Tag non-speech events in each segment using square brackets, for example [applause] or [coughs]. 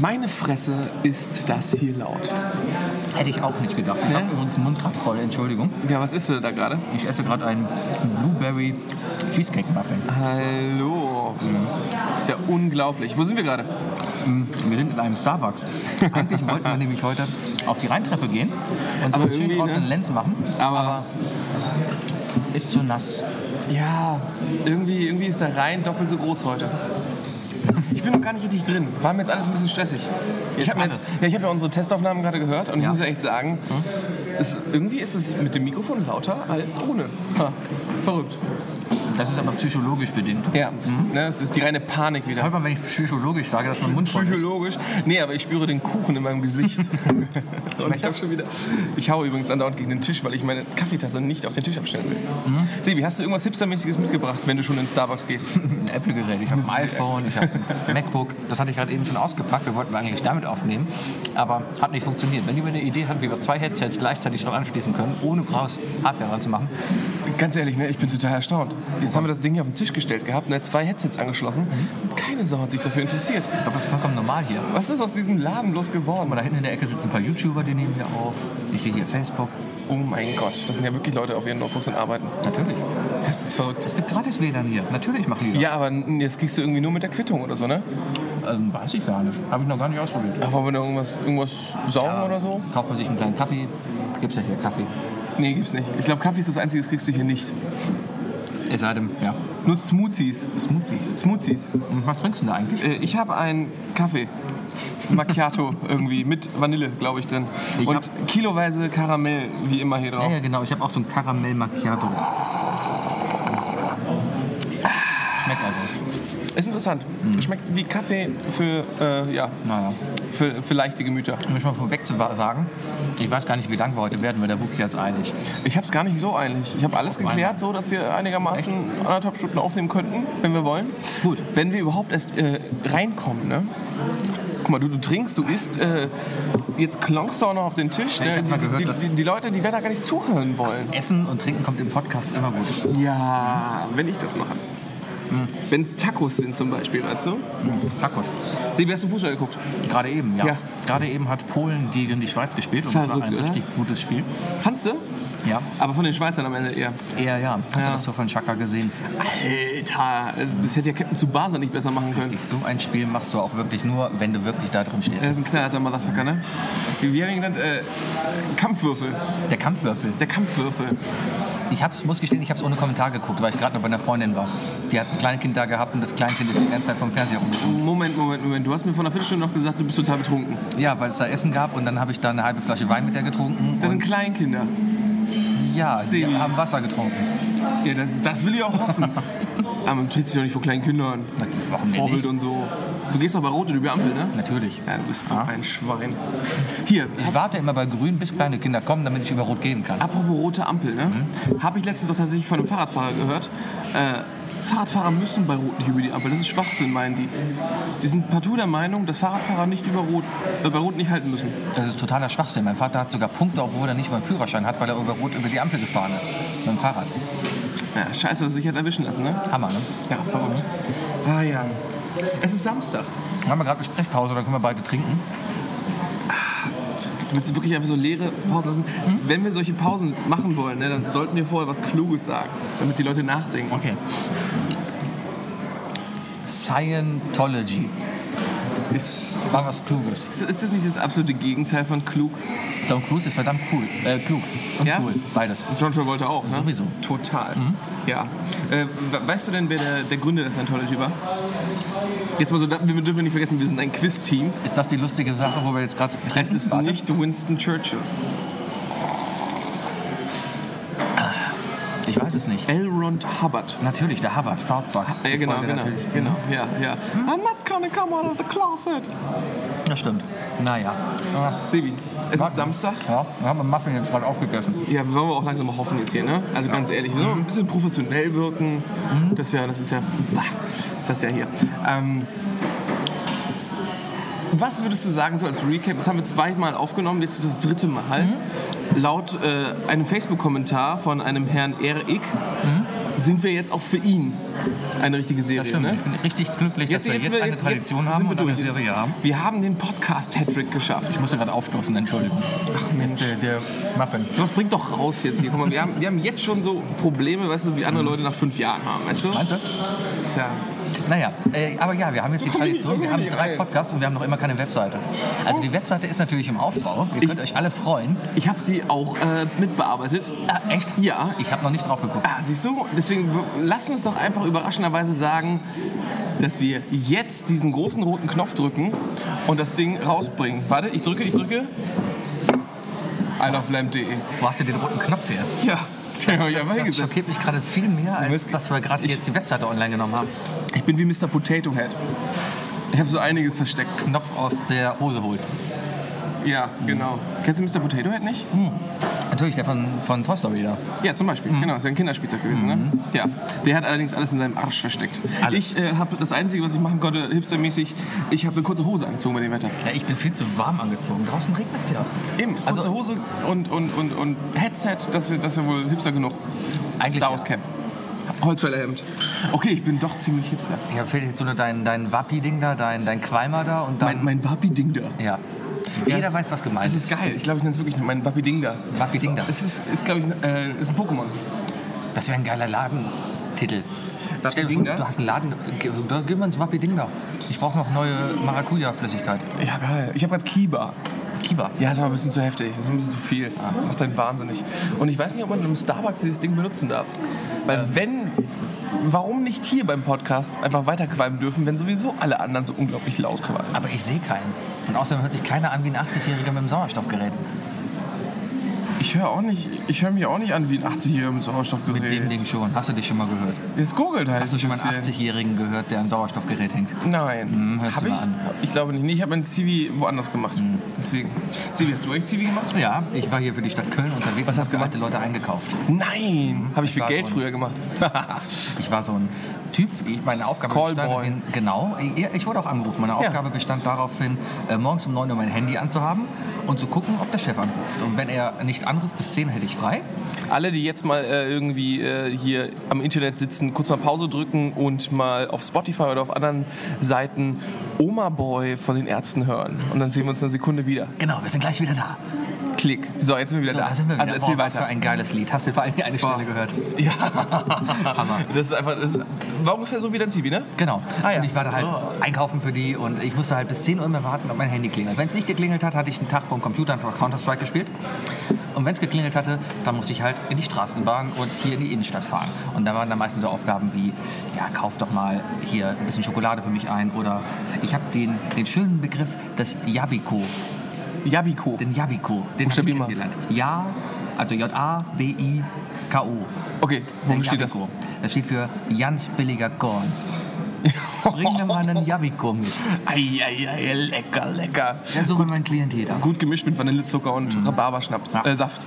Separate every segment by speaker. Speaker 1: Meine Fresse ist das hier laut.
Speaker 2: Hätte ich auch nicht gedacht. Ich
Speaker 1: Ne?
Speaker 2: habe übrigens den Mund gerade voll, Entschuldigung.
Speaker 1: Ja, was ist denn da gerade?
Speaker 2: Ich esse gerade einen Blueberry Cheesecake Muffin.
Speaker 1: Hallo. Hm. Ist ja unglaublich. Wo sind wir gerade?
Speaker 2: Mm, Wir sind in einem
Speaker 1: [laughs]
Speaker 2: Starbucks. Eigentlich wollten wir nämlich heute auf die Rheintreppe gehen und
Speaker 1: Aber
Speaker 2: uns schön
Speaker 1: irgendwie,
Speaker 2: draußen
Speaker 1: ne?
Speaker 2: einen Lenz machen.
Speaker 1: Aber-
Speaker 2: ist zu nass.
Speaker 1: Ja, irgendwie, irgendwie ist der Rhein doppelt so groß heute. Ich bin noch gar nicht richtig drin. War mir jetzt alles ein bisschen stressig. ich habe
Speaker 2: alles.
Speaker 1: jetzt, ja, ich hab ja unsere Testaufnahmen gerade gehört und
Speaker 2: Ja.
Speaker 1: ich muss ja Hm? echt sagen, es, irgendwie ist es mit dem Mikrofon lauter als ohne. Ha, verrückt.
Speaker 2: Das ist aber psychologisch bedingt.
Speaker 1: Ja, das, ne, es ist die reine Panik wieder.
Speaker 2: Hört man, wenn ich psychologisch sage, dass mein Mund voll ist.
Speaker 1: Psychologisch. Nee, aber ich spüre den Kuchen in meinem Gesicht. und ich habe schon wieder. Ich hau übrigens andauernd gegen den Tisch, weil ich meine Kaffeetasse nicht auf den Tisch abstellen will. Sebi, hast du irgendwas Hipstermäßiges mitgebracht, wenn du schon in Starbucks gehst?
Speaker 2: ein Apple-Gerät. Ich habe ein iPhone, ich habe ein MacBook. Das hatte ich gerade eben schon ausgepackt. Wir wollten eigentlich damit aufnehmen, aber hat nicht funktioniert. Wenn jemand eine Idee hat, wie wir zwei Headsets gleichzeitig noch anschließen können, ohne groß Hardware ranzumachen,
Speaker 1: Ganz ehrlich, ne, ich bin total erstaunt. Jetzt haben wir das Ding hier auf den Tisch gestellt gehabt, ne, zwei Headsets angeschlossen und keine Sau hat sich dafür interessiert.
Speaker 2: ich glaube, das ist vollkommen normal hier.
Speaker 1: Was ist aus diesem Laden bloß geworden?
Speaker 2: Aber da hinten in der Ecke sitzen ein paar YouTuber, die nehmen wir auf. Ich sehe hier Facebook.
Speaker 1: Oh mein Gott, das sind ja wirklich Leute auf ihren Notebooks und arbeiten.
Speaker 2: Natürlich.
Speaker 1: Das ist verrückt.
Speaker 2: Es gibt gratis WLAN hier. Natürlich machen die das.
Speaker 1: Ja, aber n- jetzt kriegst du irgendwie nur mit der Quittung oder so, ne?
Speaker 2: Ähm, weiß ich gar nicht. Habe ich noch gar nicht ausprobiert.
Speaker 1: Ach, wollen wir da irgendwas, irgendwas saugen oder so?
Speaker 2: Kauft man sich einen kleinen Kaffee. Gibt es ja hier Kaffee.
Speaker 1: Nee, gibt's nicht. Ich glaube, Kaffee ist das Einzige, das kriegst du hier nicht.
Speaker 2: Es sei denn, ja.
Speaker 1: Nur Smoothies.
Speaker 2: Smoothies.
Speaker 1: Smoothies.
Speaker 2: Und was trinkst du denn da eigentlich?
Speaker 1: Äh, ich habe einen Kaffee. Macchiato irgendwie mit Vanille, glaube ich, drin.
Speaker 2: Ich
Speaker 1: Und kiloweise Karamell, wie immer hier drauf.
Speaker 2: Ja, ja, genau. Ich habe auch so ein Karamell Macchiato. Schmeckt also.
Speaker 1: Ist interessant. Schmeckt wie Kaffee für, äh, ja,
Speaker 2: Naja.
Speaker 1: für, für leichte Gemüter.
Speaker 2: Um mich mal vorweg zu wa- sagen, ich weiß gar nicht, wie lang wir heute werden, weil der Wookie jetzt eilig.
Speaker 1: Ich habe es gar nicht so eilig. Ich habe alles
Speaker 2: Auf
Speaker 1: geklärt, so dass wir einigermaßen anderthalb Stunden aufnehmen könnten, wenn wir wollen.
Speaker 2: Gut.
Speaker 1: Wenn wir überhaupt erst äh, reinkommen, ne? Guck mal, du, du trinkst, du isst, äh, jetzt klonkst du auch noch auf den Tisch.
Speaker 2: Ja,
Speaker 1: Ne?
Speaker 2: ich hab mal
Speaker 1: Die,
Speaker 2: gehört,
Speaker 1: die,
Speaker 2: dass-
Speaker 1: die, die Leute, die werden da gar nicht zuhören wollen.
Speaker 2: Essen und Trinken kommt im Podcast immer gut.
Speaker 1: Ja, wenn ich das mache.
Speaker 2: Hm.
Speaker 1: Wenn es Tacos sind zum Beispiel, weißt du?
Speaker 2: Tacos.
Speaker 1: Sebi, hast du Fußball geguckt?
Speaker 2: Gerade eben, ja.
Speaker 1: Ja.
Speaker 2: Gerade eben hat Polen gegen die Schweiz gespielt und es war
Speaker 1: Verrückt,
Speaker 2: ein
Speaker 1: oder?
Speaker 2: richtig gutes Spiel.
Speaker 1: Fandst du?
Speaker 2: Ja,
Speaker 1: Aber von den Schweizern am Ende eher.
Speaker 2: eher ja. Hast
Speaker 1: Ja.
Speaker 2: du das Tor von Chaka gesehen?
Speaker 1: Alter, das, das hätte ja Captain Tsubasa nicht besser machen können.
Speaker 2: Richtig, so ein Spiel machst du auch wirklich nur, wenn du wirklich da drin
Speaker 1: Er
Speaker 2: stehst.
Speaker 1: ist Äh, ein knallharter Motherfucker, ne? Wie wie haben wir ihn genannt? Äh, Kampfwürfel.
Speaker 2: Der Kampfwürfel.
Speaker 1: Der Kampfwürfel.
Speaker 2: Ich hab's, muss gestehen, ich habe es ohne Kommentar geguckt, weil ich gerade noch bei einer Freundin war. Die hat ein Kleinkind da gehabt und das Kleinkind ist die ganze Zeit vom Fernseher rumgekommen.
Speaker 1: Moment, Moment, Moment. Du hast mir vor einer Viertelstunde noch gesagt, du bist total betrunken.
Speaker 2: Ja, weil es da Essen gab und dann habe ich da eine halbe Flasche Wein mit der getrunken.
Speaker 1: Das
Speaker 2: Und
Speaker 1: sind Kleinkinder.
Speaker 2: ja, sie
Speaker 1: Sebi.
Speaker 2: haben Wasser getrunken.
Speaker 1: Ja, das, das will ich auch hoffen. [laughs] Aber man tritt sich doch nicht vor kleinen Kindern.
Speaker 2: Na, warum denn
Speaker 1: Vorbild
Speaker 2: nicht?
Speaker 1: und so. Du gehst doch bei Rot über die Ampel, ne?
Speaker 2: Natürlich.
Speaker 1: Ja, du bist so
Speaker 2: Ah.
Speaker 1: ein Schwein. Hier,
Speaker 2: Ich warte immer bei Grün, bis kleine Kinder kommen, damit ich über Rot gehen kann.
Speaker 1: apropos rote Ampel, ne? Habe ich letztens doch tatsächlich von einem Fahrradfahrer gehört. Äh, Fahrradfahrer müssen bei Rot nicht über die Ampel. Das ist Schwachsinn, meinen die. Die sind partout der Meinung, dass Fahrradfahrer nicht über Rot, äh, bei Rot nicht halten müssen.
Speaker 2: Das ist totaler Schwachsinn. Mein Vater hat sogar Punkte, obwohl er nicht mal einen Führerschein hat, weil er über Rot über die Ampel gefahren ist. Mit dem Fahrrad.
Speaker 1: Ja, scheiße, dass er sich hat erwischen lassen, ne?
Speaker 2: Hammer, ne?
Speaker 1: Ja, verrückt. Ah ja. Es ist Samstag.
Speaker 2: Dann haben wir gerade eine Sprechpause, dann können wir beide trinken.
Speaker 1: Du willst wirklich einfach so leere Pausen lassen. Wenn wir solche Pausen machen wollen, ne, dann sollten wir vorher was Kluges sagen, damit die Leute nachdenken.
Speaker 2: Okay. Scientology.
Speaker 1: Ist,
Speaker 2: War was Kluges.
Speaker 1: ist, ist das nicht das absolute Gegenteil von klug?
Speaker 2: Tom Cruise ist verdammt cool. Äh, klug. Und
Speaker 1: Ja?
Speaker 2: cool. Beides.
Speaker 1: John Travolta auch, ne?
Speaker 2: Sowieso.
Speaker 1: Total. Ja. Äh, we- weißt du denn, wer der, der Gründer der Scientology war? Jetzt mal so, da- wir dürfen nicht vergessen, wir sind ein Quiz-Team.
Speaker 2: Ist das die lustige Sache, wo wir jetzt gerade
Speaker 1: Es ist nicht Winston Churchill.
Speaker 2: Ich weiß es nicht.
Speaker 1: L. Rond Hubbard.
Speaker 2: Natürlich, der Hubbard, South Park.
Speaker 1: Ja,
Speaker 2: Die
Speaker 1: genau,
Speaker 2: Folge
Speaker 1: genau,
Speaker 2: natürlich. Hm?
Speaker 1: genau, ja, ja. I'm not gonna come out of the closet.
Speaker 2: Das stimmt. Naja. Ja,
Speaker 1: Sebi, es
Speaker 2: Warten.
Speaker 1: ist Samstag.
Speaker 2: Ja, wir haben einen Muffin jetzt gerade aufgegessen.
Speaker 1: Ja, wollen wir auch langsam mal hoffen jetzt hier, ne? Also ganz ehrlich, so ein bisschen professionell wirken.
Speaker 2: Mhm.
Speaker 1: Das ist ja, das ist ja, bah, ist das ja hier. Ähm, was würdest du sagen, so als Recap, das haben wir zweimal aufgenommen, jetzt ist das dritte
Speaker 2: Mhm.
Speaker 1: Mal. Laut äh, einem Facebook-Kommentar von einem Herrn R. Ick sind wir jetzt auch für ihn eine richtige Serie.
Speaker 2: Mhm. Das stimmt.
Speaker 1: Ne?
Speaker 2: Ich bin richtig glücklich, dass wir jetzt, eine Tradition
Speaker 1: jetzt
Speaker 2: haben
Speaker 1: sind
Speaker 2: und
Speaker 1: wir
Speaker 2: eine
Speaker 1: durch.
Speaker 2: Serie haben.
Speaker 1: Wir haben den Podcast-Hattrick geschafft.
Speaker 2: Ich musste gerade aufstoßen, Entschuldigung. Ach, Mist, der, der Muffin.
Speaker 1: Das bringt doch raus jetzt hier. Guck mal, wir haben, wir haben jetzt schon so Probleme, weißt du, wie andere Leute nach fünf Jahren haben. Weißt du?
Speaker 2: Meinst du?
Speaker 1: Ist ja
Speaker 2: Naja, äh, aber ja, wir haben jetzt die
Speaker 1: So komm ich- so
Speaker 2: Tradition, wir
Speaker 1: komm
Speaker 2: haben
Speaker 1: ich
Speaker 2: drei
Speaker 1: rein.
Speaker 2: Podcasts und wir haben noch immer keine Webseite. Also die Webseite ist natürlich im Aufbau. Ihr könnt euch alle freuen.
Speaker 1: ich habe sie auch äh, mitbearbeitet.
Speaker 2: Ah, echt?
Speaker 1: Ja.
Speaker 2: Ich habe noch nicht drauf geguckt.
Speaker 1: Ah, siehst du? Deswegen w- lass uns doch einfach überraschenderweise sagen, dass wir jetzt diesen großen roten Knopf drücken und das Ding rausbringen. Warte, ich drücke, ich drücke. isleoflamp.de.
Speaker 2: Wo hast du den roten Knopf her?
Speaker 1: Ja, E. den hab ich einfach
Speaker 2: Das
Speaker 1: hingesetzt.
Speaker 2: schockiert mich gerade viel mehr, als
Speaker 1: weißt,
Speaker 2: dass wir gerade jetzt die Webseite online genommen haben.
Speaker 1: Ich bin wie Mr. Potato Head. Ich habe so einiges versteckt.
Speaker 2: Knopf aus der Hose holt.
Speaker 1: Ja, genau. Kennst du Mr. Potato Head nicht?
Speaker 2: Natürlich, der von, von Toy Story da.
Speaker 1: Ja, zum
Speaker 2: Mhm.
Speaker 1: Beispiel. Genau, ist ja ein Kinderspielzeug gewesen. Ne? Ja. Der hat allerdings alles in seinem Arsch versteckt.
Speaker 2: Alles.
Speaker 1: Ich äh, habe das Einzige, was ich machen konnte, hipstermäßig, ich habe eine kurze Hose angezogen bei dem Wetter.
Speaker 2: Ja, ich bin viel zu warm angezogen. Draußen regnet es ja.
Speaker 1: Eben, kurze
Speaker 2: Also-
Speaker 1: Hose und, und, und, und Headset, das ist, das ist ja wohl hipster genug.
Speaker 2: Eigentlich
Speaker 1: Star Wars
Speaker 2: ja.
Speaker 1: Camp. Holzfällerhemd. Okay, ich bin doch ziemlich hipster.
Speaker 2: Ja, fehlt jetzt nur dein, dein Wappi-Ding da, dein, dein Qualmer da und dein...
Speaker 1: Mein, mein Wapi-Ding da.
Speaker 2: ja. Jeder
Speaker 1: Das-
Speaker 2: weiß, was gemeint
Speaker 1: Das ist geil. Ich glaube, ich nenne es wirklich mein Wapi-Ding da.
Speaker 2: Wappi-Ding da.
Speaker 1: Es ist, ist glaube ich, äh, ist ein Pokémon.
Speaker 2: Das wäre ein geiler Ladentitel.
Speaker 1: Wappi
Speaker 2: Stell dir vor,
Speaker 1: Dinga?
Speaker 2: du hast einen Laden, geh, geh mal ins Wappi Ding da. Ich brauche noch neue Maracuja-Flüssigkeit.
Speaker 1: Ja, geil. Ich habe gerade Kiba.
Speaker 2: Kiba.
Speaker 1: Ja, ist aber ein bisschen zu heftig. Das ist ein bisschen zu viel. Ah, Macht einen wahnsinnig. Und ich weiß nicht, ob man im Starbucks dieses Ding benutzen darf. Weil wenn... Warum nicht hier beim Podcast einfach weiterqualmen dürfen, wenn sowieso alle anderen so unglaublich laut qualmen?
Speaker 2: Aber ich sehe keinen. Und außerdem hört sich keiner an wie ein 80-Jähriger mit dem Sauerstoffgerät.
Speaker 1: Ich höre auch nicht, ich höre mich auch nicht an wie ein 80-Jähriger mit Sauerstoffgerät.
Speaker 2: Mit dem Ding schon. Hast du dich schon mal gehört?
Speaker 1: Jetzt googelt halt.
Speaker 2: Hast du schon mal einen 80-Jährigen gehört, der am Sauerstoffgerät hängt?
Speaker 1: Nein.
Speaker 2: Hm, hörst
Speaker 1: Hab
Speaker 2: du
Speaker 1: ich?
Speaker 2: mal an.
Speaker 1: Ich glaube nicht. Nee, Ich habe meinen Zivi woanders gemacht. Deswegen. Zivi, hast du eigentlich Zivi gemacht?
Speaker 2: Ja, ich war hier für die Stadt Köln unterwegs
Speaker 1: Was
Speaker 2: und
Speaker 1: hast
Speaker 2: hab
Speaker 1: du
Speaker 2: für alte Leute
Speaker 1: [laughs]
Speaker 2: eingekauft.
Speaker 1: Nein. Habe ich für
Speaker 2: war
Speaker 1: Geld
Speaker 2: so ein-
Speaker 1: früher gemacht.
Speaker 2: ich war so ein Typ, ich, meine Aufgabe
Speaker 1: Callboy.
Speaker 2: darin, genau, ich, ich wurde auch angerufen. Meine Aufgabe bestand daraufhin, äh, morgens um 9 Uhr mein Handy anzuhaben und zu gucken, ob der Chef anruft. Und wenn er nicht anruft, bis 10 hätte ich frei.
Speaker 1: Alle, die jetzt mal äh, irgendwie äh, hier am Internet sitzen, kurz mal Pause drücken und mal auf Spotify oder auf anderen Seiten Oma Boy von den Ärzten hören. Und dann sehen wir uns eine Sekunde wieder.
Speaker 2: Genau, wir sind gleich wieder da.
Speaker 1: Klick. So, jetzt sind wir wieder
Speaker 2: So,
Speaker 1: da.
Speaker 2: da sind wir wieder.
Speaker 1: Also erzähl
Speaker 2: Boah, Was für
Speaker 1: weiter.
Speaker 2: ein geiles Lied. Hast du vor allem die eine Stelle gehört? [laughs]
Speaker 1: Ja.
Speaker 2: Hammer.
Speaker 1: Das ist einfach, das ist, war ungefähr so wie dein Zivi, ne?
Speaker 2: Genau.
Speaker 1: Ah, ja.
Speaker 2: Und ich war da halt
Speaker 1: Oh.
Speaker 2: einkaufen für die und ich musste halt bis 10 Uhr immer warten, ob mein Handy klingelt. Wenn es nicht geklingelt hat, hatte ich einen Tag vom Computer und von Counter-Strike gespielt. Und wenn es geklingelt hatte, dann musste ich halt in die Straßenbahn und hier in die Innenstadt fahren. Und da waren dann meistens so Aufgaben wie, ja, kauf doch mal hier ein bisschen Schokolade für mich ein. Oder ich habe den, den schönen Begriff des Jabiko,
Speaker 1: Jabiko.
Speaker 2: den Jabiko, den hab ich
Speaker 1: Buchstabier mal.
Speaker 2: kennengelernt. Ja, also J-A-B-I-K-O.
Speaker 1: Okay,
Speaker 2: Der
Speaker 1: wofür steht das?
Speaker 2: Jabiko. Das steht für Jans
Speaker 1: [laughs]
Speaker 2: billiger Korn. Bring mir mal einen Jabiko mit.
Speaker 1: Eieiei, lecker, lecker.
Speaker 2: Ja, so war mein Klient jeder.
Speaker 1: Gut gemischt mit Vanillezucker und
Speaker 2: Mhm.
Speaker 1: Rhabarberschnaps. Äh, Saft.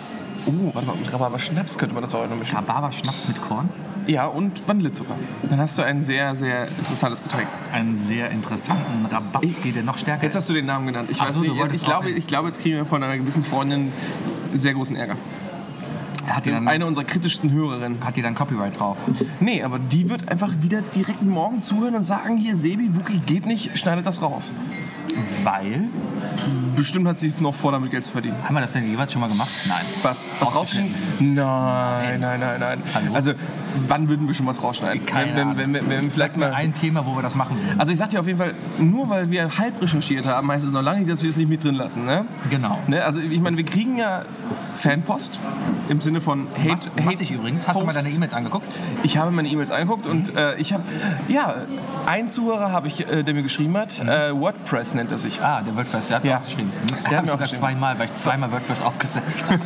Speaker 1: Oh, warte mal, mit Rhabarberschnaps könnte man das auch noch mischen.
Speaker 2: Rhabarber Schnaps mit Korn.
Speaker 1: Ja, und Vanillezucker. Dann hast du ein sehr, sehr interessantes Getränk.
Speaker 2: Einen sehr interessanten Rababski, der noch stärker
Speaker 1: Jetzt hast du den Namen genannt. Ich,
Speaker 2: Ach
Speaker 1: weiß
Speaker 2: so, du
Speaker 1: nicht, jetzt-
Speaker 2: wolltest
Speaker 1: ich, glaube,
Speaker 2: drauf hin.
Speaker 1: ich glaube, jetzt kriegen wir von einer gewissen Freundin sehr großen Ärger.
Speaker 2: ist. Hat die, dann,
Speaker 1: Eine unserer kritischsten Hörerinnen.
Speaker 2: hat die dann Copyright drauf?
Speaker 1: Nee, aber die wird einfach wieder direkt morgen zuhören und sagen, hier, Sebi, Wookie geht nicht, schneidet das raus.
Speaker 2: Weil?
Speaker 1: Bestimmt hat sie noch vor, damit Geld zu verdienen.
Speaker 2: Haben wir das denn jeweils schon mal gemacht? Nein.
Speaker 1: Was? Was rausschneiden? Nein, nein, nein, nein.
Speaker 2: Hallo?
Speaker 1: Also, wann würden wir schon was rausschneiden?
Speaker 2: Keine
Speaker 1: wenn,
Speaker 2: Ahnung.
Speaker 1: wenn, wenn, wenn, wenn vielleicht
Speaker 2: Sag mir
Speaker 1: mal.
Speaker 2: ein Thema, wo wir das machen würden.
Speaker 1: Also ich sag dir auf jeden Fall, nur weil wir halb recherchiert haben, heißt es noch lange nicht, dass wir es nicht mit drin lassen. Ne?
Speaker 2: Genau.
Speaker 1: Ne? Also ich meine, wir kriegen ja Fanpost im Sinne von Hate.
Speaker 2: Was,
Speaker 1: Hate
Speaker 2: was ich übrigens, hast du mal deine
Speaker 1: Posts.
Speaker 2: E-Mails angeguckt?
Speaker 1: Ich habe meine E-Mails angeguckt und äh, ich habe, ja, einen Zuhörer habe ich, äh, der mir geschrieben hat,
Speaker 2: Mhm.
Speaker 1: äh, WordPress nennt er sich.
Speaker 2: Ah, der WordPress, der hat
Speaker 1: Ja.
Speaker 2: mir auch geschrieben.
Speaker 1: Der hat
Speaker 2: Der
Speaker 1: mir
Speaker 2: hat
Speaker 1: auch
Speaker 2: mir sogar
Speaker 1: geschrieben.
Speaker 2: zweimal, weil ich zweimal WordPress aufgesetzt [laughs] habe.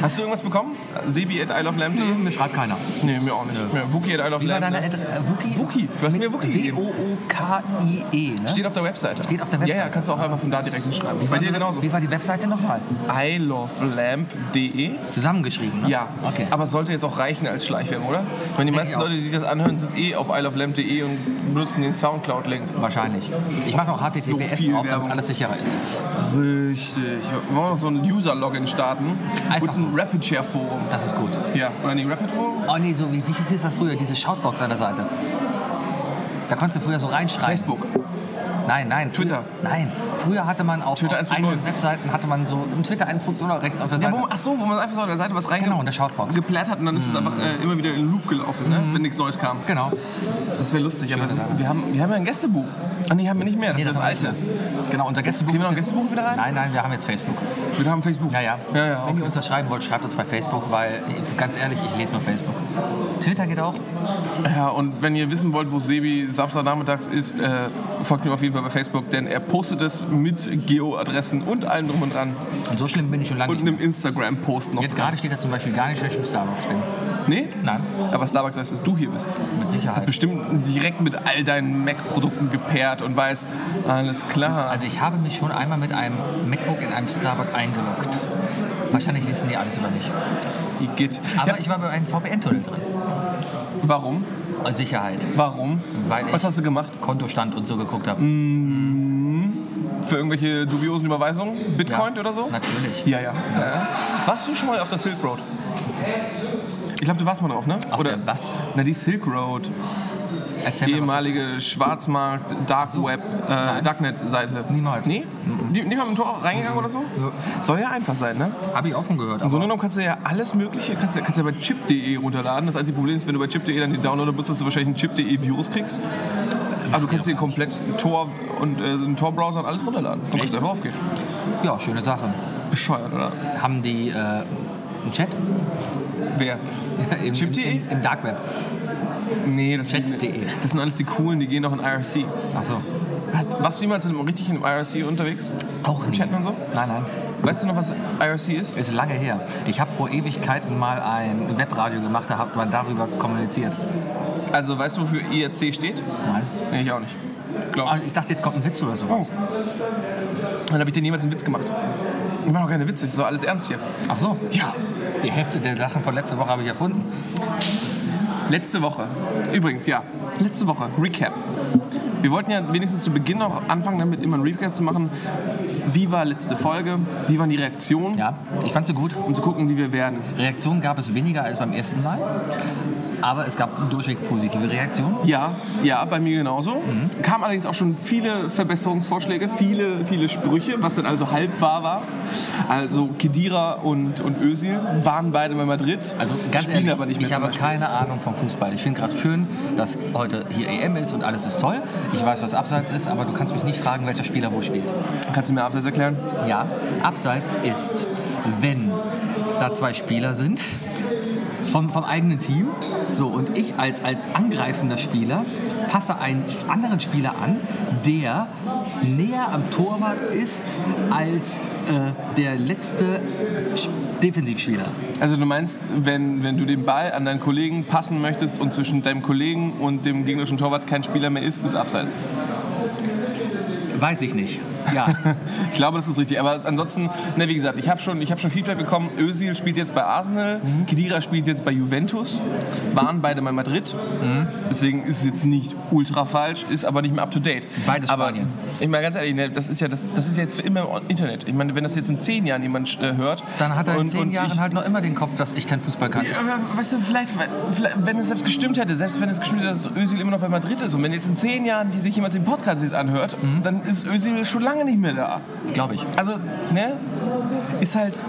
Speaker 1: Hast du irgendwas bekommen? Sebi at isleoflamp.de?
Speaker 2: mir schreibt keiner.
Speaker 1: Nee, mir auch nicht. Ja. Wookie at
Speaker 2: Wie war deine
Speaker 1: isleoflamp.
Speaker 2: Ad äh, Wookie?
Speaker 1: Wookie, du hast mir Wookie gegeben.
Speaker 2: W-O-O-K-I-E, ne?
Speaker 1: Steht auf der Webseite.
Speaker 2: Steht auf der
Speaker 1: Ja, ja,
Speaker 2: Webseite.
Speaker 1: kannst du auch einfach von da direkt hinschreiben. Bei dir genauso.
Speaker 2: Wie war die Webseite nochmal?
Speaker 1: ilovelamp.de
Speaker 2: Zusammengeschrieben, ne?
Speaker 1: Ja,
Speaker 2: Okay.
Speaker 1: aber sollte jetzt auch reichen als Schleichwerbung, oder? Ich meine, die
Speaker 2: ich
Speaker 1: meisten
Speaker 2: auch.
Speaker 1: Leute, die das anhören, sind eh auf isleoflamp.de und benutzen den Soundcloud-Link.
Speaker 2: wahrscheinlich. Ich mache auch
Speaker 1: So
Speaker 2: HTTPS
Speaker 1: viel
Speaker 2: drauf, damit
Speaker 1: Werbung.
Speaker 2: alles sich sicherer ist.
Speaker 1: Richtig. Wollen wir noch so ein User-Login starten?
Speaker 2: Einfach
Speaker 1: Und ein Rapid-Share-Forum.
Speaker 2: Das ist gut.
Speaker 1: Ja, oder nicht Rapid-Forum?
Speaker 2: Oh nee, so wie, wie hieß das früher, diese Shoutbox an der Seite? Da konntest du früher so reinschreiben.
Speaker 1: Facebook.
Speaker 2: Nein, nein. früher-
Speaker 1: Twitter.
Speaker 2: Nein. Früher hatte man auf,
Speaker 1: Twitter
Speaker 2: auf
Speaker 1: 1.0.
Speaker 2: eigenen Webseiten hatte man so ein Twitter 1.0 oder rechts auf der
Speaker 1: Ja,
Speaker 2: Seite.
Speaker 1: wo, ach so, wo man einfach so auf der Seite was reinge-
Speaker 2: Genau, in der Shoutbox.
Speaker 1: geplärt hat und dann ist es einfach äh, immer wieder in den Loop gelaufen, ne? wenn nichts Neues kam.
Speaker 2: Genau.
Speaker 1: Das wäre lustig, aber
Speaker 2: Schöne
Speaker 1: das-
Speaker 2: Sache.
Speaker 1: wir, haben, wir haben ja ein Gästebuch. Ah, nee, haben wir nicht mehr, das ist das
Speaker 2: haben wir nicht
Speaker 1: alte.
Speaker 2: mehr. Genau, unser Gästebuch.
Speaker 1: Gehen wir noch ein
Speaker 2: ist jetzt-
Speaker 1: Gästebuch wieder rein?
Speaker 2: Nein, nein, wir haben jetzt Facebook.
Speaker 1: Wir haben Facebook.
Speaker 2: Ja, ja.
Speaker 1: ja, ja
Speaker 2: Wenn
Speaker 1: okay.
Speaker 2: ihr uns das schreiben wollt, schreibt uns bei Facebook, weil ich- ganz ehrlich, ich lese nur Facebook. Twitter geht auch.
Speaker 1: Ja, und wenn ihr wissen wollt, wo Sebi Samstagnachmittags ist, äh, folgt ihm auf jeden Fall bei Facebook, denn er postet es mit Geo-Adressen und allem drum und dran.
Speaker 2: Und so schlimm bin ich schon lange
Speaker 1: Und
Speaker 2: nicht.
Speaker 1: einem Instagram-Post noch.
Speaker 2: Jetzt gerade steht da zum Beispiel gar nicht, dass ich im Starbucks bin.
Speaker 1: Nee?
Speaker 2: Nein,
Speaker 1: Aber Starbucks weiß, dass du hier bist.
Speaker 2: mit Sicherheit.
Speaker 1: Bestimmt direkt mit all deinen Mac-Produkten gepaart und weiß, alles klar.
Speaker 2: Also ich habe mich schon einmal mit einem MacBook in einem Starbucks eingeloggt. Wahrscheinlich wissen die alles über mich.
Speaker 1: ich geht.
Speaker 2: Aber ich war bei einem VPN-Tunnel drin.
Speaker 1: warum?
Speaker 2: Aus Sicherheit.
Speaker 1: Warum?
Speaker 2: Weil ich
Speaker 1: Was hast du gemacht?
Speaker 2: Kontostand und so geguckt habe.
Speaker 1: Für irgendwelche dubiosen Überweisungen? Bitcoin oder so?
Speaker 2: Natürlich.
Speaker 1: Ja, ja. ja. ja. Warst du schon mal auf der Silk Road? Ich glaube, du warst mal drauf, ne?
Speaker 2: Auf der was?
Speaker 1: Na, die Silk Road.
Speaker 2: Erzähl
Speaker 1: Die
Speaker 2: mir, was das ist. Also,
Speaker 1: ehemalige Schwarzmarkt, Dark Web, äh, Darknet-Seite.
Speaker 2: Niemals. Mhm.
Speaker 1: Nee? Die- Nicht mal mit dem Tor reingegangen oder so?
Speaker 2: Ja.
Speaker 1: Soll ja einfach sein, ne?
Speaker 2: Habe ich offen gehört.
Speaker 1: Im
Speaker 2: Aber
Speaker 1: Grunde genommen kannst du ja alles Mögliche, kannst du kannst ja bei chip.de runterladen. Das einzige Problem ist, wenn du bei chip.de dann den Downloader benutzt, dass du wahrscheinlich einen chip.de Virus kriegst. Aber du kannst dir komplett Tor und äh, einen Tor-Browser und alles runterladen. Du kannst
Speaker 2: Echt?
Speaker 1: einfach aufgehen.
Speaker 2: ja, schöne Sache.
Speaker 1: Bescheuert, oder?
Speaker 2: Haben die äh, einen Chat?
Speaker 1: Wer?
Speaker 2: Im,
Speaker 1: Chip.de?
Speaker 2: im, Im Dark Web.
Speaker 1: Nee, das,
Speaker 2: Chat.de.
Speaker 1: das sind alles die coolen, die gehen noch in IRC.
Speaker 2: Ach so.
Speaker 1: Hast- Warst du jemals in- richtig in einem IRC unterwegs?
Speaker 2: Auch nie.
Speaker 1: Chatten und so?
Speaker 2: Nein, nein.
Speaker 1: Weißt du noch, was IRC ist?
Speaker 2: Ist lange her. Ich habe vor Ewigkeiten mal ein Webradio gemacht, da hat man darüber kommuniziert.
Speaker 1: Also weißt du, wofür IRC steht?
Speaker 2: Nein.
Speaker 1: Nee, ich auch nicht. Glaub.
Speaker 2: Ah, ich dachte, jetzt kommt ein Witz oder
Speaker 1: Oh.
Speaker 2: sowas.
Speaker 1: Dann habe ich dir niemals einen Witz gemacht. Ich mache auch keine Witze, ich soll alles ernst hier.
Speaker 2: Ach so. Ja. Die Hälfte der Sachen von letzter Woche habe ich erfunden.
Speaker 1: Letzte Woche. Übrigens, ja. Letzte Woche. Recap. Wir wollten ja wenigstens zu Beginn auch anfangen, damit immer ein Recap zu machen. Wie war letzte Folge? Wie waren die Reaktionen?
Speaker 2: Ja, ich fand sie gut.
Speaker 1: Um zu gucken, wie wir werden.
Speaker 2: Reaktionen gab es weniger als beim ersten Mal. Aber es gab durchweg positive Reaktionen.
Speaker 1: Ja, ja, bei mir genauso.
Speaker 2: Mhm.
Speaker 1: Kamen allerdings auch schon viele Verbesserungsvorschläge, viele, viele Sprüche, was dann also halb wahr war. Also Kedira und, und Özil waren beide bei Madrid.
Speaker 2: Also ganz
Speaker 1: spielen
Speaker 2: ehrlich,
Speaker 1: aber nicht mehr
Speaker 2: ich
Speaker 1: zum
Speaker 2: habe
Speaker 1: Beispiel.
Speaker 2: keine Ahnung vom Fußball. Ich finde gerade schön, dass heute hier EM ist und alles ist toll. Ich weiß, was Abseits ist, aber du kannst mich nicht fragen, welcher Spieler wo spielt.
Speaker 1: Kannst du mir abseits erklären?
Speaker 2: Ja, Abseits ist, wenn da zwei Spieler sind vom, vom eigenen Team. So, und ich als, als angreifender Spieler passe einen anderen Spieler an, der näher am Torwart ist als äh, der letzte Sch- Defensivspieler.
Speaker 1: Also du meinst, wenn, wenn du den Ball an deinen Kollegen passen möchtest und zwischen deinem Kollegen und dem gegnerischen Torwart kein Spieler mehr ist, ist abseits.
Speaker 2: Weiß ich nicht. [laughs] Ja.
Speaker 1: Ich glaube, das ist richtig. Aber ansonsten, ne, wie gesagt, ich habe schon, ich hab schon Feedback bekommen. Özil spielt jetzt bei Arsenal,
Speaker 2: Mhm.
Speaker 1: Kedira spielt jetzt bei Juventus, waren beide mal Madrid.
Speaker 2: Mhm.
Speaker 1: Deswegen ist es jetzt nicht ultra falsch, ist aber nicht mehr up to date.
Speaker 2: Beides
Speaker 1: aber,
Speaker 2: Spanien.
Speaker 1: Ich meine, ganz ehrlich, ne, das ist, ja, das, das ist ja jetzt für immer im Internet. Ich meine, wenn das jetzt in zehn Jahren jemand äh, hört.
Speaker 2: Dann hat er in
Speaker 1: und-
Speaker 2: zehn
Speaker 1: und
Speaker 2: Jahren
Speaker 1: ich-
Speaker 2: halt noch immer den Kopf, dass ich kein Fußball kann.
Speaker 1: Ja, aber weißt du, vielleicht, vielleicht, wenn es selbst gestimmt hätte, selbst wenn es gestimmt hätte, dass Özil immer noch bei Madrid ist und wenn jetzt in zehn Jahren sich jemand den Podcast jetzt anhört,
Speaker 2: Mhm.
Speaker 1: dann ist Özil schon lange nicht mehr da.
Speaker 2: Glaube ich.
Speaker 1: Also, ne? Ist halt.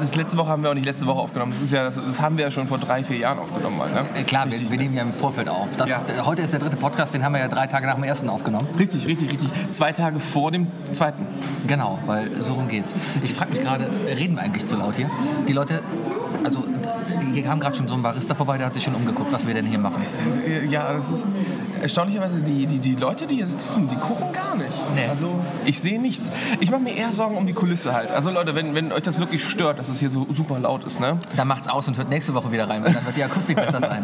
Speaker 1: Das letzte Woche haben wir auch nicht letzte Woche aufgenommen. Das, ist ja, das, das haben wir ja schon vor drei, vier Jahren aufgenommen. Mal, ne?
Speaker 2: Äh, Klar, wir, wir nehmen ja im Vorfeld auf. Das,
Speaker 1: Ja.
Speaker 2: äh, Heute ist der dritte Podcast, den haben wir ja drei Tage nach dem ersten aufgenommen.
Speaker 1: Richtig, richtig, richtig. Zwei Tage vor dem zweiten.
Speaker 2: Genau, weil so rum geht's. Ich frage mich gerade, reden wir eigentlich zu laut hier? Die Leute, also d- hier kam gerade schon so ein Barista vorbei, der hat sich schon umgeguckt, was wir denn hier machen.
Speaker 1: Äh, Ja, das ist. Erstaunlicherweise, die, die, die Leute, die hier sitzen, die gucken gar nicht.
Speaker 2: Nee.
Speaker 1: Also, ich sehe nichts. Ich mache mir eher Sorgen um die Kulisse halt. Also, Leute, wenn, wenn euch das wirklich stört, dass es hier so super laut ist, ne?
Speaker 2: Dann macht's aus und hört nächste Woche wieder
Speaker 1: [laughs]
Speaker 2: rein, weil dann wird die Akustik besser sein.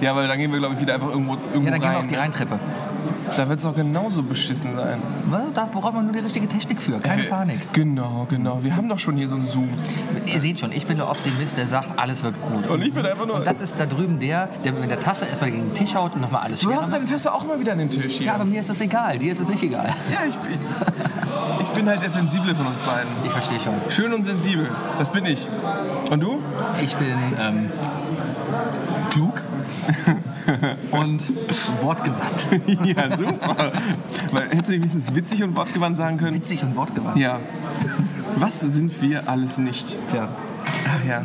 Speaker 1: Ja, weil dann gehen wir, glaube ich, wieder einfach irgendwo, irgendwo
Speaker 2: Ja, dann gehen wir
Speaker 1: rein. ne?
Speaker 2: auf die Rheintreppe.
Speaker 1: Da wird es auch genauso beschissen sein.
Speaker 2: Also, Da braucht man nur die richtige Technik für, keine
Speaker 1: Äh,
Speaker 2: Panik.
Speaker 1: Genau, genau. Wir haben doch schon hier so einen Zoom.
Speaker 2: Ihr seht schon, ich bin der Optimist, der sagt, alles wird gut.
Speaker 1: Und ich bin einfach nur.
Speaker 2: Und das ist da drüben der, der mit der Tasse erstmal gegen den Tisch haut und nochmal alles
Speaker 1: du
Speaker 2: schwer
Speaker 1: hast
Speaker 2: macht.
Speaker 1: deine Tasse auch mal wieder an den Tisch hier.
Speaker 2: Ja, aber mir ist das egal, dir ist es nicht egal. [laughs]
Speaker 1: Ja, ich bin, ich bin halt der Sensible von uns beiden.
Speaker 2: Ich verstehe schon.
Speaker 1: Schön und sensibel, das bin ich. Und du?
Speaker 2: Ich bin ähm, klug und wortgewandt. [laughs]
Speaker 1: [laughs] ja, super. Weil, hättest du nicht wenigstens witzig und wortgewandt sagen können?
Speaker 2: Witzig und wortgewandt.
Speaker 1: Ja. Was sind wir alles nicht?
Speaker 2: Tja.
Speaker 1: Ach ja.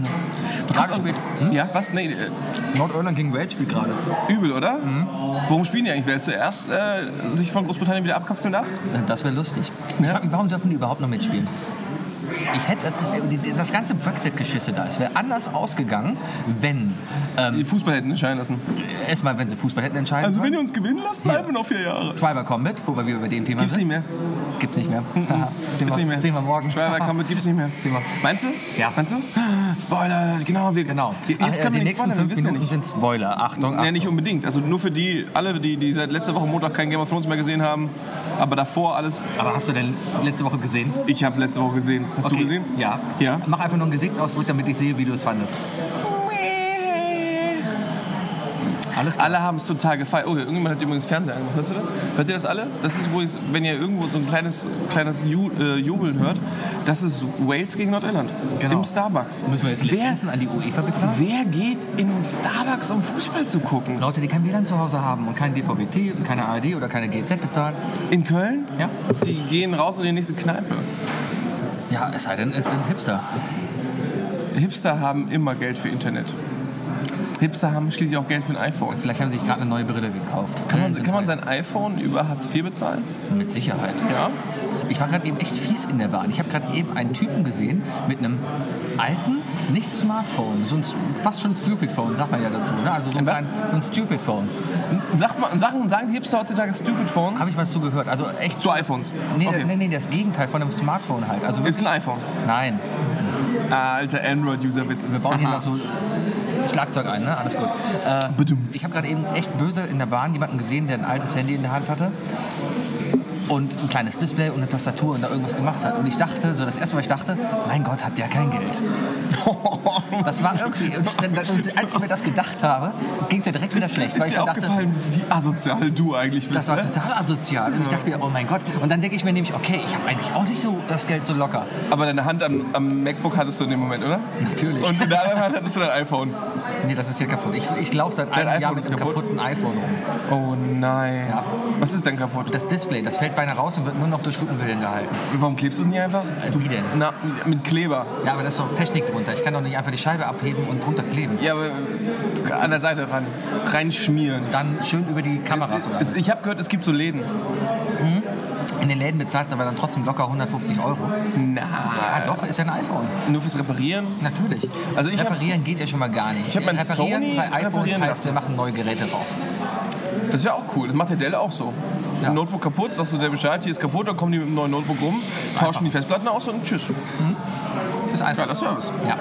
Speaker 2: Gerade spät. Hm?
Speaker 1: Ja, was? Nee, äh,
Speaker 2: Nordirland gegen Wales spielt gerade.
Speaker 1: übel, oder?
Speaker 2: Hm.
Speaker 1: Warum spielen die eigentlich? Wer zuerst äh, sich von Großbritannien wieder abkapseln darf?
Speaker 2: Äh, Das wäre lustig. Ich frag mich, warum dürfen die überhaupt noch mitspielen? Ich hätte äh, die- das ganze Brexit-Geschisse da. Es wäre anders ausgegangen, wenn
Speaker 1: Die Fußball hätten entscheiden lassen.
Speaker 2: erstmal, Ähm. wenn sie Fußball hätten entscheiden
Speaker 1: Also,
Speaker 2: sollen.
Speaker 1: wenn ihr uns gewinnen lasst, bleiben wir noch vier Jahre.
Speaker 2: Schreiber kommt mit, wobei wir über dem Thema
Speaker 1: Gibt's
Speaker 2: sind.
Speaker 1: nicht mehr. Mhm.
Speaker 2: Gibt's nicht mehr. sehen,
Speaker 1: Gibt's
Speaker 2: wir,
Speaker 1: nicht mehr.
Speaker 2: sehen wir morgen.
Speaker 1: Schreiber Combat gibt's nicht mehr.
Speaker 2: Sehen wir.
Speaker 1: Meinst du?
Speaker 2: Ja.
Speaker 1: Meinst du? Spoiler, genau. Wir,
Speaker 2: Genau.
Speaker 1: Jetzt
Speaker 2: Ach,
Speaker 1: können
Speaker 2: äh, die
Speaker 1: wir nicht
Speaker 2: nächsten
Speaker 1: spoilern, wir
Speaker 2: fünf
Speaker 1: wissen ja
Speaker 2: Minuten
Speaker 1: nicht.
Speaker 2: sind Spoiler. Achtung, Achtung.
Speaker 1: Ja, nicht unbedingt. Also nur für die, alle, die, die seit letzter Woche Montag kein Game of Thrones mehr gesehen haben. Aber davor alles.
Speaker 2: Aber hast du denn letzte Woche gesehen?
Speaker 1: Ich habe letzte Woche gesehen. Hast du
Speaker 2: Okay.
Speaker 1: gesehen?
Speaker 2: Ja.
Speaker 1: Ja.
Speaker 2: Mach einfach nur einen Gesichtsausdruck, damit ich sehe, wie du es fandest. Alles klar.
Speaker 1: Alle haben es total gefeiert. Oh, irgendjemand hat übrigens Fernseher angemacht. Hörst du das? Hört ihr das alle? Das ist übrigens, wenn ihr irgendwo so ein kleines, kleines Ju äh, Jubeln hört, das ist Wales gegen Nordirland.
Speaker 2: Genau.
Speaker 1: Im Starbucks.
Speaker 2: Müssen wir jetzt
Speaker 1: wer,
Speaker 2: Lizenzen an die UEFA bezahlen?
Speaker 1: wer geht in den Starbucks, um Fußball zu gucken?
Speaker 2: Leute, die kein WLAN zu Hause haben und kein DVB-T und keine ARD oder keine GZ bezahlen.
Speaker 1: In Köln?
Speaker 2: Ja.
Speaker 1: Die gehen raus in die nächste Kneipe.
Speaker 2: Ja, es sei denn, es sind Hipster.
Speaker 1: Hipster haben immer Geld für Internet. Hipster haben schließlich auch Geld für ein iPhone.
Speaker 2: Vielleicht haben sie sich gerade eine neue Brille gekauft.
Speaker 1: Kann man,
Speaker 2: Brillen
Speaker 1: kann man
Speaker 2: sind
Speaker 1: sein iPhone über Hartz IV bezahlen?
Speaker 2: halt- Mit Sicherheit.
Speaker 1: Ja.
Speaker 2: Ich war gerade eben echt fies in der Bahn. Ich habe gerade eben einen Typen gesehen mit einem alten, nicht Smartphone, so ein s- fast schon Stupid Phone, sagt man ja dazu. Ne? Also so
Speaker 1: Ein
Speaker 2: ein,
Speaker 1: was?
Speaker 2: klein, so ein Stupid Phone.
Speaker 1: Sagt man, Sachen sagen die Hipster heutzutage Stupid Phone?
Speaker 2: Habe ich mal zugehört. Also echt.
Speaker 1: Zu iPhones.
Speaker 2: Nee,
Speaker 1: Okay.
Speaker 2: nee, nee, das Gegenteil von einem Smartphone halt. Also
Speaker 1: Ist ein iPhone. Ah,
Speaker 2: Nein,
Speaker 1: Alter Android-User-Witz.
Speaker 2: wir bauen hier noch so Schlagzeug ein, ne? Alles gut. Äh,
Speaker 1: Badumts.
Speaker 2: ich habe gerade eben echt böse in der Bahn jemanden gesehen, der ein altes Handy in der Hand hatte und ein kleines Display und eine Tastatur und da irgendwas gemacht hat. Und ich dachte, so das erste, was ich dachte, mein Gott, hat der kein
Speaker 1: [laughs]
Speaker 2: Geld. Das war okay. Und, ich- und als ich mir das gedacht habe, ging es ja direkt wieder schlecht, weil
Speaker 1: Ist
Speaker 2: ich
Speaker 1: dir
Speaker 2: dann dachte,
Speaker 1: aufgefallen, wie asozial du eigentlich bist?
Speaker 2: das war
Speaker 1: ne?
Speaker 2: total asozial. Und ich dachte mir, oh mein Gott. Und dann denke ich mir nämlich, okay, ich habe eigentlich auch nicht so das Geld so locker.
Speaker 1: Aber deine Hand am, am MacBook hattest du in dem Moment, oder?
Speaker 2: Natürlich.
Speaker 1: Und in der anderen Hand hattest du dein iPhone.
Speaker 2: Nee, das ist hier kaputt. Ich, ich laufe seit
Speaker 1: Dein
Speaker 2: einem Jahr
Speaker 1: iPhone
Speaker 2: mit
Speaker 1: ist
Speaker 2: einem
Speaker 1: kaputt?
Speaker 2: kaputten iPhone rum.
Speaker 1: Oh nein.
Speaker 2: Ja.
Speaker 1: Was ist denn kaputt?
Speaker 2: Das Display, das fällt beinahe raus und wird nur noch durch guten Willen gehalten.
Speaker 1: Warum klebst du es nicht einfach?
Speaker 2: Äh, Wie denn?
Speaker 1: Na, mit Kleber.
Speaker 2: Ja, aber da ist doch Technik drunter. Ich kann doch nicht einfach die Scheibe abheben und drunter kleben.
Speaker 1: Ja, aber an der Seite ran. Reinschmieren.
Speaker 2: Dann schön über die Kameras oder
Speaker 1: Es-
Speaker 2: alles.
Speaker 1: Ich habe gehört, es gibt so Läden.
Speaker 2: In den Läden bezahlst du aber dann trotzdem locker 150 Euro.
Speaker 1: Na,
Speaker 2: Ja, doch, ist ja ein iPhone.
Speaker 1: nur fürs Reparieren.
Speaker 2: Natürlich.
Speaker 1: Also ich hab-
Speaker 2: reparieren geht ja schon mal gar nicht.
Speaker 1: Ich hab mein
Speaker 2: reparieren
Speaker 1: Sony
Speaker 2: bei iPhones
Speaker 1: reparieren
Speaker 2: heißt, wir machen neue Geräte drauf.
Speaker 1: Das ist ja auch cool. Das macht der Dell auch so.
Speaker 2: Ja.
Speaker 1: Ein Notebook kaputt, sagst du der Bescheid, hier ist kaputt, dann kommen die mit einem neuen Notebook rum, tauschen die Festplatten aus und tschüss.
Speaker 2: Ist einfach.
Speaker 1: Geiler Service.
Speaker 2: Ja.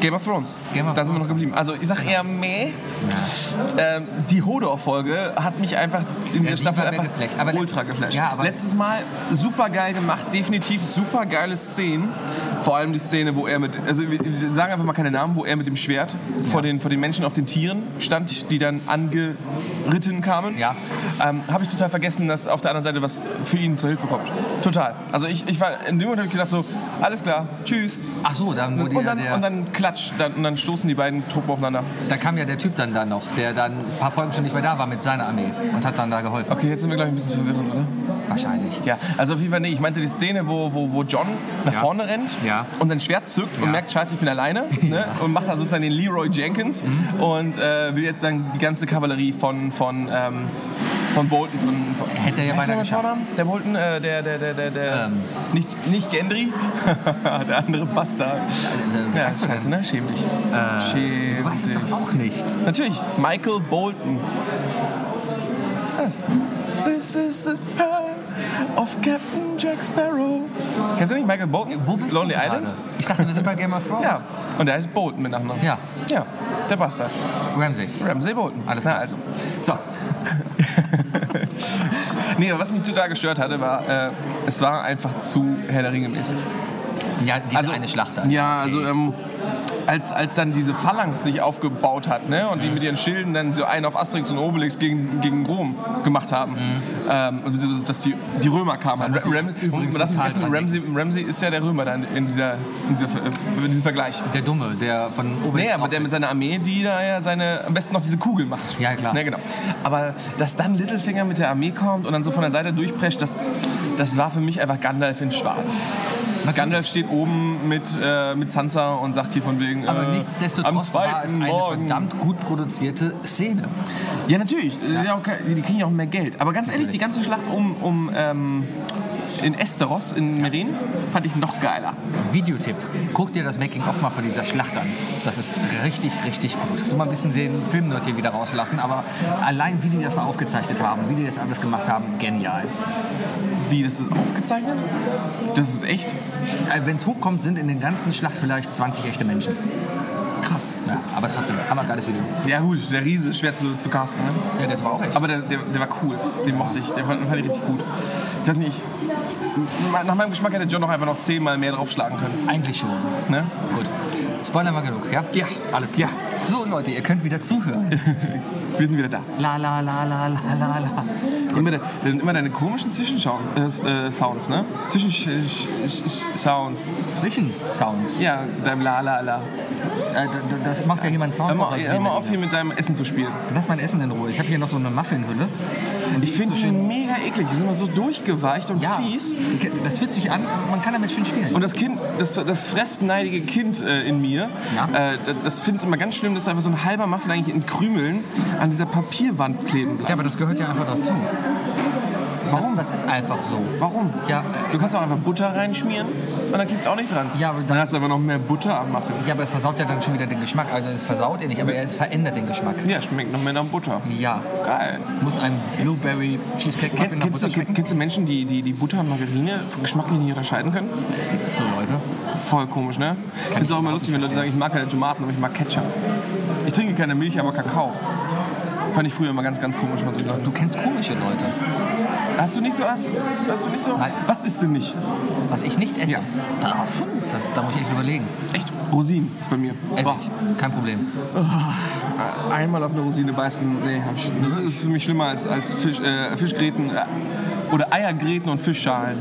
Speaker 1: Game of Thrones.
Speaker 2: Game of
Speaker 1: da sind wir noch geblieben. Also ich sag eher meh. Ähm, die Hodor-Folge hat mich einfach in der
Speaker 2: die
Speaker 1: Staffel
Speaker 2: war mehr
Speaker 1: einfach
Speaker 2: geflasht. Aber letzt-
Speaker 1: ultra geflasht.
Speaker 2: Ja, aber-
Speaker 1: Letztes Mal super geil gemacht, definitiv super geile Szenen. Vor allem die Szene, wo er mit, also wir wir sagen einfach mal keine Namen, wo er mit dem Schwert vor, den, vor den Menschen auf den Tieren stand, die dann angeritten kamen.
Speaker 2: Ja.
Speaker 1: Ähm, habe ich total vergessen, dass auf der anderen Seite was für ihn zur Hilfe kommt. Total. Also ich, ich war in dem Moment habe ich gesagt so, alles klar, tschüss.
Speaker 2: Ach so, dann wurde
Speaker 1: Und
Speaker 2: ja
Speaker 1: dann,
Speaker 2: der,
Speaker 1: und dann klatscht, dann, und dann stoßen die beiden Truppen aufeinander.
Speaker 2: da kam ja der Typ dann da noch, der dann ein paar Folgen schon nicht mehr da war mit seiner Armee und hat dann da geholfen.
Speaker 1: Okay, jetzt sind wir gleich ein bisschen verwirrend, oder?
Speaker 2: Wahrscheinlich.
Speaker 1: Ja, also auf jeden Fall, nee, ich meinte die Szene, wo, wo, wo John nach
Speaker 2: Ja.
Speaker 1: vorne rennt
Speaker 2: Ja.
Speaker 1: und sein Schwert zückt
Speaker 2: Ja.
Speaker 1: und merkt, scheiße, ich bin
Speaker 2: [laughs]
Speaker 1: alleine ne? und macht dann sozusagen den Leroy Jenkins
Speaker 2: Mhm.
Speaker 1: und äh, will jetzt dann die ganze Kavallerie von, von, ähm, von Bolton, von, von
Speaker 2: Hätte er ja
Speaker 1: Wie heißt
Speaker 2: beinahe
Speaker 1: der mit
Speaker 2: geschafft.
Speaker 1: Vornamen? Der Bolton, äh, der, der, der, der, der
Speaker 2: Ähm.
Speaker 1: nicht, nicht Gendry, [laughs] der andere Bastard.
Speaker 2: Äh,
Speaker 1: Ja,
Speaker 2: weißt du
Speaker 1: scheiße,
Speaker 2: denn?
Speaker 1: ne? Schäm dich. Schäm
Speaker 2: Äh, Du weißt es
Speaker 1: dich.
Speaker 2: doch auch nicht.
Speaker 1: Natürlich, Michael Bolton. Das. This is the time of Captain Jack Sparrow. Kennst du nicht Michael Bolton?
Speaker 2: Wo bist
Speaker 1: Lonely
Speaker 2: du gerade?
Speaker 1: Island?
Speaker 2: Ich dachte, wir sind bei Game of Thrones.
Speaker 1: Ja. Und der heißt Bolton mit Nachnamen.
Speaker 2: Ja,
Speaker 1: Ja, der Bastard.
Speaker 2: Ramsey.
Speaker 1: Ramsey Bolton.
Speaker 2: Alles
Speaker 1: Na
Speaker 2: klar.
Speaker 1: also. So, [laughs] Nee, aber was mich total gestört hatte, war, äh, es war einfach zu Herr der Ringe mäßig.
Speaker 2: Ja, diese eine Schlacht da.
Speaker 1: Ja, also ähm, als, als dann diese Phalanx sich aufgebaut hat ne, und die mit ihren Schilden dann so einen auf Asterix und Obelix gegen, gegen Rom gemacht haben,
Speaker 2: Mhm.
Speaker 1: ähm, also dass die, die Römer kamen.
Speaker 2: muss ich
Speaker 1: man
Speaker 2: übrigens
Speaker 1: darf nicht
Speaker 2: total
Speaker 1: vergessen,
Speaker 2: dran
Speaker 1: Ramsey, Ramsey ist ja der Römer dann in, dieser, in, dieser, in diesem Vergleich.
Speaker 2: Der Dumme, der von oben
Speaker 1: Nee, aber der mit seiner Armee, die da ja seine, am besten noch diese Kugel macht.
Speaker 2: Ja, klar.
Speaker 1: Ne, genau. Aber dass dann Littlefinger mit der Armee kommt und dann so von der Seite durchprescht, das, das war für mich einfach Gandalf in schwarz. Gandalf steht oben mit, äh, mit Sansa und sagt hier von wegen,
Speaker 2: Aber
Speaker 1: äh, am
Speaker 2: nichtsdestotrotz war es
Speaker 1: zweiten
Speaker 2: eine
Speaker 1: Morgen.
Speaker 2: verdammt gut produzierte Szene.
Speaker 1: Ja, natürlich. Das Ist ja auch, ke- die kriegen ja auch mehr Geld. Aber ganz ehrlich, die ganze Schlacht um, um ähm, in Esteros, in Meren, fand ich noch geiler.
Speaker 2: Videotipp. Guck dir das Making-of mal von dieser Schlacht an. Das ist richtig, richtig gut. So mal ein bisschen den Film dort hier wieder rauslassen, aber allein wie die das da aufgezeichnet haben, wie die das alles gemacht haben, genial.
Speaker 1: Wie, das ist aufgezeichnet? Das ist echt
Speaker 2: Wenn es Äh, hochkommt, sind in der ganzen Schlacht vielleicht 20 echte Menschen.
Speaker 1: krass.
Speaker 2: Ja, aber trotzdem, hammergeiles Video.
Speaker 1: Ja gut, der Riese ist schwer zu, zu casten. Ne?
Speaker 2: Ja, das war auch echt.
Speaker 1: Aber der, der, der war cool. Den mochte ich. Den fand, fand ich richtig gut. Ich weiß nicht. ich- Nach meinem Geschmack hätte John noch einfach noch zehnmal mehr draufschlagen können.
Speaker 2: Eigentlich schon.
Speaker 1: Ne?
Speaker 2: Gut. Spoiler mal genug, ja?
Speaker 1: Ja.
Speaker 2: Alles klar. So Leute, ihr könnt wieder zuhören.
Speaker 1: Wir sind wieder da.
Speaker 2: La la la la la la la.
Speaker 1: Immer, de, immer deine komischen Zwischensounds, äh, Sounds, ne? Zwischensounds.
Speaker 2: Zwischensounds.
Speaker 1: Ja, deinem La La La.
Speaker 2: Äh, d- d- das macht ja jemand Sound.
Speaker 1: Hör mal, hör mal auf, hier mit deinem Essen zu spielen.
Speaker 2: Lass mein Essen in Ruhe. Ich habe hier noch so eine Muffinhülle. Und
Speaker 1: Ich
Speaker 2: die ist
Speaker 1: finde die mega eklig. Die sind immer so durchgeweicht und
Speaker 2: ja,
Speaker 1: fies.
Speaker 2: Das fühlt sich an, man kann damit schön spielen.
Speaker 1: Und das Kind, das, das fressneidige Kind äh, in mir,
Speaker 2: Ja.
Speaker 1: äh, das, das findet es immer ganz schlimm, dass einfach so ein halber Muffin eigentlich in Krümeln an dieser Papierwand kleben bleibt.
Speaker 2: ja, aber das gehört ja einfach dazu.
Speaker 1: Warum?
Speaker 2: Das, das ist einfach so.
Speaker 1: Warum?
Speaker 2: Ja, äh,
Speaker 1: Du kannst auch einfach Butter reinschmieren und dann klebt es auch nicht dran.
Speaker 2: Ja, aber
Speaker 1: dann,
Speaker 2: dann-
Speaker 1: hast du aber noch mehr Butter am Muffin.
Speaker 2: äh, ja, aber es versaut ja dann schon wieder den Geschmack. Also es versaut ihn nicht, aber es verändert den Geschmack.
Speaker 1: Ja, schmeckt noch mehr nach Butter.
Speaker 2: Ja,
Speaker 1: Geil.
Speaker 2: muss ein Blueberry Cheesecake
Speaker 1: Ken-
Speaker 2: Muffin nach
Speaker 1: kennst,
Speaker 2: Butter
Speaker 1: du, kennst,
Speaker 2: schmecken.
Speaker 1: kennst du Menschen, die, die die Butter und Margarine geschmacklich nicht unterscheiden können?
Speaker 2: Es gibt so Leute.
Speaker 1: Voll komisch, ne? Ich finde es auch immer lustig, wenn Leute sagen, ich mag keine Tomaten, aber ich mag Ketchup. Ich trinke keine Milch, aber Kakao. Fand ich früher immer ganz, ganz komisch von so Leuten.
Speaker 2: Du kennst komische Leute.
Speaker 1: Hast du nicht so was? Hast du nicht so?
Speaker 2: Nein.
Speaker 1: Was isst du nicht?
Speaker 2: Was ich nicht esse.
Speaker 1: Ja.
Speaker 2: Ah, pfuh, das, da muss ich echt überlegen.
Speaker 1: Echt? Rosinen ist bei mir.
Speaker 2: Esse
Speaker 1: Boah.
Speaker 2: ich. Kein Problem.
Speaker 1: Äh, Einmal auf eine Rosine beißen, nee, hab ich, das ist für mich schlimmer als, als Fisch, äh, Fischgräten äh, oder Eiergräten und Fischschalen.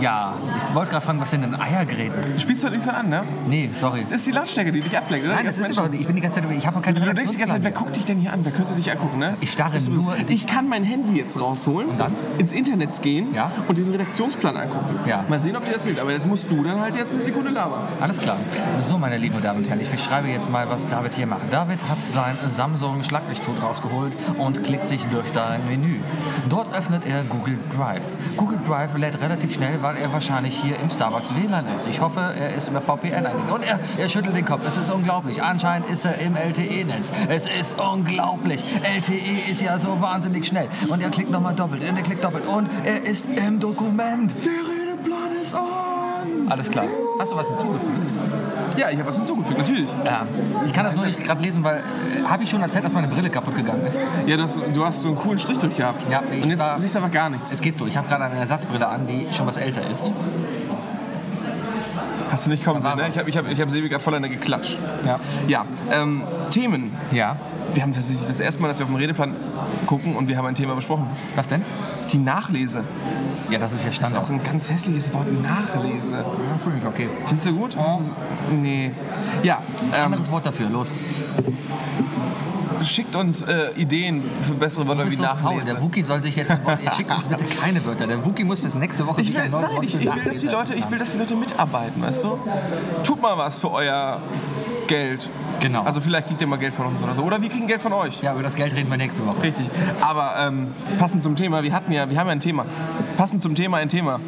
Speaker 2: Ja, ich wollte gerade fragen, was sind denn Eiergräten?
Speaker 1: Du spielst halt nicht so an, ne?
Speaker 2: Nee, sorry.
Speaker 1: Das ist die Lautstärke, die dich ablenkt, oder?
Speaker 2: Nein,
Speaker 1: Die
Speaker 2: das
Speaker 1: ganzen
Speaker 2: ist
Speaker 1: Menschen-
Speaker 2: überhaupt nicht. Ich bin die ganze Zeit, ich habe keine
Speaker 1: Du denkst die ganze Zeit, wer
Speaker 2: Redaktionsplan
Speaker 1: guckt dich denn hier an? Wer könnte dich angucken, ne?
Speaker 2: hier. Ich starre nur.
Speaker 1: Ich kann mein Handy jetzt rausholen, und
Speaker 2: dann?
Speaker 1: ins Internet gehen
Speaker 2: Ja.
Speaker 1: und diesen Redaktionsplan angucken.
Speaker 2: Ja.
Speaker 1: Mal sehen, ob dir das hilft. Aber jetzt musst du dann halt jetzt eine Sekunde labern.
Speaker 2: Alles klar. So, meine lieben Damen und Herren, ich beschreibe jetzt mal, was David hier macht. David hat sein Samsung Schlaglichttod rausgeholt und klickt sich durch dein Menü. Dort öffnet er Google Drive. Google Drive lädt relativ schnell, weil er wahrscheinlich hier im Starbucks WLAN ist. Ich hoffe, er ist über VPN eingegangen. Und er, er schüttelt den Kopf. Es ist unglaublich. Anscheinend ist er im LTE-Netz. Es ist unglaublich. LTE ist ja so wahnsinnig schnell. Und er klickt nochmal doppelt und er klickt doppelt und er ist im Dokument.
Speaker 1: Der Redeplan ist on!
Speaker 2: Alles klar. Hast du was hinzugefügt?
Speaker 1: Ja, ich habe was hinzugefügt, natürlich.
Speaker 2: Ja, ich kann das nur nicht gerade lesen, weil äh, habe ich schon erzählt, dass meine Brille kaputt gegangen ist.
Speaker 1: Ja, das, du hast so einen coolen Strich durch gehabt.
Speaker 2: Ja, ich
Speaker 1: und jetzt
Speaker 2: war-
Speaker 1: siehst du einfach gar nichts.
Speaker 2: Es geht so, ich habe gerade eine Ersatzbrille an, die schon was älter ist.
Speaker 1: Hast du nicht kommen
Speaker 2: Da war
Speaker 1: sehen, ne?
Speaker 2: was.
Speaker 1: Ich habe ich hab, ich hab Sebi gerade voll an der geklatscht.
Speaker 2: Ja.
Speaker 1: Ja, ähm, Themen.
Speaker 2: Ja.
Speaker 1: Wir haben tatsächlich das erste Mal, dass wir auf den Redeplan gucken und wir haben ein Thema besprochen.
Speaker 2: Was denn?
Speaker 1: Die Nachlese.
Speaker 2: Ja, das ist ja
Speaker 1: Das ist auch
Speaker 2: Standard.
Speaker 1: ein ganz hässliches Wort, Nachlese.
Speaker 2: Okay.
Speaker 1: Findest du gut? Das ist- Nee. Ja, ähm,
Speaker 2: Anderes Wort dafür, los.
Speaker 1: schickt uns äh, Ideen für bessere Wörter
Speaker 2: Du bist
Speaker 1: wie
Speaker 2: so faul.
Speaker 1: Nachlese.
Speaker 2: Der Wookie soll sich jetzt [laughs] ein Wort. Ihr schickt uns bitte keine Wörter. Der Wookie muss bis nächste Woche
Speaker 1: Ich
Speaker 2: sich
Speaker 1: will,
Speaker 2: ein neues
Speaker 1: nein,
Speaker 2: Wort
Speaker 1: ich,
Speaker 2: für
Speaker 1: ich, will, dass die
Speaker 2: Nachleser
Speaker 1: Leute, ich
Speaker 2: haben.
Speaker 1: will, dass die Leute mitarbeiten, weißt du? Tut mal was für euer Geld.
Speaker 2: Genau.
Speaker 1: Also vielleicht kriegt ihr mal Geld von uns oder so. Oder wir kriegen Geld von euch.
Speaker 2: ja, über das Geld reden wir nächste Woche.
Speaker 1: Richtig. Aber ähm, passend zum Thema, wir hatten ja, wir haben ja ein Thema. Passend zum Thema ein Thema.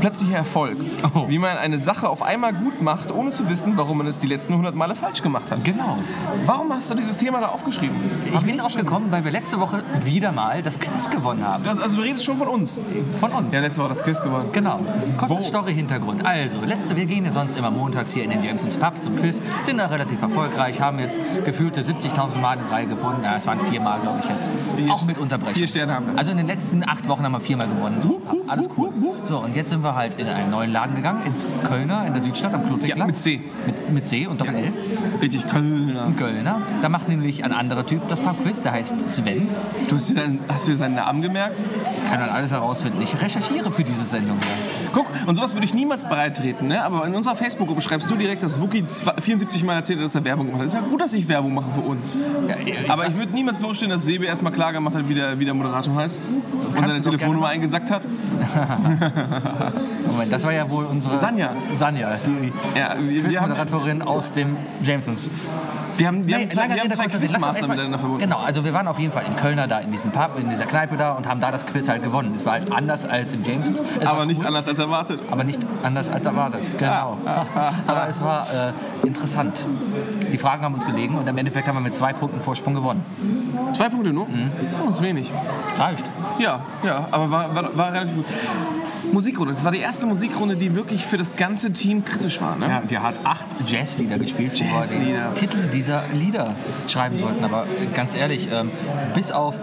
Speaker 1: plötzlicher Erfolg.
Speaker 2: Oh.
Speaker 1: Wie man eine Sache auf einmal gut macht, ohne zu wissen, warum man es die letzten 100 Male falsch gemacht hat.
Speaker 2: Genau.
Speaker 1: Warum hast du dieses Thema da aufgeschrieben?
Speaker 2: Ich bin drauf gekommen, weil wir letzte Woche wieder mal das Quiz gewonnen haben.
Speaker 1: Das, also du redest schon von uns.
Speaker 2: Von uns.
Speaker 1: Ja, letzte Woche hat das Quiz gewonnen.
Speaker 2: Genau. Kurze
Speaker 1: Wo?
Speaker 2: Story-Hintergrund. Also, letzte, wir gehen ja sonst immer montags hier in den Jamesons Pub zum Quiz, sind da relativ erfolgreich, haben jetzt gefühlte 70.000 Mal eine Reihe gewonnen. Ja, es waren viermal, glaube ich, jetzt.
Speaker 1: Vier
Speaker 2: Auch mit Unterbrechung.
Speaker 1: vier Sterne haben wir.
Speaker 2: Also in den letzten acht Wochen haben wir viermal gewonnen. So,
Speaker 1: Wupp, wupp,
Speaker 2: alles cool.
Speaker 1: wupp, wupp.
Speaker 2: So, und jetzt sind wir halt in einen neuen Laden gegangen, ins Kölner, in der Südstadt, am Klotwigplatz.
Speaker 1: Ja, mit C.
Speaker 2: Mit, mit C und Doppel-L.
Speaker 1: Richtig, Kölner.
Speaker 2: Kölner. Da macht nämlich ein anderer Typ das Pub-Quiz, der heißt Sven.
Speaker 1: Du hast, dir deinen- hast du dir seinen Namen gemerkt?
Speaker 2: Kann man alles herausfinden. Ich recherchiere für diese Sendung hier.
Speaker 1: Guck, und sowas würde ich niemals bereitreten, ne? aber in unserer Facebook-Gruppe schreibst du direkt, dass Wookie 74 Mal erzählt hat, dass er Werbung gemacht hat. Ist ja gut, dass ich Werbung mache für uns.
Speaker 2: Ja, ich-
Speaker 1: Aber ich würde niemals bloßstehen, dass Sebe erstmal klar gemacht hat, wie der, wie der Moderator heißt und
Speaker 2: Hm? Kannst du
Speaker 1: seine
Speaker 2: doch gerne
Speaker 1: Telefonnummer
Speaker 2: machen.
Speaker 1: eingesackt hat.
Speaker 2: Moment, das war ja wohl unsere...
Speaker 1: Sanja.
Speaker 2: Sanja, die
Speaker 1: Ja, wir, wir haben,
Speaker 2: Quizmoderatorin aus dem Jamesons.
Speaker 1: wir haben, wir haben
Speaker 2: Nee,
Speaker 1: zwei,
Speaker 2: lange
Speaker 1: wir haben
Speaker 2: Rede,
Speaker 1: zwei
Speaker 2: kurzer Sinn. Lass uns
Speaker 1: Quizmaster
Speaker 2: erstmal-
Speaker 1: miteinander verbunden.
Speaker 2: Genau, also wir waren auf jeden Fall in Kölner da in diesem Pub, in dieser Kneipe da und haben da das Quiz halt gewonnen. Es war halt anders als im Jamesons. Es
Speaker 1: Aber
Speaker 2: war
Speaker 1: nicht
Speaker 2: cool,
Speaker 1: anders als erwartet.
Speaker 2: Aber nicht anders als erwartet. [laughs] Genau. aber es war äh, interessant. Die Fragen haben uns gelegen und im Endeffekt haben wir mit zwei Punkten Vorsprung gewonnen.
Speaker 1: Zwei Punkte nur? Oh, das ist wenig.
Speaker 2: Reicht.
Speaker 1: Ja, ja, aber war, war, war relativ gut. Musikrunde, das war die erste Musikrunde, die wirklich für das ganze Team kritisch war. Ne?
Speaker 2: Ja, wir hat acht Jazzlieder gespielt, wo wir
Speaker 1: Jazzlieder.
Speaker 2: den Titel dieser Lieder schreiben sollten. Aber ganz ehrlich, ähm, bis auf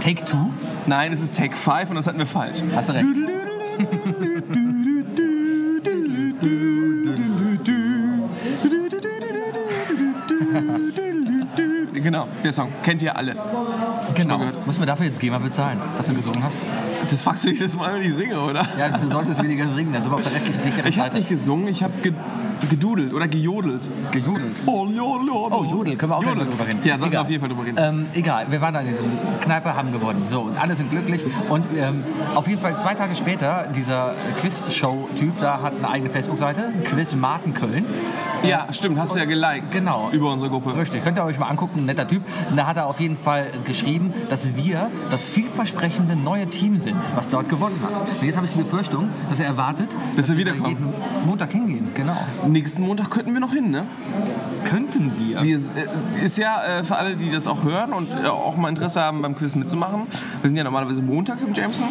Speaker 2: Take Two
Speaker 1: Nein, es ist Take 5 und das hatten wir falsch.
Speaker 2: Hast du recht.
Speaker 1: Genau, der Song. Kennt ihr alle.
Speaker 2: Genau.
Speaker 1: mal gehört.
Speaker 2: Muss man dafür jetzt GEMA bezahlen, dass du gesungen hast?
Speaker 1: Das fragst du dich das mal, wenn ich singe, oder?
Speaker 2: Ja, du solltest weniger singen, da sind wir auf der rechtlich sicheren
Speaker 1: Ich habe
Speaker 2: Seite.
Speaker 1: nicht gesungen, ich habe ge gedudelt oder gejodelt.
Speaker 2: gejudelt.
Speaker 1: Oh, jodel, jodel.
Speaker 2: Oh, Jodel, können wir auch gleich mal drüber reden.
Speaker 1: Ja, sollten wir
Speaker 2: Egal.
Speaker 1: auf jeden Fall drüber reden.
Speaker 2: Ähm, egal, wir waren da in diesem Kneipe, haben gewonnen. So, und alle sind glücklich. Und ähm, auf jeden Fall zwei Tage später, dieser Quiz-Show-Typ da hat eine eigene Facebook-Seite, Quiz Marken Köln.
Speaker 1: ja, stimmt, hast du ja geliked.
Speaker 2: Genau.
Speaker 1: Über unsere Gruppe.
Speaker 2: Richtig, könnt ihr euch mal angucken, ein netter Typ. Und da hat er auf jeden Fall geschrieben, dass wir das vielversprechende neue Team sind, was dort gewonnen hat. Und jetzt habe ich die Befürchtung, dass er erwartet,
Speaker 1: Dass wir
Speaker 2: da
Speaker 1: wiederkommen.
Speaker 2: jeden Montag hingehen. Genau.
Speaker 1: Nächsten Montag könnten wir noch hin, ne?
Speaker 2: Könnten wir.
Speaker 1: Wir, äh, ist ja äh, für alle, die das auch hören und äh, auch mal Interesse haben, beim Quiz mitzumachen. Wir sind ja normalerweise montags im Jameson.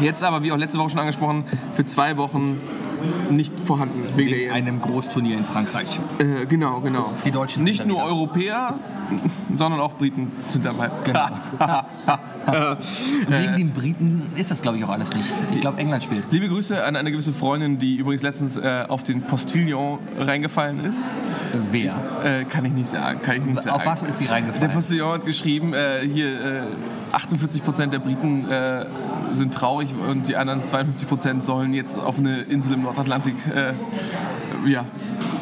Speaker 1: Jetzt aber, wie auch letzte Woche schon angesprochen, für zwei Wochen nicht vorhanden. Wegen der
Speaker 2: in
Speaker 1: EM.
Speaker 2: einem Großturnier in Frankreich.
Speaker 1: äh, genau, genau.
Speaker 2: Die Deutschen
Speaker 1: Nicht
Speaker 2: sind da
Speaker 1: nur
Speaker 2: wieder.
Speaker 1: Europäer, [laughs] sondern auch Briten sind dabei. [laughs] Äh,
Speaker 2: Genau. Und wegen den Briten ist das, glaube ich, auch alles nicht. Ich glaube, England spielt.
Speaker 1: Liebe Grüße an eine gewisse Freundin, die übrigens letztens äh, auf den Postillon reingefallen ist.
Speaker 2: Wer?
Speaker 1: Äh, kann ich nicht sagen. Kann ich nicht sagen.
Speaker 2: Auf was ist sie
Speaker 1: Der
Speaker 2: reingefallen?
Speaker 1: Postillon hat geschrieben, äh, hier äh, 48% der Briten äh, sind traurig und die anderen 52% sollen jetzt auf eine Insel im Nordatlantik äh, ja,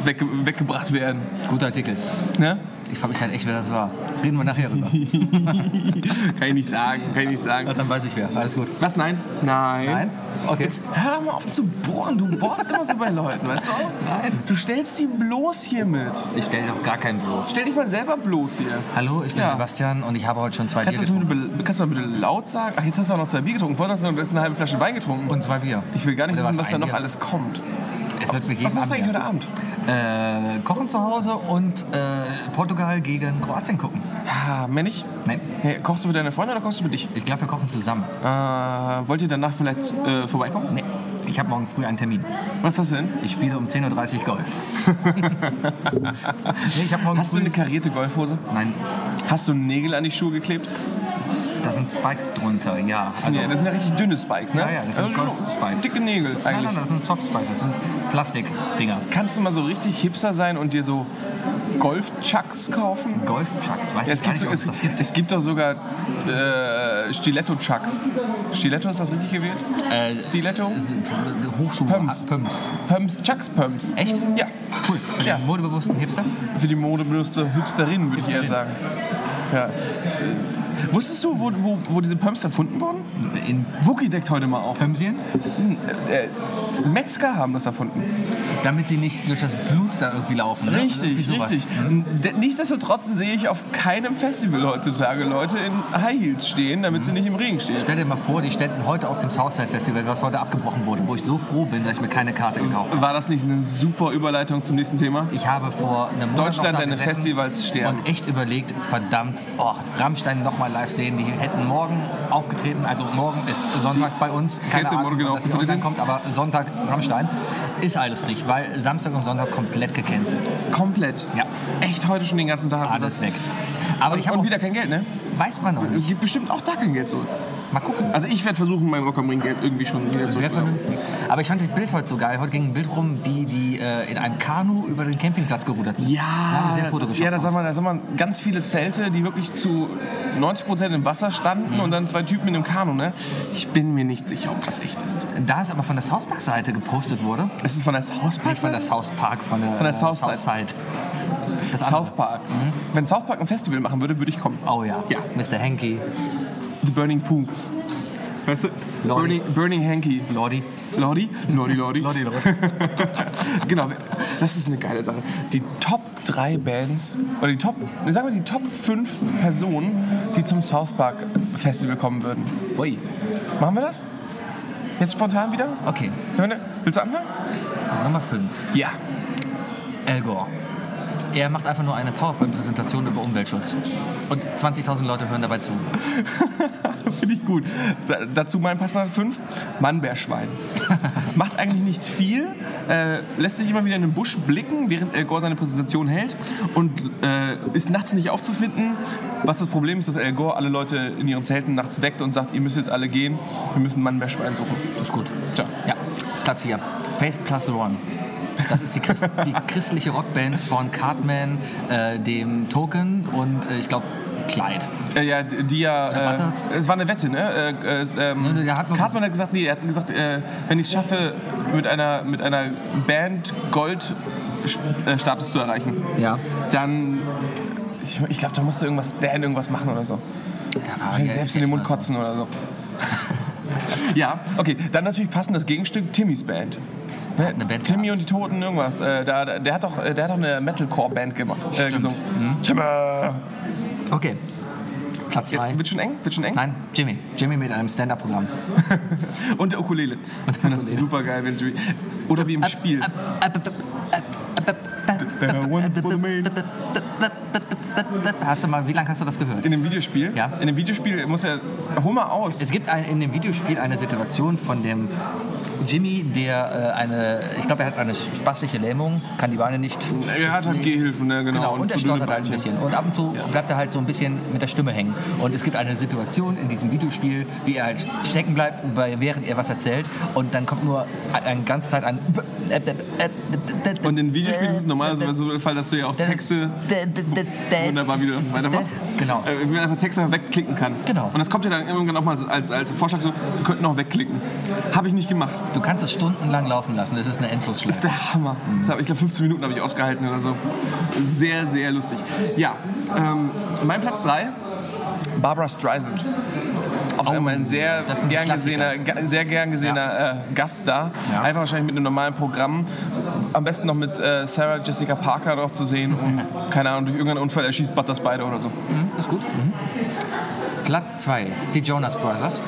Speaker 1: wegge weggebracht werden.
Speaker 2: Guter Artikel.
Speaker 1: Ne? [laughs]
Speaker 2: Ich frage mich halt echt, wer das war. Reden wir nachher drüber.
Speaker 1: kann ich nicht sagen, kann ich nicht
Speaker 2: Ja,
Speaker 1: sagen.
Speaker 2: dann weiß ich wer. Alles gut.
Speaker 1: Was? Nein? Nein.
Speaker 2: Nein? Okay.
Speaker 1: Hör doch mal auf zu bohren, du bohrst immer so bei Leuten, weißt du?
Speaker 2: Nein.
Speaker 1: Du stellst die bloß hier mit.
Speaker 2: Ich stelle doch gar keinen bloß.
Speaker 1: Stell dich mal selber bloß hier.
Speaker 2: Hallo, ich bin
Speaker 1: Ja.
Speaker 2: Sebastian und ich habe heute schon zwei
Speaker 1: Kannst du
Speaker 2: Bier
Speaker 1: das bitte, kannst du mal bitte laut sagen? Ach, jetzt hast du auch noch zwei Bier getrunken. Vorhin hast du noch letztens eine halbe Flasche Wein getrunken.
Speaker 2: getrunken. Und zwei Bier.
Speaker 1: Ich will gar nicht
Speaker 2: Oder
Speaker 1: wissen,
Speaker 2: war's
Speaker 1: was da
Speaker 2: ein
Speaker 1: noch
Speaker 2: Bier?
Speaker 1: alles kommt.
Speaker 2: Es wird mit jedem
Speaker 1: Was machst du eigentlich heute
Speaker 2: Abend.
Speaker 1: Abend?
Speaker 2: Äh, kochen zu Hause und äh, Portugal gegen Kroatien gucken.
Speaker 1: Ah, mehr nicht?
Speaker 2: Nein,
Speaker 1: Hey, kochst du für deine Freunde oder kochst du für dich?
Speaker 2: ich glaube, wir kochen zusammen.
Speaker 1: Äh, wollt ihr danach vielleicht äh, vorbeikommen?
Speaker 2: Nee, ich habe morgen früh einen Termin.
Speaker 1: Was ist das
Speaker 2: [laughs]
Speaker 1: denn?
Speaker 2: Ich spiele um 10.30 Uhr Golf. nee, ich habe morgen
Speaker 1: Hast du
Speaker 2: früh...
Speaker 1: eine karierte Golfhose?
Speaker 2: Nein,
Speaker 1: Hast du Nägel an die Schuhe geklebt?
Speaker 2: da sind Spikes drunter, ja. Also,
Speaker 1: Das sind, ja, das sind ja richtig dünne Spikes, ne?
Speaker 2: ja, ja, das sind
Speaker 1: schon
Speaker 2: Golf-Spikes.
Speaker 1: Dicke Nägel
Speaker 2: So- Nein,
Speaker 1: eigentlich.
Speaker 2: nein, das sind Soft Spikes, das sind Plastikdinger.
Speaker 1: Kannst du mal so richtig hipster sein und dir so Golf-Chucks kaufen?
Speaker 2: Golf-Chucks, weiß
Speaker 1: Ja,
Speaker 2: ich gar nicht, ob es
Speaker 1: es,
Speaker 2: das gibt.
Speaker 1: es gibt doch sogar äh, Stiletto-Chucks. Stiletto, ist das richtig gewählt?
Speaker 2: Äh,
Speaker 1: Stiletto?
Speaker 2: Hochschule.
Speaker 1: Pumps.
Speaker 2: Pumps.
Speaker 1: Pumps, Chucks-Pumps.
Speaker 2: Echt?
Speaker 1: Ja,
Speaker 2: Cool.
Speaker 1: Ja.
Speaker 2: Ja. Modebewussten Hipster?
Speaker 1: Für die Modebewusste Hipsterin, würde ich eher sagen. Ja. Wusstest du, wo, wo, wo diese Pumps erfunden wurden?
Speaker 2: In
Speaker 1: Wookie deckt heute mal auf.
Speaker 2: Pömsien?
Speaker 1: Äh, Metzger haben das erfunden.
Speaker 2: Damit die nicht durch das Blut da irgendwie laufen. Ne? Irgendwie
Speaker 1: Richtig,
Speaker 2: sowas.
Speaker 1: richtig. D- Nichtsdestotrotz sehe ich auf keinem Festival heutzutage Leute in High Heels stehen, damit sie nicht im Regen stehen.
Speaker 2: Stell dir mal vor, die ständen heute auf dem Southside Festival, was heute abgebrochen wurde, wo ich so froh bin, dass ich mir keine Karte gekauft habe.
Speaker 1: War das nicht eine super Überleitung zum nächsten Thema?
Speaker 2: Ich habe vor einem Monat
Speaker 1: Deutschland,
Speaker 2: noch da
Speaker 1: deine
Speaker 2: gesessen
Speaker 1: Festivals sterben.
Speaker 2: und echt überlegt, verdammt, oh, Rammstein nochmal live sehen. Die hätten morgen aufgetreten, also morgen ist Sonntag bei uns. Keine
Speaker 1: hätte
Speaker 2: Ahnung,
Speaker 1: morgen
Speaker 2: ob das hier
Speaker 1: aufgetreten.
Speaker 2: online kommt, aber Sonntag Rammstein ist alles nicht, weil Samstag und Sonntag komplett gecancelt.
Speaker 1: Komplett.
Speaker 2: Ja.
Speaker 1: Echt heute schon den ganzen Tag.
Speaker 2: Alles weg. Aber ich
Speaker 1: Also
Speaker 2: habe
Speaker 1: und
Speaker 2: auch-
Speaker 1: wieder kein Geld, ne?
Speaker 2: weiß man noch nicht.
Speaker 1: Gibt bestimmt auch da kein Geld zurück.
Speaker 2: Mal gucken.
Speaker 1: Also ich werde versuchen, mein Rock am Ring Geld irgendwie schon wieder
Speaker 2: Wäre
Speaker 1: zurückzubekommen.
Speaker 2: vernünftig. Aber ich fand das Bild heute so geil. Heute ging ein Bild rum, wie die äh, in einem Kanu über den Campingplatz gerudert sind.
Speaker 1: Ja,
Speaker 2: Sah sehr fotogeschockt
Speaker 1: ja, da sah
Speaker 2: aus.
Speaker 1: man, da sah man ganz viele Zelte, die wirklich zu 90 Prozent im Wasser
Speaker 2: Mhm.
Speaker 1: standen und dann zwei Typen in einem Kanu, ne? Ich bin mir nicht sicher, ob das echt ist.
Speaker 2: Da es aber von der Southpark-Seite gepostet wurde,
Speaker 1: Ist es von der South Park?
Speaker 2: nicht von der South Park, von der,
Speaker 1: der
Speaker 2: äh,
Speaker 1: Southside.
Speaker 2: Das
Speaker 1: South
Speaker 2: South
Speaker 1: Park.
Speaker 2: Mhm.
Speaker 1: Wenn South Park ein Festival machen würde, würde ich kommen.
Speaker 2: Oh ja.
Speaker 1: Ja.
Speaker 2: Mr. Henke,
Speaker 1: The Burning Poo. Weißt du?
Speaker 2: Lordi.
Speaker 1: Burning, Burning Hanky.
Speaker 2: Lordi.
Speaker 1: Lordi? Lordi, Lordi.
Speaker 2: Lordi, [laughs] Lordi.
Speaker 1: genau, das ist eine geile Sache. Die Top 3 Bands, oder die Top, ne, sagen wir die Top 5 Personen, die zum South Park Festival kommen würden.
Speaker 2: Ui.
Speaker 1: Machen wir das? Jetzt spontan wieder?
Speaker 2: Okay,
Speaker 1: Willst du anfangen?
Speaker 2: Nummer 5.
Speaker 1: Ja.
Speaker 2: Al Gore. Er macht einfach nur eine PowerPoint-Präsentation über Umweltschutz. Und 20.000 Leute hören dabei zu.
Speaker 1: Finde ich gut. Da, dazu mein passender 5, Mannbärschwein. [laughs] Macht eigentlich nicht viel, äh, lässt sich immer wieder in den Busch blicken, während El Gore seine Präsentation hält und äh, ist nachts nicht aufzufinden. Was das Problem ist, dass El Gore alle Leute in ihren Zelten nachts weckt und sagt, ihr müsst jetzt alle gehen, wir müssen Mannbärschwein suchen.
Speaker 2: Das ist gut.
Speaker 1: Tja.
Speaker 2: Ja, Platz 4. Faith Plus the One. Das ist die, Christ die christliche Rockband von Cartman, äh, dem Token und äh, ich glaube Clyde.
Speaker 1: Äh, ja, die die ja...
Speaker 2: war
Speaker 1: Äh,
Speaker 2: das?
Speaker 1: es war eine Wette, ne? Äh, äh, ähm,
Speaker 2: Nee, nee, der hat noch-
Speaker 1: Cartman hat gesagt, nee, er hat gesagt, äh, wenn ich es schaffe, mit einer, mit einer Band Gold-Status zu erreichen,
Speaker 2: Ja.
Speaker 1: dann. Ich, ich glaube, da musst du irgendwas Stan irgendwas machen oder so.
Speaker 2: Da war
Speaker 1: Wahrscheinlich selbst in den Mund kotzen oder so. [laughs] ja, okay. Dann natürlich passend das Gegenstück Timmys Band. Ne?
Speaker 2: eine Band
Speaker 1: Timmy und die Toten, irgendwas. Äh, da, da, der, hat doch, äh, der hat doch eine Metalcore-Band gemacht. Äh, gesungen.
Speaker 2: Mhm.
Speaker 1: Timmy!
Speaker 2: Okay. Platz 3.
Speaker 1: Wird schon eng? Wird schon eng?
Speaker 2: Nein, Jimmy. Jimmy mit einem Stand-Up-Programm.
Speaker 1: Und der Ukulele.
Speaker 2: Und
Speaker 1: [laughs]
Speaker 2: der
Speaker 1: das ist
Speaker 2: Ukulele. Äh,
Speaker 1: super geil, wenn Jimmy. Oder wie im Spiel.
Speaker 2: Hast du mal, wie lange hast du das gehört?
Speaker 1: In dem Videospiel?
Speaker 2: Ja.
Speaker 1: In dem Videospiel muss er. Hol mal aus.
Speaker 2: Es gibt ein, in dem Videospiel eine Situation von dem Jimmy, der äh, eine, ich glaube, er hat eine spaßliche Lähmung, kann die Beine nicht.
Speaker 1: Er hat halt Gehhilfen, ne? Genau.
Speaker 2: Genau, und er
Speaker 1: so dünne
Speaker 2: stottert halt ein
Speaker 1: Beinchen.
Speaker 2: bisschen. Und ab und zu bleibt er halt so ein bisschen mit der Stimme hängen. Und es gibt eine Situation in diesem Videospiel, wie er halt stecken bleibt, wobei- während er was erzählt. Und dann kommt nur eine ganze Zeit ein.
Speaker 1: Und in Videospielen ist es normalerweise so der Fall, dass du ja auch Texte wunderbar wieder weitermachst.
Speaker 2: Genau.
Speaker 1: Äh, wie man einfach Texte einfach wegklicken kann.
Speaker 2: Genau.
Speaker 1: Und das kommt ja dann irgendwann auch mal als, als, als Vorschlag so, wir könnten auch wegklicken. Habe ich nicht gemacht.
Speaker 2: Du kannst es stundenlang laufen lassen. Es ist
Speaker 1: Das
Speaker 2: eine
Speaker 1: ist
Speaker 2: Endlosschleife.
Speaker 1: der Hammer. Das hab, ich glaube, 15 Minuten habe ich ausgehalten oder so. Sehr, sehr lustig. Ja, ähm, mein Platz 3, Barbara Streisand. Auch einmal ein sehr
Speaker 2: Oh. das sind die
Speaker 1: gern
Speaker 2: Klassiker.
Speaker 1: gesehener, ge- ein sehr gern gesehener äh, Gast da.
Speaker 2: Ja.
Speaker 1: Einfach wahrscheinlich mit einem normalen Programm. Am besten noch mit äh, Sarah Jessica Parker noch zu sehen. Und
Speaker 2: [laughs]
Speaker 1: keine Ahnung, durch irgendeinen Unfall erschießt Butters beide oder so.
Speaker 2: Mhm, ist gut. Mhm. Platz 2, die Jonas Brothers.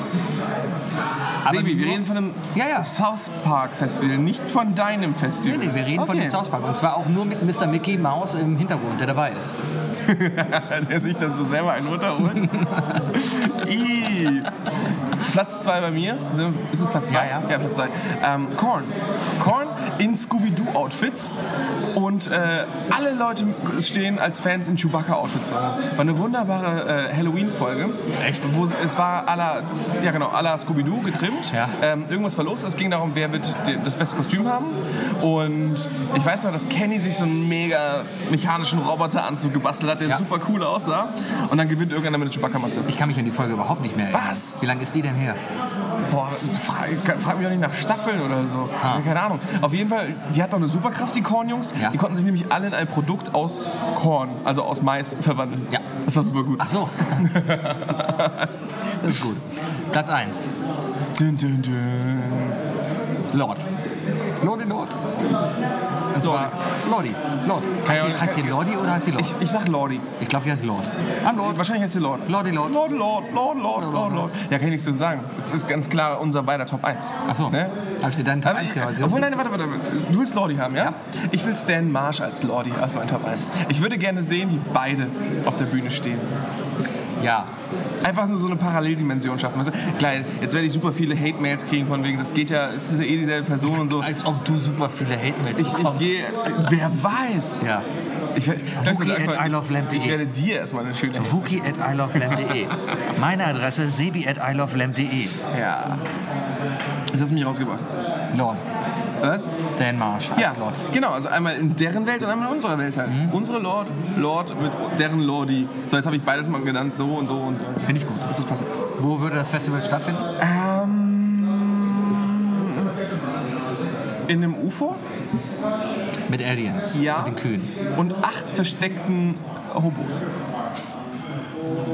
Speaker 2: Aber
Speaker 1: Sebi, wir
Speaker 2: nur-
Speaker 1: reden von einem
Speaker 2: Ja, ja.
Speaker 1: South Park Festival, nicht von deinem Festival.
Speaker 2: Nee, nee, wir reden von
Speaker 1: Okay.
Speaker 2: dem South Park. Und zwar auch nur mit Mr. Mickey Mouse im Hintergrund, der dabei ist.
Speaker 1: [laughs] der sich dann so selber einen runterholt. [laughs] Ih. Platz 2 bei mir. Sind- Ist es Platz 2?
Speaker 2: Ja, ja.
Speaker 1: Platz 2. Ähm, Korn. Korn in Scooby-Doo-Outfits. Und äh, alle Leute stehen als Fans in Chewbacca-Outfits rum. War eine wunderbare äh, Halloween-Folge.
Speaker 2: Echt?
Speaker 1: Wo es- es war à la, ja genau, à la Scooby-Doo getrimmt.
Speaker 2: Ja.
Speaker 1: Ähm, irgendwas war los. Es ging darum, wer wird de- das beste Kostüm haben. Und ich weiß noch, dass Kenny sich so einen mega mechanischen Roboteranzug gebastelt hat, der
Speaker 2: Ja.
Speaker 1: super cool aussah. Und dann gewinnt irgendeiner mit der Chewbacca-Masse.
Speaker 2: Ich kann mich an die Folge überhaupt nicht mehr erinnern.
Speaker 1: Was?
Speaker 2: Wie lange ist die denn her?
Speaker 1: Boah, frag, frag mich doch nicht nach Staffeln oder so.
Speaker 2: Ha.
Speaker 1: Keine Ahnung. Auf jeden Fall, die hatten auch eine Superkraft, die Kornjungs.
Speaker 2: Ja.
Speaker 1: Die konnten sich nämlich alle in ein Produkt aus Korn, also aus Mais, verwandeln.
Speaker 2: Ja.
Speaker 1: Das war super gut. [laughs]
Speaker 2: Ach so. das ist gut. Platz 1.
Speaker 1: Dün, dün, dün.
Speaker 2: Lord. Lordi Lord. Und zwar Lordi. Lord. Heißt
Speaker 1: Keine
Speaker 2: sie,
Speaker 1: Ahnung.
Speaker 2: heißt sie Lordi oder heißt sie Lord?
Speaker 1: Ich, ich sag Lordi.
Speaker 2: Ich glaube, die heißt Lord. Ah, Lord.
Speaker 1: Wahrscheinlich heißt sie Lord.
Speaker 2: Lordi Lord.
Speaker 1: Lord, Lord, Lord, Lord, Lord, Lord. Ja, kann ich nichts zu sagen. Das ist ganz klar unser beider Top 1.
Speaker 2: Ach so.
Speaker 1: Ne?
Speaker 2: Hab ich dir deinen Top
Speaker 1: Aber
Speaker 2: 1
Speaker 1: ich-
Speaker 2: gemacht?
Speaker 1: Obwohl, nein, warte, warte, warte. Du willst Lordi haben, ja? Ich will Stan Marsh als Lordi, als mein Top 1. Ich würde gerne sehen, wie beide auf der Bühne stehen.
Speaker 2: Ja.
Speaker 1: Einfach nur so eine Paralleldimension schaffen. Weißt du? Klar, jetzt werde ich super viele Hate-Mails kriegen von wegen, das geht ja, es ist ja eh dieselbe Person und so.
Speaker 2: Als ob du super viele Hate-Mails
Speaker 1: Ich, ich
Speaker 2: bekommst.
Speaker 1: gehe, wer weiß.
Speaker 2: Ja.
Speaker 1: Ich, werde-
Speaker 2: Wookie
Speaker 1: Weißt du,
Speaker 2: at
Speaker 1: einfach-
Speaker 2: ilovelamp.de.
Speaker 1: ich werde dir erstmal eine schöne
Speaker 2: Wookie at ilovelamp.de. E. Meine Adresse sebi at ilovelamp.de.
Speaker 1: Ja. Das hast du mich rausgebracht.
Speaker 2: Lord.
Speaker 1: Was?
Speaker 2: Stan Marsh als
Speaker 1: Ja,
Speaker 2: Lord. Mhm.
Speaker 1: genau. Also einmal in deren Welt und einmal in unserer Welt halt. Unsere Lord, Lord mit deren Lordi. So, jetzt habe ich beides mal genannt. So und so und so.
Speaker 2: Finde ich gut.
Speaker 1: Ist das passend?
Speaker 2: Wo würde das Festival stattfinden?
Speaker 1: Ähm, in einem UFO
Speaker 2: Mit Aliens.
Speaker 1: Ja.
Speaker 2: Mit den Kühen.
Speaker 1: und acht versteckten Hobos.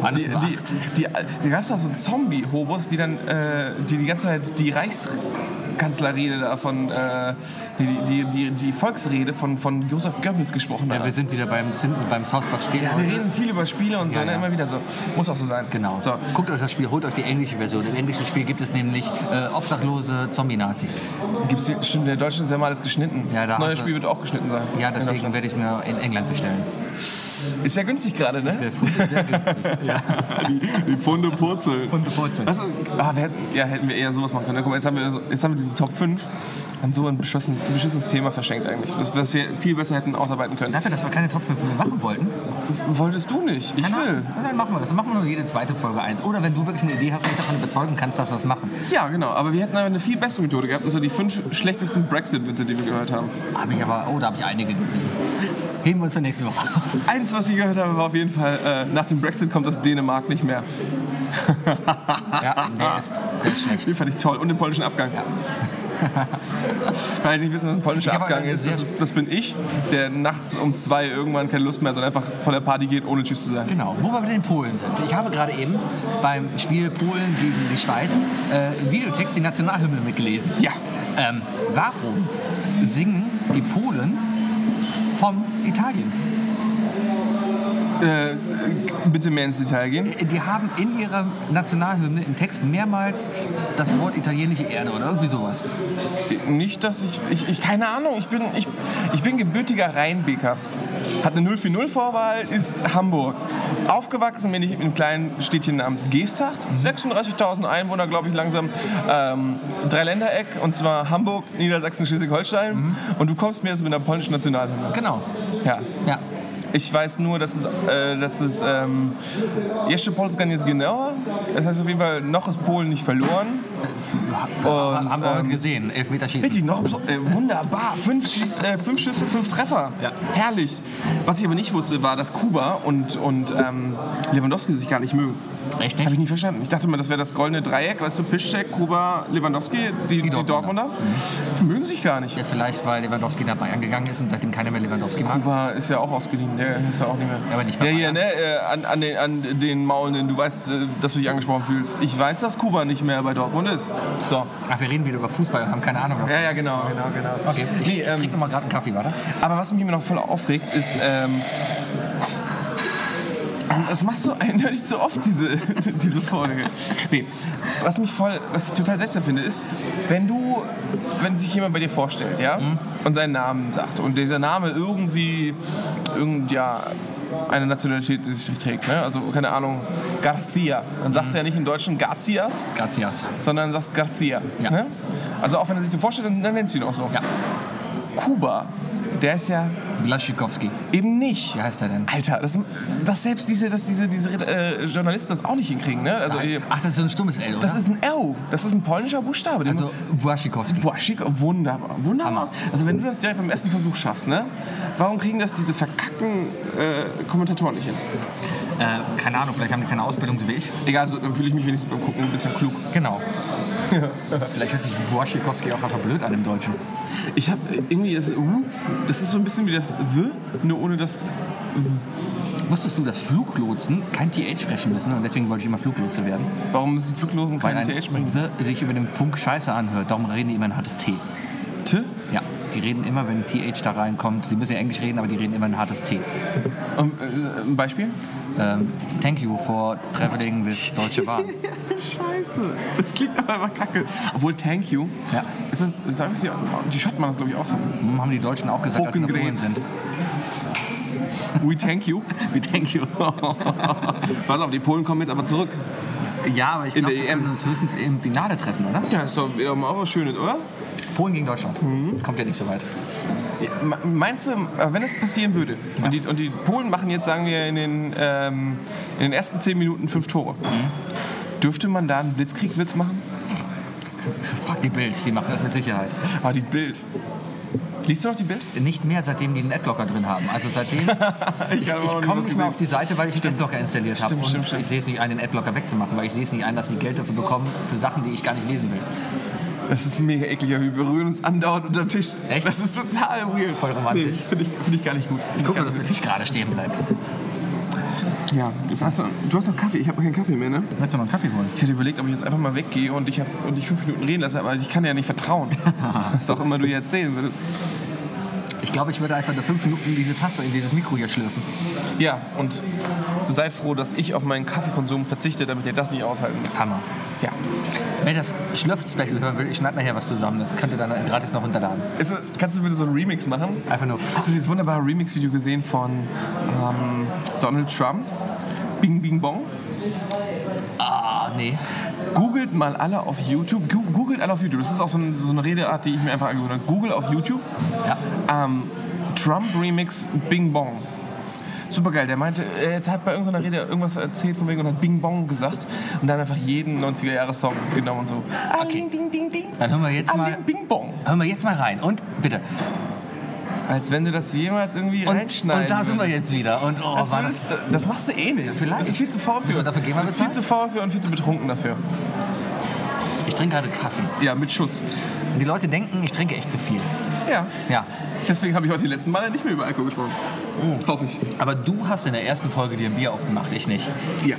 Speaker 2: Waren das
Speaker 1: Die,
Speaker 2: nur
Speaker 1: die,
Speaker 2: acht?
Speaker 1: die, da gab es doch so Zombie-Hobos, die dann äh, die, die ganze Zeit die Reichskanzlerrede da von, äh, die, die, die, die, die Volksrede von, von Josef Goebbels gesprochen
Speaker 2: Ja,
Speaker 1: haben.
Speaker 2: wir sind wieder beim, Sim- beim South Park Spiel.
Speaker 1: Ja, wir reden viel über Spiele und so,
Speaker 2: Ja,
Speaker 1: ne?
Speaker 2: ja.
Speaker 1: immer wieder so. Muss auch so sein.
Speaker 2: Genau.
Speaker 1: So.
Speaker 2: Guckt euch das Spiel, holt euch die englische Version. Im englischen Spiel gibt es nämlich äh, obdachlose Zombie-Nazis.
Speaker 1: Gibt's hier, stimmt, der Deutsche ist ja mal alles geschnitten.
Speaker 2: Ja, da
Speaker 1: das neue
Speaker 2: hast du-
Speaker 1: Spiel wird auch geschnitten sein.
Speaker 2: Ja,
Speaker 1: In
Speaker 2: deswegen
Speaker 1: Deutschland.
Speaker 2: werde ich mir in England bestellen.
Speaker 1: Ist ja günstig gerade, ne?
Speaker 2: Der Fund ist sehr günstig. ja.
Speaker 1: Die, die Funde purzeln.
Speaker 2: Funde purzeln.
Speaker 1: Was, ah, wir hätten, ja, hätten wir eher sowas machen können. Guck mal, jetzt haben wir, so- jetzt haben wir diese Top 5 haben so ein beschissenes, ein beschissenes Thema verschenkt eigentlich, was, was wir viel besser hätten ausarbeiten können.
Speaker 2: Dafür, dass wir keine Top 5 mehr machen wollten.
Speaker 1: Wolltest du nicht? Ich
Speaker 2: na,
Speaker 1: will.
Speaker 2: na, dann machen wir das. Dann machen wir nur jede zweite Folge eins. Oder wenn du wirklich eine Idee hast und mich davon überzeugen kannst, dass wir es machen.
Speaker 1: Ja, genau. Aber wir hätten aber eine viel bessere Methode gehabt, und zwar die fünf schlechtesten Brexit-Witze, die wir gehört haben.
Speaker 2: Habe ich aber, oh, da habe ich einige gesehen. Heben wir uns für nächste
Speaker 1: [laughs]
Speaker 2: Woche. auf.
Speaker 1: Eins, was ich gehört habe, war auf jeden Fall, äh, nach dem Brexit kommt das Dänemark nicht mehr.
Speaker 2: Ja, der ist, der ist schlecht.
Speaker 1: Den fand ich toll. Und den polnischen Abgang. [laughs] Falls ich nicht wissen, was ein polnischer
Speaker 2: Ich habe
Speaker 1: Abgang
Speaker 2: eine
Speaker 1: ist,
Speaker 2: sehr-
Speaker 1: das ist, das bin ich, der nachts um zwei irgendwann keine Lust mehr hat und einfach von der Party geht, ohne Tschüss zu sagen.
Speaker 2: Genau, wo wir bei den Polen sind. Ich habe gerade eben beim Spiel Polen gegen die Schweiz äh, im Videotext den Nationalhymne mitgelesen.
Speaker 1: Ja.
Speaker 2: Ähm, warum singen die Polen vom Italien?
Speaker 1: Äh, bitte mehr ins Detail gehen.
Speaker 2: Die haben in ihrer Nationalhymne im Text mehrmals das Wort italienische Erde oder irgendwie sowas.
Speaker 1: Nicht, dass ich, ich, ich keine Ahnung, ich bin, ich, ich bin gebürtiger Rheinbeker. Hat eine 040-Vorwahl, ist Hamburg. Aufgewachsen bin ich in einem kleinen Städtchen namens Geesthacht. 36.000 Einwohner, glaube ich, langsam. Ähm, Dreiländereck, und zwar Hamburg, Niedersachsen, Schleswig-Holstein. Und du kommst mir jetzt mit einer polnischen Nationalhymne.
Speaker 2: Genau,
Speaker 1: Ja.
Speaker 2: ja.
Speaker 1: Ich weiß nur, dass es, äh, dass es ähm, Jeszcze Polska nie genauer. Das heißt auf jeden Fall, noch ist Polen nicht verloren.
Speaker 2: haben haben wir heute
Speaker 1: ähm,
Speaker 2: gesehen, Elfmeterschießen.
Speaker 1: Richtig, noch äh, wunderbar. Fünf, Schieß, äh, fünf Schüsse, fünf Treffer.
Speaker 2: Ja.
Speaker 1: Herrlich. Was ich aber nicht wusste, war, dass Kuba und, und ähm, Lewandowski sich gar nicht mögen.
Speaker 2: Echt
Speaker 1: Habe ich
Speaker 2: nicht?
Speaker 1: nicht verstanden. Ich dachte mal, das wäre das goldene Dreieck, weißt du, Piszczek, Kuba, Lewandowski, die, die Dortmunder.
Speaker 2: Dortmunder.
Speaker 1: Die mögen sich gar nicht.
Speaker 2: Ja, vielleicht, weil Lewandowski nach Bayern gegangen ist und seitdem keiner mehr Lewandowski mag.
Speaker 1: Kuba ist ja auch ausgeliehen, der ist ja auch nicht mehr.
Speaker 2: Ja, aber nicht bei
Speaker 1: Ja, hier,
Speaker 2: Bayern.
Speaker 1: ne, äh, an, an, den, an den Maulenden, du weißt, äh, dass du dich angesprochen fühlst. Ich weiß, dass Kuba nicht mehr bei Dortmund ist. So.
Speaker 2: Ach, wir reden wieder über Fußball und haben keine Ahnung davon.
Speaker 1: Ja, ja, genau, genau, genau.
Speaker 2: Okay, ich,
Speaker 1: Nee,
Speaker 2: ich
Speaker 1: ähm,
Speaker 2: trinke noch mal gerade einen Kaffee, warte.
Speaker 1: Aber was mich immer noch voll aufregt, ist, ähm, also das machst du eindeutig zu oft, diese, [laughs] diese Folge. Nee, was mich voll, was ich total seltsam finde, ist, wenn du, wenn sich jemand bei dir vorstellt, ja,
Speaker 2: Mhm.
Speaker 1: und seinen Namen sagt und dieser Name irgendwie, irgend, ja, eine Nationalität die sich trägt, ne? also keine Ahnung, Garcia, dann
Speaker 2: Mhm.
Speaker 1: sagst du ja nicht im Deutschen Garcias,
Speaker 2: Grazias.
Speaker 1: sondern sagst Garcia.
Speaker 2: Ja.
Speaker 1: Ne? Also auch wenn er sich so vorstellt, dann, dann nennst du ihn auch so.
Speaker 2: Ja.
Speaker 1: Kuba, der ist ja
Speaker 2: Blaschikowski.
Speaker 1: Eben nicht.
Speaker 2: Wie heißt er denn?
Speaker 1: Alter, das, dass selbst diese, dass diese, diese äh, Journalisten das auch nicht hinkriegen, ne? Also, äh,
Speaker 2: Ach, das ist so ein stummes L, oder?
Speaker 1: das ist ein R, das ist ein polnischer Buchstabe. Den
Speaker 2: also Blaschikowski.
Speaker 1: Boah, schick, wunderbar, wunderbar. Also wenn du das direkt beim ersten Versuch schaffst, ne? Warum kriegen das diese verkackten äh, Kommentatoren nicht hin?
Speaker 2: Äh, keine Ahnung, vielleicht haben die keine Ausbildung so wie ich.
Speaker 1: Egal, so, dann fühle ich mich wenigstens beim Gucken ein bisschen klug.
Speaker 2: Genau. Vielleicht hört sich Waszikowski auch einfach blöd an im Deutschen.
Speaker 1: Ich habe irgendwie das uh, das ist so ein bisschen wie das the, nur ohne das
Speaker 2: Wusstest du, dass Fluglotsen kein TH sprechen müssen? Und deswegen wollte ich immer Fluglotse werden.
Speaker 1: warum müssen Fluglosen
Speaker 2: Weil
Speaker 1: kein
Speaker 2: ein
Speaker 1: TH sprechen.
Speaker 2: The sich über den Funk scheiße anhört. Darum reden die immer ein hartes T.
Speaker 1: T?
Speaker 2: Ja, die reden immer, wenn TH da reinkommt. Die müssen ja Englisch reden, aber die reden immer ein hartes T.
Speaker 1: Ähm, äh, ein Beispiel?
Speaker 2: Ähm, thank you for traveling with Deutsche Bahn.
Speaker 1: [laughs] Scheiße. Das klingt aber einfach kacke. Obwohl Thank you.
Speaker 2: Ja.
Speaker 1: Ist das, sag ich dir, die Schottmann das glaube ich auch so.
Speaker 2: Hm, Haben die Deutschen auch gesagt, als sie nach
Speaker 1: Fokengren.
Speaker 2: Polen sind.
Speaker 1: [laughs] We thank you.
Speaker 2: We thank you.
Speaker 1: Pass auf, die Polen kommen jetzt aber zurück.
Speaker 2: Ja, aber ich
Speaker 1: In
Speaker 2: glaube,
Speaker 1: der
Speaker 2: wir
Speaker 1: EM.
Speaker 2: können uns höchstens im Finale treffen, oder?
Speaker 1: Ja, ist doch wieder mal auch was Schönes, oder?
Speaker 2: Polen gegen Deutschland.
Speaker 1: Mhm.
Speaker 2: Kommt ja nicht so weit.
Speaker 1: Ja, me- Meinst du, äh, wenn es passieren würde und, die, und die Polen machen jetzt, sagen wir, in den, ähm, in den ersten zehn Minuten fünf Tore, dürfte man da einen Blitzkriegwitz machen?
Speaker 2: Frag die Bills, die machen das mit Sicherheit.
Speaker 1: Ah, die Bild. Liest du noch die Bild?
Speaker 2: Nicht mehr, seitdem die einen Adblocker drin haben. Also
Speaker 1: [laughs]
Speaker 2: seitdem, ich,
Speaker 1: hab auch noch
Speaker 2: ich
Speaker 1: nie
Speaker 2: komme
Speaker 1: was
Speaker 2: nicht mehr
Speaker 1: gesehen.
Speaker 2: auf die Seite, weil ich den Adblocker installiert habe.
Speaker 1: oh, Stimmt,
Speaker 2: Und
Speaker 1: stimmt, stimmt.
Speaker 2: ich sehe es nicht ein, den Adblocker wegzumachen, weil ich sehe es nicht ein, dass die Geld dafür bekommen, für Sachen, die ich gar nicht lesen will.
Speaker 1: Das ist mega eklig, aber wir berühren uns andauernd unterm Tisch.
Speaker 2: Echt?
Speaker 1: Das ist total weird.
Speaker 2: Voll romantisch.
Speaker 1: Nee, Finde ich, find ich gar nicht gut.
Speaker 2: Guck mal, dass der Tisch gerade stehen bleibt.
Speaker 1: Ja, das hast du, du hast noch Kaffee. Ich habe noch keinen Kaffee mehr, ne?
Speaker 2: Möchtest du mal einen Kaffee holen?
Speaker 1: Ich hätte überlegt, ob ich jetzt einfach mal weggehe und dich, hab, und dich fünf Minuten reden lasse, aber ich kann dir ja nicht [laughs] vertrauen. Was auch immer du dir erzählen würdest.
Speaker 2: Ich glaube, ich würde einfach nur fünf Minuten diese Tasse in dieses Mikro hier schlürfen.
Speaker 1: Ja, und sei froh, dass ich auf meinen Kaffeekonsum verzichte, damit ihr das nicht aushalten müsst.
Speaker 2: Hammer.
Speaker 1: Ja.
Speaker 2: Wer das Schlürf-Special hören will, ich schneide nachher was zusammen. Das könnt ihr dann gratis noch runterladen.
Speaker 1: Ist, es- kannst du bitte so einen Remix machen?
Speaker 2: Einfach nur.
Speaker 1: Hast du dieses wunderbare Remix-Video gesehen von ähm, Donald Trump? Bing Bing Bong?
Speaker 2: Ah, nee.
Speaker 1: Googelt mal alle auf YouTube. Gu- Googelt alle auf YouTube. Das ist auch so, ein, so eine Redeart, die ich mir einfach angewöhnt habe. Google auf YouTube.
Speaker 2: Ja.
Speaker 1: Ähm, Trump Remix Bing Bong. Supergeil, der meinte, er jetzt hat bei irgendeiner Rede irgendwas erzählt von wegen und hat Bing Bong gesagt und dann einfach jeden 90er-Jahre-Song genommen und so. Ah, Ding, ding, ding, ding.
Speaker 2: Dann hören wir jetzt
Speaker 1: Ah,
Speaker 2: mal.
Speaker 1: Bing, Bing Bong.
Speaker 2: Hören wir jetzt mal rein. Und bitte.
Speaker 1: Als wenn du das jemals irgendwie
Speaker 2: Und,
Speaker 1: reinschneiden
Speaker 2: und da sind wir
Speaker 1: würdest.
Speaker 2: jetzt wieder. Und oh,
Speaker 1: Das,
Speaker 2: war das
Speaker 1: würdest, das, das machst du eh nicht.
Speaker 2: Vielleicht.
Speaker 1: Du bist viel zu faul
Speaker 2: Müssen
Speaker 1: für.
Speaker 2: wir dafür Geld
Speaker 1: du bist viel
Speaker 2: bezahlen?
Speaker 1: zu faul für und viel zu betrunken dafür.
Speaker 2: Ich trinke gerade Kaffee.
Speaker 1: Ja, mit Schuss.
Speaker 2: Und die Leute denken, ich trinke echt zu viel.
Speaker 1: Ja.
Speaker 2: Ja.
Speaker 1: Deswegen habe ich heute die letzten Male nicht mehr über Alkohol gesprochen.
Speaker 2: Oh.
Speaker 1: Hoffe ich.
Speaker 2: Aber du hast in der ersten Folge dir ein Bier aufgemacht, ich nicht. [laughs]
Speaker 1: Ja.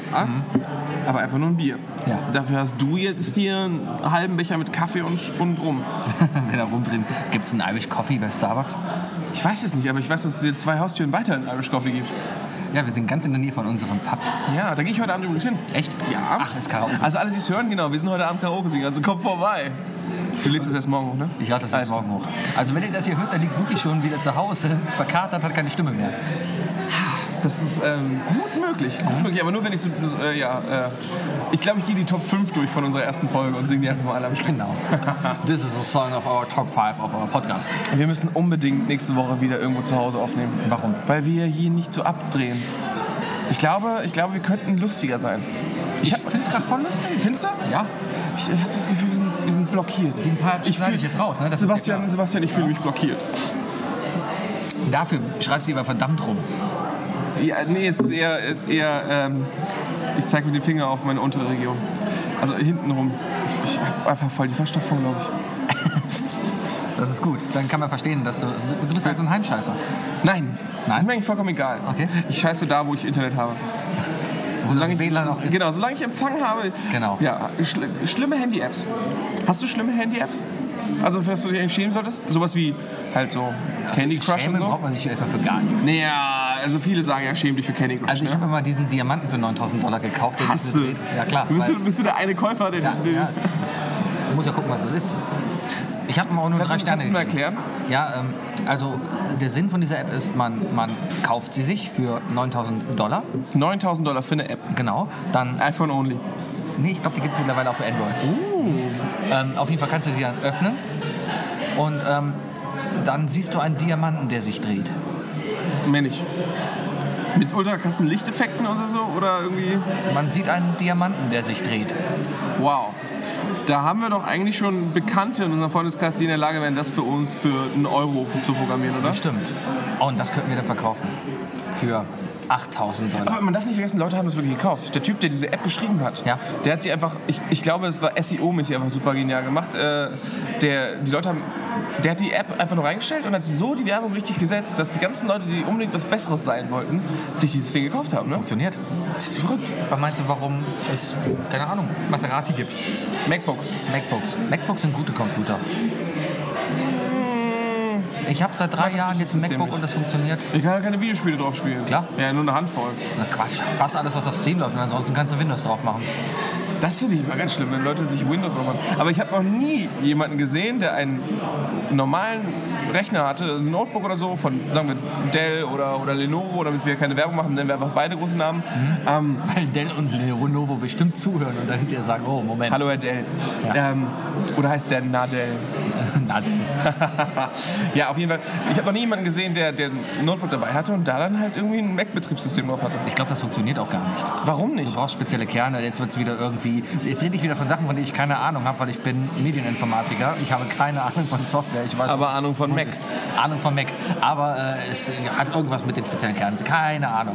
Speaker 1: Aber einfach nur ein Bier.
Speaker 2: Ja.
Speaker 1: Dafür hast du jetzt hier einen halben Becher mit Kaffee und, und rum.
Speaker 2: Wenn da rumdrehen, gibt es einen Irish Coffee bei Starbucks?
Speaker 1: Ich weiß es nicht, aber ich weiß, dass es hier zwei Haustüren weiter einen Irish Coffee gibt.
Speaker 2: Ja, wir sind ganz in der Nähe von unserem Pub.
Speaker 1: Ja, da gehe ich heute Abend übrigens hin.
Speaker 2: Echt?
Speaker 1: Ja.
Speaker 2: Ach, ist Karaoke.
Speaker 1: Also alle, die es hören, genau, wir sind heute Abend Karaoke singen, also kommt vorbei. Du lädst es erst morgen hoch, ne?
Speaker 2: Ich lade das jetzt morgen hoch. Also wenn ihr das hier hört, dann liegt Wookie schon wieder zu Hause, verkatert, hat keine Stimme mehr.
Speaker 1: Das ist ähm, gut möglich.
Speaker 2: Mhm.
Speaker 1: Gut möglich, aber nur wenn ich so. Äh, ja, äh, ich glaube, ich gehe die Top 5 durch von unserer ersten Folge und singe die einfach mal alle am Stück.
Speaker 2: Genau. This is a song of our top five of our podcast.
Speaker 1: Wir müssen unbedingt nächste Woche wieder irgendwo zu Hause aufnehmen.
Speaker 2: Warum?
Speaker 1: Weil wir hier nicht so abdrehen. Ich glaube, ich glaube wir könnten lustiger sein.
Speaker 2: Ich finde es gerade voll lustig.
Speaker 1: Findest du?
Speaker 2: Ja,
Speaker 1: Ich habe das Gefühl, wir sind, wir sind blockiert.
Speaker 2: den Part
Speaker 1: Ich
Speaker 2: schneide
Speaker 1: fühl-
Speaker 2: ich jetzt raus. Ne? Das ist ja
Speaker 1: Sebastian, Sebastian, ich fühle mich blockiert.
Speaker 2: klar. Dafür schreibst du lieber verdammt rum.
Speaker 1: Ja, nee, es ist eher, es ist eher ähm, ich zeige mit dem Finger auf meine untere Region. Also hintenrum. Ich, ich habe einfach voll die Verstopfung, glaube ich.
Speaker 2: Das ist gut. Dann kann man verstehen, dass du... Du bist halt so ein Heimscheißer.
Speaker 1: Nein,
Speaker 2: Nein?
Speaker 1: ist mir eigentlich vollkommen egal.
Speaker 2: Okay.
Speaker 1: Ich scheiße da, wo ich Internet habe.
Speaker 2: Wo
Speaker 1: Solange
Speaker 2: das
Speaker 1: ich,
Speaker 2: Also WLAN noch ist.
Speaker 1: genau, solange ich Empfang habe.
Speaker 2: Genau.
Speaker 1: Ja, schl schlimme Handy-Apps. Hast du schlimme Handy-Apps? Also, für das du dich eigentlich schämen solltest? Sowas wie halt so Candy Crush
Speaker 2: Schämen
Speaker 1: und so?
Speaker 2: braucht man sich etwa für gar nichts.
Speaker 1: Naja, also viele sagen ja, schäm dich für Candy Crush.
Speaker 2: Also ich
Speaker 1: ne?
Speaker 2: habe immer diesen Diamanten für 9000 Dollar gekauft, den
Speaker 1: Hast
Speaker 2: ich
Speaker 1: du?
Speaker 2: mir dreht. Ja klar.
Speaker 1: Bist
Speaker 2: weil-
Speaker 1: du, bist du der eine Käufer, den,
Speaker 2: ja,
Speaker 1: den
Speaker 2: ja. Ich muss ja gucken, was das ist. Ich habe auch nur drei
Speaker 1: kannst, du-
Speaker 2: Sterne
Speaker 1: kannst du mir
Speaker 2: gegeben.
Speaker 1: erklären?
Speaker 2: Ja, ähm, also der Sinn von dieser App ist, man, man kauft sie sich für 9000 Dollar.
Speaker 1: 9000 Dollar für eine App.
Speaker 2: Genau. Dann,
Speaker 1: iPhone only.
Speaker 2: nee, ich glaube, die gibt es mittlerweile auch für Android. Ähm, auf jeden Fall kannst du sie dann öffnen. Und ähm, dann siehst du einen Diamanten, der sich dreht.
Speaker 1: Mehr nicht. Mit ultra krassen Lichteffekten oder so? Oder irgendwie.
Speaker 2: Man sieht einen Diamanten, der sich dreht.
Speaker 1: Wow. Da haben wir doch eigentlich schon Bekannte in unserem Freundeskreis, die in der Lage wären, das für uns für einen Euro zu programmieren, oder?
Speaker 2: Stimmt. Oh, und das könnten wir dann verkaufen. Für 8000 Dollar.
Speaker 1: Aber man darf nicht vergessen, Leute haben das wirklich gekauft. Der Typ, der diese App geschrieben hat,
Speaker 2: Ja.
Speaker 1: der hat sie einfach, ich, ich glaube, es war SEO-mäßig einfach super genial gemacht. Äh, der, die Leute haben, der hat die App einfach nur reingestellt und hat so die Werbung richtig gesetzt, dass die ganzen Leute, die unbedingt was Besseres sein wollten, sich dieses Ding gekauft haben. Ne?
Speaker 2: Funktioniert.
Speaker 1: Das ist verrückt.
Speaker 2: Was meinst du, warum es, keine Ahnung, Maserati gibt?
Speaker 1: MacBooks.
Speaker 2: MacBooks. MacBooks sind gute Computer. Ich habe seit drei
Speaker 1: das
Speaker 2: Jahren jetzt ein
Speaker 1: Betriebssystem
Speaker 2: MacBook
Speaker 1: nicht.
Speaker 2: und das funktioniert.
Speaker 1: Hm, Ich kann ja keine Videospiele drauf spielen.
Speaker 2: Klar.
Speaker 1: Ja, nur eine Handvoll.
Speaker 2: Na Quatsch, fast alles, was auf Steam läuft. Und ansonsten kannst du Windows drauf machen.
Speaker 1: Das finde ich immer ganz schlimm, wenn Leute sich Windows drauf machen. Aber ich habe noch nie jemanden gesehen, der einen normalen Rechner hatte, also ein Notebook oder so, von sagen wir Dell oder, oder Lenovo, damit wir keine Werbung machen, nennen wir einfach beide große Namen. Ähm,
Speaker 2: Weil Dell und Lenovo bestimmt zuhören und dann hinterher sagen, oh, Moment.
Speaker 1: hallo Herr Dell.
Speaker 2: Ja.
Speaker 1: Ähm, oder heißt der Nadell?
Speaker 2: [laughs] Na,
Speaker 1: [laughs] ja, auf jeden Fall. Ich habe noch nie jemanden gesehen, der, der ein Notebook dabei hatte und da dann halt irgendwie ein Mac-Betriebssystem drauf hatte.
Speaker 2: ich glaube, das funktioniert auch gar nicht.
Speaker 1: Warum
Speaker 2: Du
Speaker 1: nicht?
Speaker 2: brauchst spezielle Kerne. Jetzt wird's wieder irgendwie. Jetzt rede ich wieder von Sachen, von denen ich keine Ahnung habe, weil ich bin Medieninformatiker. Ich habe keine [laughs] Ahnung von Software. Ich weiß,
Speaker 1: Aber
Speaker 2: was
Speaker 1: Ahnung von
Speaker 2: gut
Speaker 1: Mac.
Speaker 2: Ist. Ahnung von Mac. Aber äh, es hat irgendwas mit den speziellen Kernen. Keine Ahnung.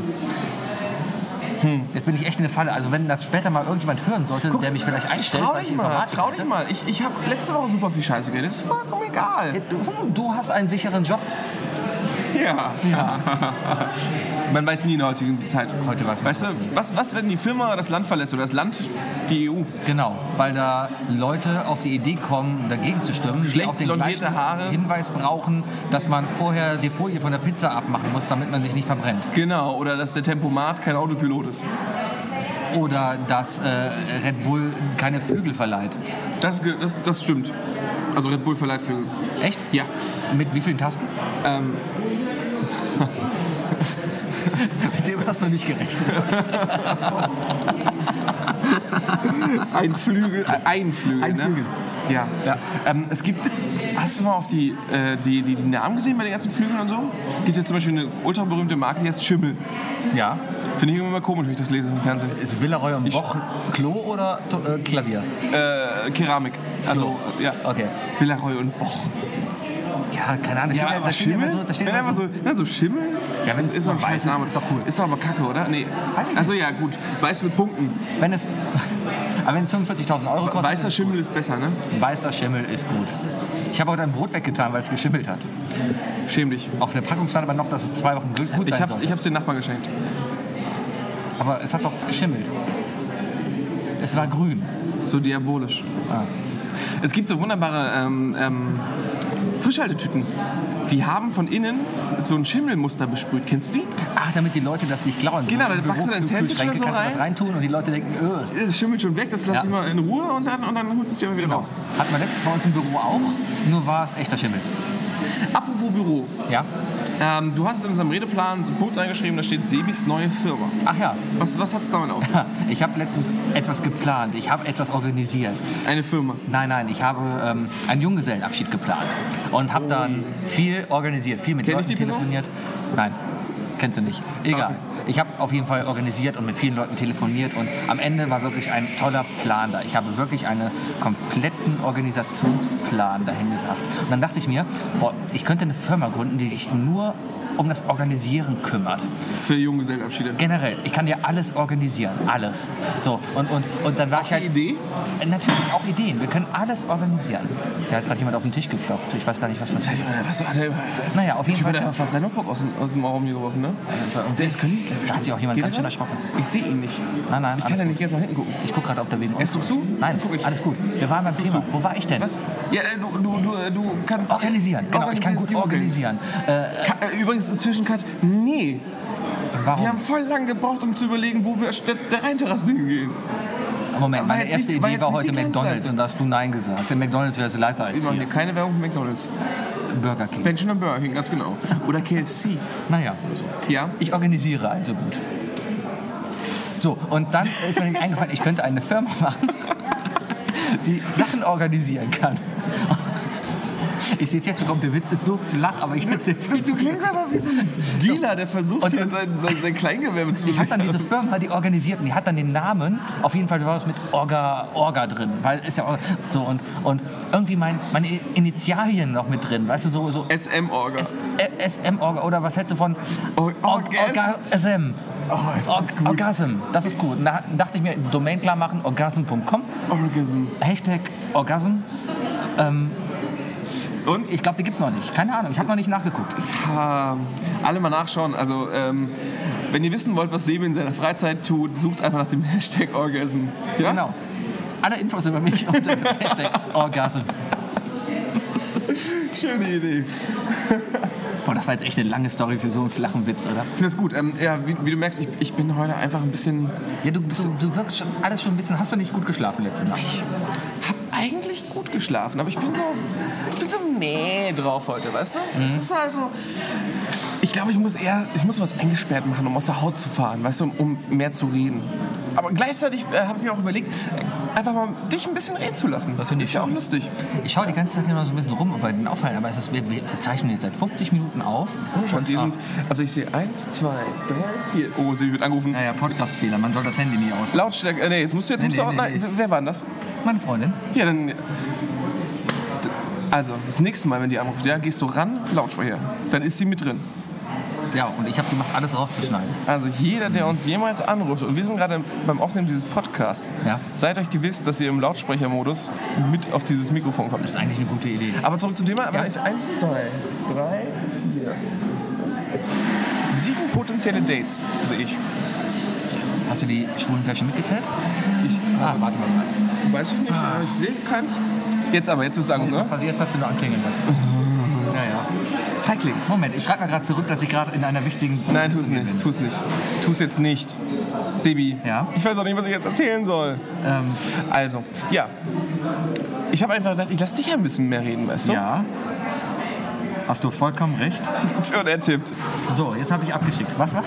Speaker 1: Hm.
Speaker 2: Jetzt bin ich echt in der Falle. Also wenn das später mal irgendjemand hören sollte, der mich vielleicht einstellt,
Speaker 1: Trau
Speaker 2: weil ich
Speaker 1: dich mal,
Speaker 2: Informatiker
Speaker 1: trau dich mal. Ich, ich habe letzte Woche super viel Scheiße geredet. Ist vollkommen egal.
Speaker 2: bin. Du, du hast einen sicheren Job.
Speaker 1: Ja. [laughs] Man weiß nie in der heutigen Zeit.
Speaker 2: Heute weiß man
Speaker 1: weißt du,
Speaker 2: das nie.
Speaker 1: was, was, wenn die Firma das Land verlässt oder das Land die E EU?
Speaker 2: Genau, weil da Leute auf die Idee kommen, dagegen zu stimmen, die
Speaker 1: Schlecht
Speaker 2: auch den
Speaker 1: blondierte
Speaker 2: gleichen
Speaker 1: Haare.
Speaker 2: Hinweis brauchen, dass man vorher die Folie von der Pizza abmachen muss, damit man sich nicht verbrennt.
Speaker 1: Genau, oder dass der Tempomat kein Autopilot ist.
Speaker 2: Oder dass äh, Red Bull keine Flügel verleiht.
Speaker 1: Das, ge- das, das stimmt. Also Red Bull verleiht Flügel.
Speaker 2: Echt?
Speaker 1: Ja.
Speaker 2: Mit wie vielen Tasten?
Speaker 1: Ähm,
Speaker 2: [laughs] Mit dem hast du nicht gerechnet.
Speaker 1: [laughs] ein Flügel, äh, ein Flügel.
Speaker 2: Ein
Speaker 1: ne?
Speaker 2: Flügel.
Speaker 1: Ja. Ähm, es gibt, hast du mal auf die, äh, die, die, die Namen gesehen bei den ganzen Flügeln und so? Gibt ja zum Beispiel eine ultra berühmte Marke, die heißt Schimmel.
Speaker 2: Ja.
Speaker 1: Finde ich immer komisch, wenn ich das lese im Fernsehen.
Speaker 2: Ist Villaroy und Boch Klo oder To- äh, Klavier?
Speaker 1: Äh, Keramik. Also,
Speaker 2: So.
Speaker 1: ja.
Speaker 2: Okay.
Speaker 1: Villaroy und Boch.
Speaker 2: Ja, keine Ahnung.
Speaker 1: Ja, aber Schimmel?
Speaker 2: da steht
Speaker 1: wenn
Speaker 2: immer
Speaker 1: einfach
Speaker 2: so.
Speaker 1: so, wenn so Schimmel?
Speaker 2: Ja, wenn
Speaker 1: Das
Speaker 2: es
Speaker 1: ist doch ein
Speaker 2: noch weiß
Speaker 1: scheiß
Speaker 2: ist,
Speaker 1: Name.
Speaker 2: ist doch cool.
Speaker 1: Ist doch aber kacke, oder? Nee.
Speaker 2: Weiß ich nicht.
Speaker 1: Also ja, gut. Weiß mit Punkten.
Speaker 2: Wenn es, [laughs] aber wenn es 45.000 Euro kostet,
Speaker 1: Weißer Schimmel ist besser, ne?
Speaker 2: weißer Schimmel ist gut. Ich habe heute ein Brot weggetan, weil es geschimmelt hat.
Speaker 1: Schäm dich.
Speaker 2: Auf der Packung stand aber noch, dass es zwei Wochen gut sein
Speaker 1: Ich hab's,
Speaker 2: sollte.
Speaker 1: ich hab's den Nachbarn geschenkt.
Speaker 2: aber es hat doch geschimmelt. Es war grün.
Speaker 1: So diabolisch.
Speaker 2: Ah.
Speaker 1: Es gibt so wunderbare ähm, ähm, Frischhaltetüten. Die haben von innen so ein Schimmelmuster besprüht. Kennst du die?
Speaker 2: Ach, damit die Leute das nicht klauen.
Speaker 1: Genau,
Speaker 2: So
Speaker 1: dann
Speaker 2: im
Speaker 1: packst du
Speaker 2: Büro-
Speaker 1: dein Sandwich
Speaker 2: Kühlschränke
Speaker 1: oder so
Speaker 2: kannst du das
Speaker 1: rein.
Speaker 2: reintun und die Leute denken, öh.
Speaker 1: Es schimmelt schon weg, das lass
Speaker 2: Ja.
Speaker 1: ich mal in Ruhe und dann, und dann holst du es dir mal wieder
Speaker 2: Genau.
Speaker 1: raus.
Speaker 2: Hat man letztens bei uns im Büro auch, nur war es echter Schimmel.
Speaker 1: Apropos Büro.
Speaker 2: Ja?
Speaker 1: Ähm, du hast in unserem Redeplan so einen Punkt reingeschrieben, da steht Sebis neue Firma.
Speaker 2: Ach ja,
Speaker 1: Was, was hat's damit auf?
Speaker 2: ich habe letztens etwas geplant, ich habe etwas organisiert.
Speaker 1: Eine Firma.
Speaker 2: Nein, nein, ich habe ähm, einen Junggesellenabschied geplant und habe dann viel organisiert, viel mit
Speaker 1: Kenn ich
Speaker 2: Leuten
Speaker 1: die Person?
Speaker 2: telefoniert. Nein, kennst du nicht. Egal.
Speaker 1: Okay.
Speaker 2: Ich habe auf jeden Fall organisiert und mit vielen Leuten telefoniert und am Ende war wirklich ein toller Plan da. Ich habe wirklich einen kompletten Organisationsplan dahingesagt. Und dann dachte ich mir, boah, ich könnte eine Firma gründen, die sich nur um das Organisieren kümmert.
Speaker 1: Für Junggesellenabschiede.
Speaker 2: Generell, ich kann ja alles organisieren, alles. So, und, und, und dann war ich halt...
Speaker 1: Die Idee?
Speaker 2: Äh, Natürlich, auch Ideen. Wir können alles organisieren. Hier hat gerade jemand auf den Tisch geklopft. Ich weiß gar nicht, was passiert ist.
Speaker 1: Äh, Was hat der
Speaker 2: Naja, auf jeden
Speaker 1: Typ hat
Speaker 2: Fall.
Speaker 1: einfach fast seinen Notebook aus, dem- aus dem Raum hier geworfen, ne? Der ist König, glaube
Speaker 2: Da hat sich auch jemand ganz schön erschrocken.
Speaker 1: Ich sehe ihn nicht.
Speaker 2: Nein, nein,
Speaker 1: Ich kann
Speaker 2: alles
Speaker 1: ja nicht jetzt nach hinten gucken.
Speaker 2: Ich gucke gerade, ob der wegen uns
Speaker 1: Erst guckst du?
Speaker 2: Nein,
Speaker 1: Guck ich.
Speaker 2: alles gut. Wir waren beim Thema. Wo war ich denn?
Speaker 1: Was? Ja, äh, du, du, du, äh, du kannst...
Speaker 2: Organisieren. Genau, ich kann gut
Speaker 1: Organisierst
Speaker 2: organisieren. Äh,
Speaker 1: die Ka- äh, Übrigens, Zwischencut, nee.
Speaker 2: warum?
Speaker 1: Wir haben voll lange gebraucht, um zu überlegen, wo wir statt der Rheinterrasse hingehen.
Speaker 2: Moment,
Speaker 1: war
Speaker 2: meine
Speaker 1: jetzt
Speaker 2: erste
Speaker 1: nicht- war
Speaker 2: Idee
Speaker 1: jetzt
Speaker 2: war
Speaker 1: nicht
Speaker 2: heute
Speaker 1: die
Speaker 2: McDonalds
Speaker 1: Glanzleiste.
Speaker 2: und da hast du Nein gesagt. Denn McDonalds wäre so leiser
Speaker 1: Wir
Speaker 2: als
Speaker 1: machen
Speaker 2: hier.
Speaker 1: hier keine Werbung für McDonalds.
Speaker 2: Burger King.
Speaker 1: Wenn schon ein Burger King, ganz genau. Oder KFC.
Speaker 2: Naja,
Speaker 1: Ja.
Speaker 2: ich organisiere also gut. So, und dann ist mir nämlich eingefallen, ich könnte eine Firma machen, die Sachen organisieren kann. Ich sehe es jetzt, kommt der Witz ist so flach, aber ich sitze
Speaker 1: Du klingst aber wie so ein Dealer, der versucht,
Speaker 2: Und-
Speaker 1: hier sein, sein, sein Kleingewerbe zu
Speaker 2: Ich habe dann diese Firma, die organisierten, die hat dann den Namen, auf jeden Fall war es mit Orga, Orga drin, weil ist ja Orga, so und, und irgendwie mein, meine Initialien noch mit drin, weißt du, so, so
Speaker 1: SM-Orga.
Speaker 2: S- äh, SM Orga oder was hättest du von
Speaker 1: Or-
Speaker 2: Or-
Speaker 1: Orgas-
Speaker 2: Orgasm.
Speaker 1: Oh, ist
Speaker 2: Org Orgasm, das ist gut. Und Da dachte ich mir, Domain klar machen, orgasm.com,
Speaker 1: Orgasm.
Speaker 2: Hashtag Orgasm. Ähm,
Speaker 1: Und?
Speaker 2: Ich glaube, die gibt's noch nicht. Keine Ahnung, ich habe noch nicht nachgeguckt.
Speaker 1: Ah, alle mal nachschauen. Also, ähm, wenn ihr wissen wollt, was Sebi in seiner Freizeit tut, sucht einfach nach dem Hashtag Orgasm. Ja?
Speaker 2: Genau. Alle Infos über mich [laughs] unter Hashtag Orgasm.
Speaker 1: Schöne Idee.
Speaker 2: Boah, das war jetzt echt eine lange Story für so einen flachen Witz, oder?
Speaker 1: Ich finde das gut. Ähm, ja, wie, wie du merkst, ich, ich bin heute einfach ein bisschen.
Speaker 2: Ja, du, du, du wirkst schon alles schon ein bisschen. Hast du nicht gut geschlafen letzte Nacht?
Speaker 1: hab eigentlich gut geschlafen, aber ich bin so. Ich bin so meh drauf heute, weißt du?
Speaker 2: Mhm.
Speaker 1: Es ist halt so. Ich glaube, ich muss eher. Ich muss was eingesperrt machen, um aus der Haut zu fahren, weißt du, um, um mehr zu reden. Aber gleichzeitig äh, habe ich mir auch überlegt, einfach mal dich ein bisschen reden zu lassen.
Speaker 2: Das finde ich
Speaker 1: ist ja auch
Speaker 2: schön.
Speaker 1: lustig.
Speaker 2: Ich schaue die ganze Zeit hier noch so ein bisschen rum, ob wir den aufhalten. Aber es ist, wir, wir zeichnen jetzt seit 50 Minuten auf.
Speaker 1: Schon sie sind, also ich sehe eins, zwei, drei, vier. Oh, sie wird angerufen.
Speaker 2: Naja, Podcast-Fehler. Man soll das Handy nie aus.
Speaker 1: Lautstärke. Äh, nee, jetzt musst du jetzt.
Speaker 2: Nee,
Speaker 1: musst du
Speaker 2: nee,
Speaker 1: auch,
Speaker 2: nee,
Speaker 1: nein,
Speaker 2: nee, ist-
Speaker 1: wer war denn das?
Speaker 2: Meine Freundin.
Speaker 1: Ja, dann. Also, das nächste Mal, wenn die anruft, ja, gehst du ran, Lautsprecher. Dann ist sie mit drin.
Speaker 2: Ja, und ich habe gemacht, alles rauszuschneiden.
Speaker 1: Also jeder, der uns jemals anruft, und wir sind gerade beim Aufnehmen dieses Podcasts,
Speaker 2: Ja.
Speaker 1: seid euch gewiss, dass ihr im Lautsprechermodus mit auf dieses Mikrofon kommt.
Speaker 2: Das ist eigentlich eine gute Idee.
Speaker 1: Aber zurück zum Thema.
Speaker 2: Ja.
Speaker 1: Eins, zwei, drei, vier. Sieben potenzielle Dates sehe ich.
Speaker 2: Hast du die schwulen Pärchen mitgezählt?
Speaker 1: Ich
Speaker 2: Ah, warte mal.
Speaker 1: weiß ich nicht, aber ich sehe keins. Ah. Jetzt aber, jetzt wirst du sagen, ne?
Speaker 2: Also jetzt hat sie nur anklingen lassen. Ja, ja.
Speaker 1: Feigling.
Speaker 2: Moment, ich schreibe mal gerade zurück, dass ich gerade in einer wichtigen...
Speaker 1: Nein, tu es
Speaker 2: Sitzung bin.
Speaker 1: nicht, tu es nicht. Tu es jetzt nicht. Sebi,
Speaker 2: Ja?
Speaker 1: ich weiß auch nicht, was ich jetzt erzählen soll.
Speaker 2: Ähm,
Speaker 1: Also, ja. Ich habe einfach gedacht, ich lass dich ein bisschen mehr reden, weißt du?
Speaker 2: Ja. Hast du vollkommen recht.
Speaker 1: [laughs] Und er tippt.
Speaker 2: So, jetzt habe ich abgeschickt. Was war?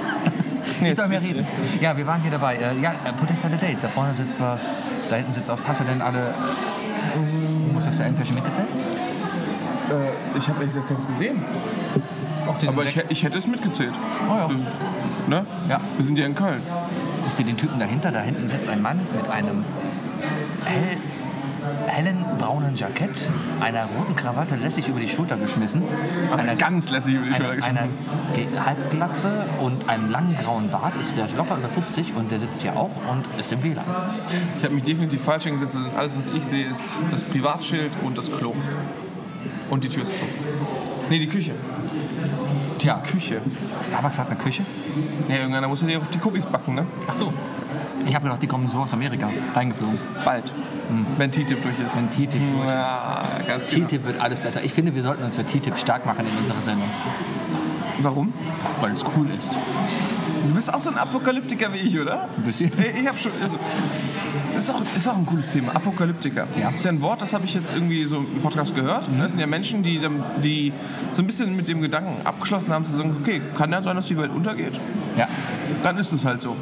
Speaker 1: Nee,
Speaker 2: Jetzt sollen wir
Speaker 1: jetzt
Speaker 2: reden. Ja, wir waren hier dabei. Äh, ja, äh, potenzielle Dates. Da vorne sitzt was, da hinten sitzt was. Hast du denn alle
Speaker 1: Ähm.
Speaker 2: homosexuellen Pärchen mitgezählt?
Speaker 1: Äh, ich habe ehrlich gesagt keins gesehen.
Speaker 2: Auch die
Speaker 1: Aber ich, hä- ich hätte es mitgezählt.
Speaker 2: Oh ja.
Speaker 1: Das, ne?
Speaker 2: Ja.
Speaker 1: Wir sind ja in Köln.
Speaker 2: Siehst du den Typen dahinter? Da hinten sitzt ein Mann mit einem hell, hellen braunen Jackett, einer roten Krawatte lässig über die Schulter geschmissen, einer
Speaker 1: Ganz lässig über die Schulter
Speaker 2: Eine, eine
Speaker 1: geschoben.
Speaker 2: Ge- Halbglatze und einem langen grauen Bart ist der ist locker über 50 und der sitzt hier auch und ist im WLAN.
Speaker 1: Ich habe mich definitiv falsch hingesetzt, denn alles, was ich sehe, ist das Privatschild und das Klo. Und die Tür ist zu. Nee, die Küche.
Speaker 2: Tja,
Speaker 1: Küche.
Speaker 2: Starbucks hat eine Küche?
Speaker 1: Ja, irgendeiner muss ja die- die Cookies backen, ne?
Speaker 2: Ach so. Ich habe gedacht, die kommen so aus Amerika reingeflogen.
Speaker 1: Bald. Wenn TTIP durch ist.
Speaker 2: Hm.
Speaker 1: Hm,
Speaker 2: Wenn TTIP durch ist.
Speaker 1: Ja, ganz genau.
Speaker 2: TTIP wird alles besser. Ich finde, wir sollten uns für TTIP stark machen in unserer Sendung,
Speaker 1: genau. Warum?
Speaker 2: weil es cool ist.
Speaker 1: Du bist auch so ein Apokalyptiker wie ich, oder?
Speaker 2: Ein bisschen.
Speaker 1: Ey, Ich habe schon. Also, das ist auch, ist auch ein cooles Thema. Apokalyptiker.
Speaker 2: Ja. Mhm.
Speaker 1: Ist ja ein Wort, das habe ich jetzt irgendwie so im Podcast gehört. Das sind ja Menschen, die, dann- die so ein bisschen mit dem Gedanken abgeschlossen haben, zu sagen: Okay, kann ja sein, dass die Welt untergeht.
Speaker 2: Ja.
Speaker 1: Dann ist es halt so.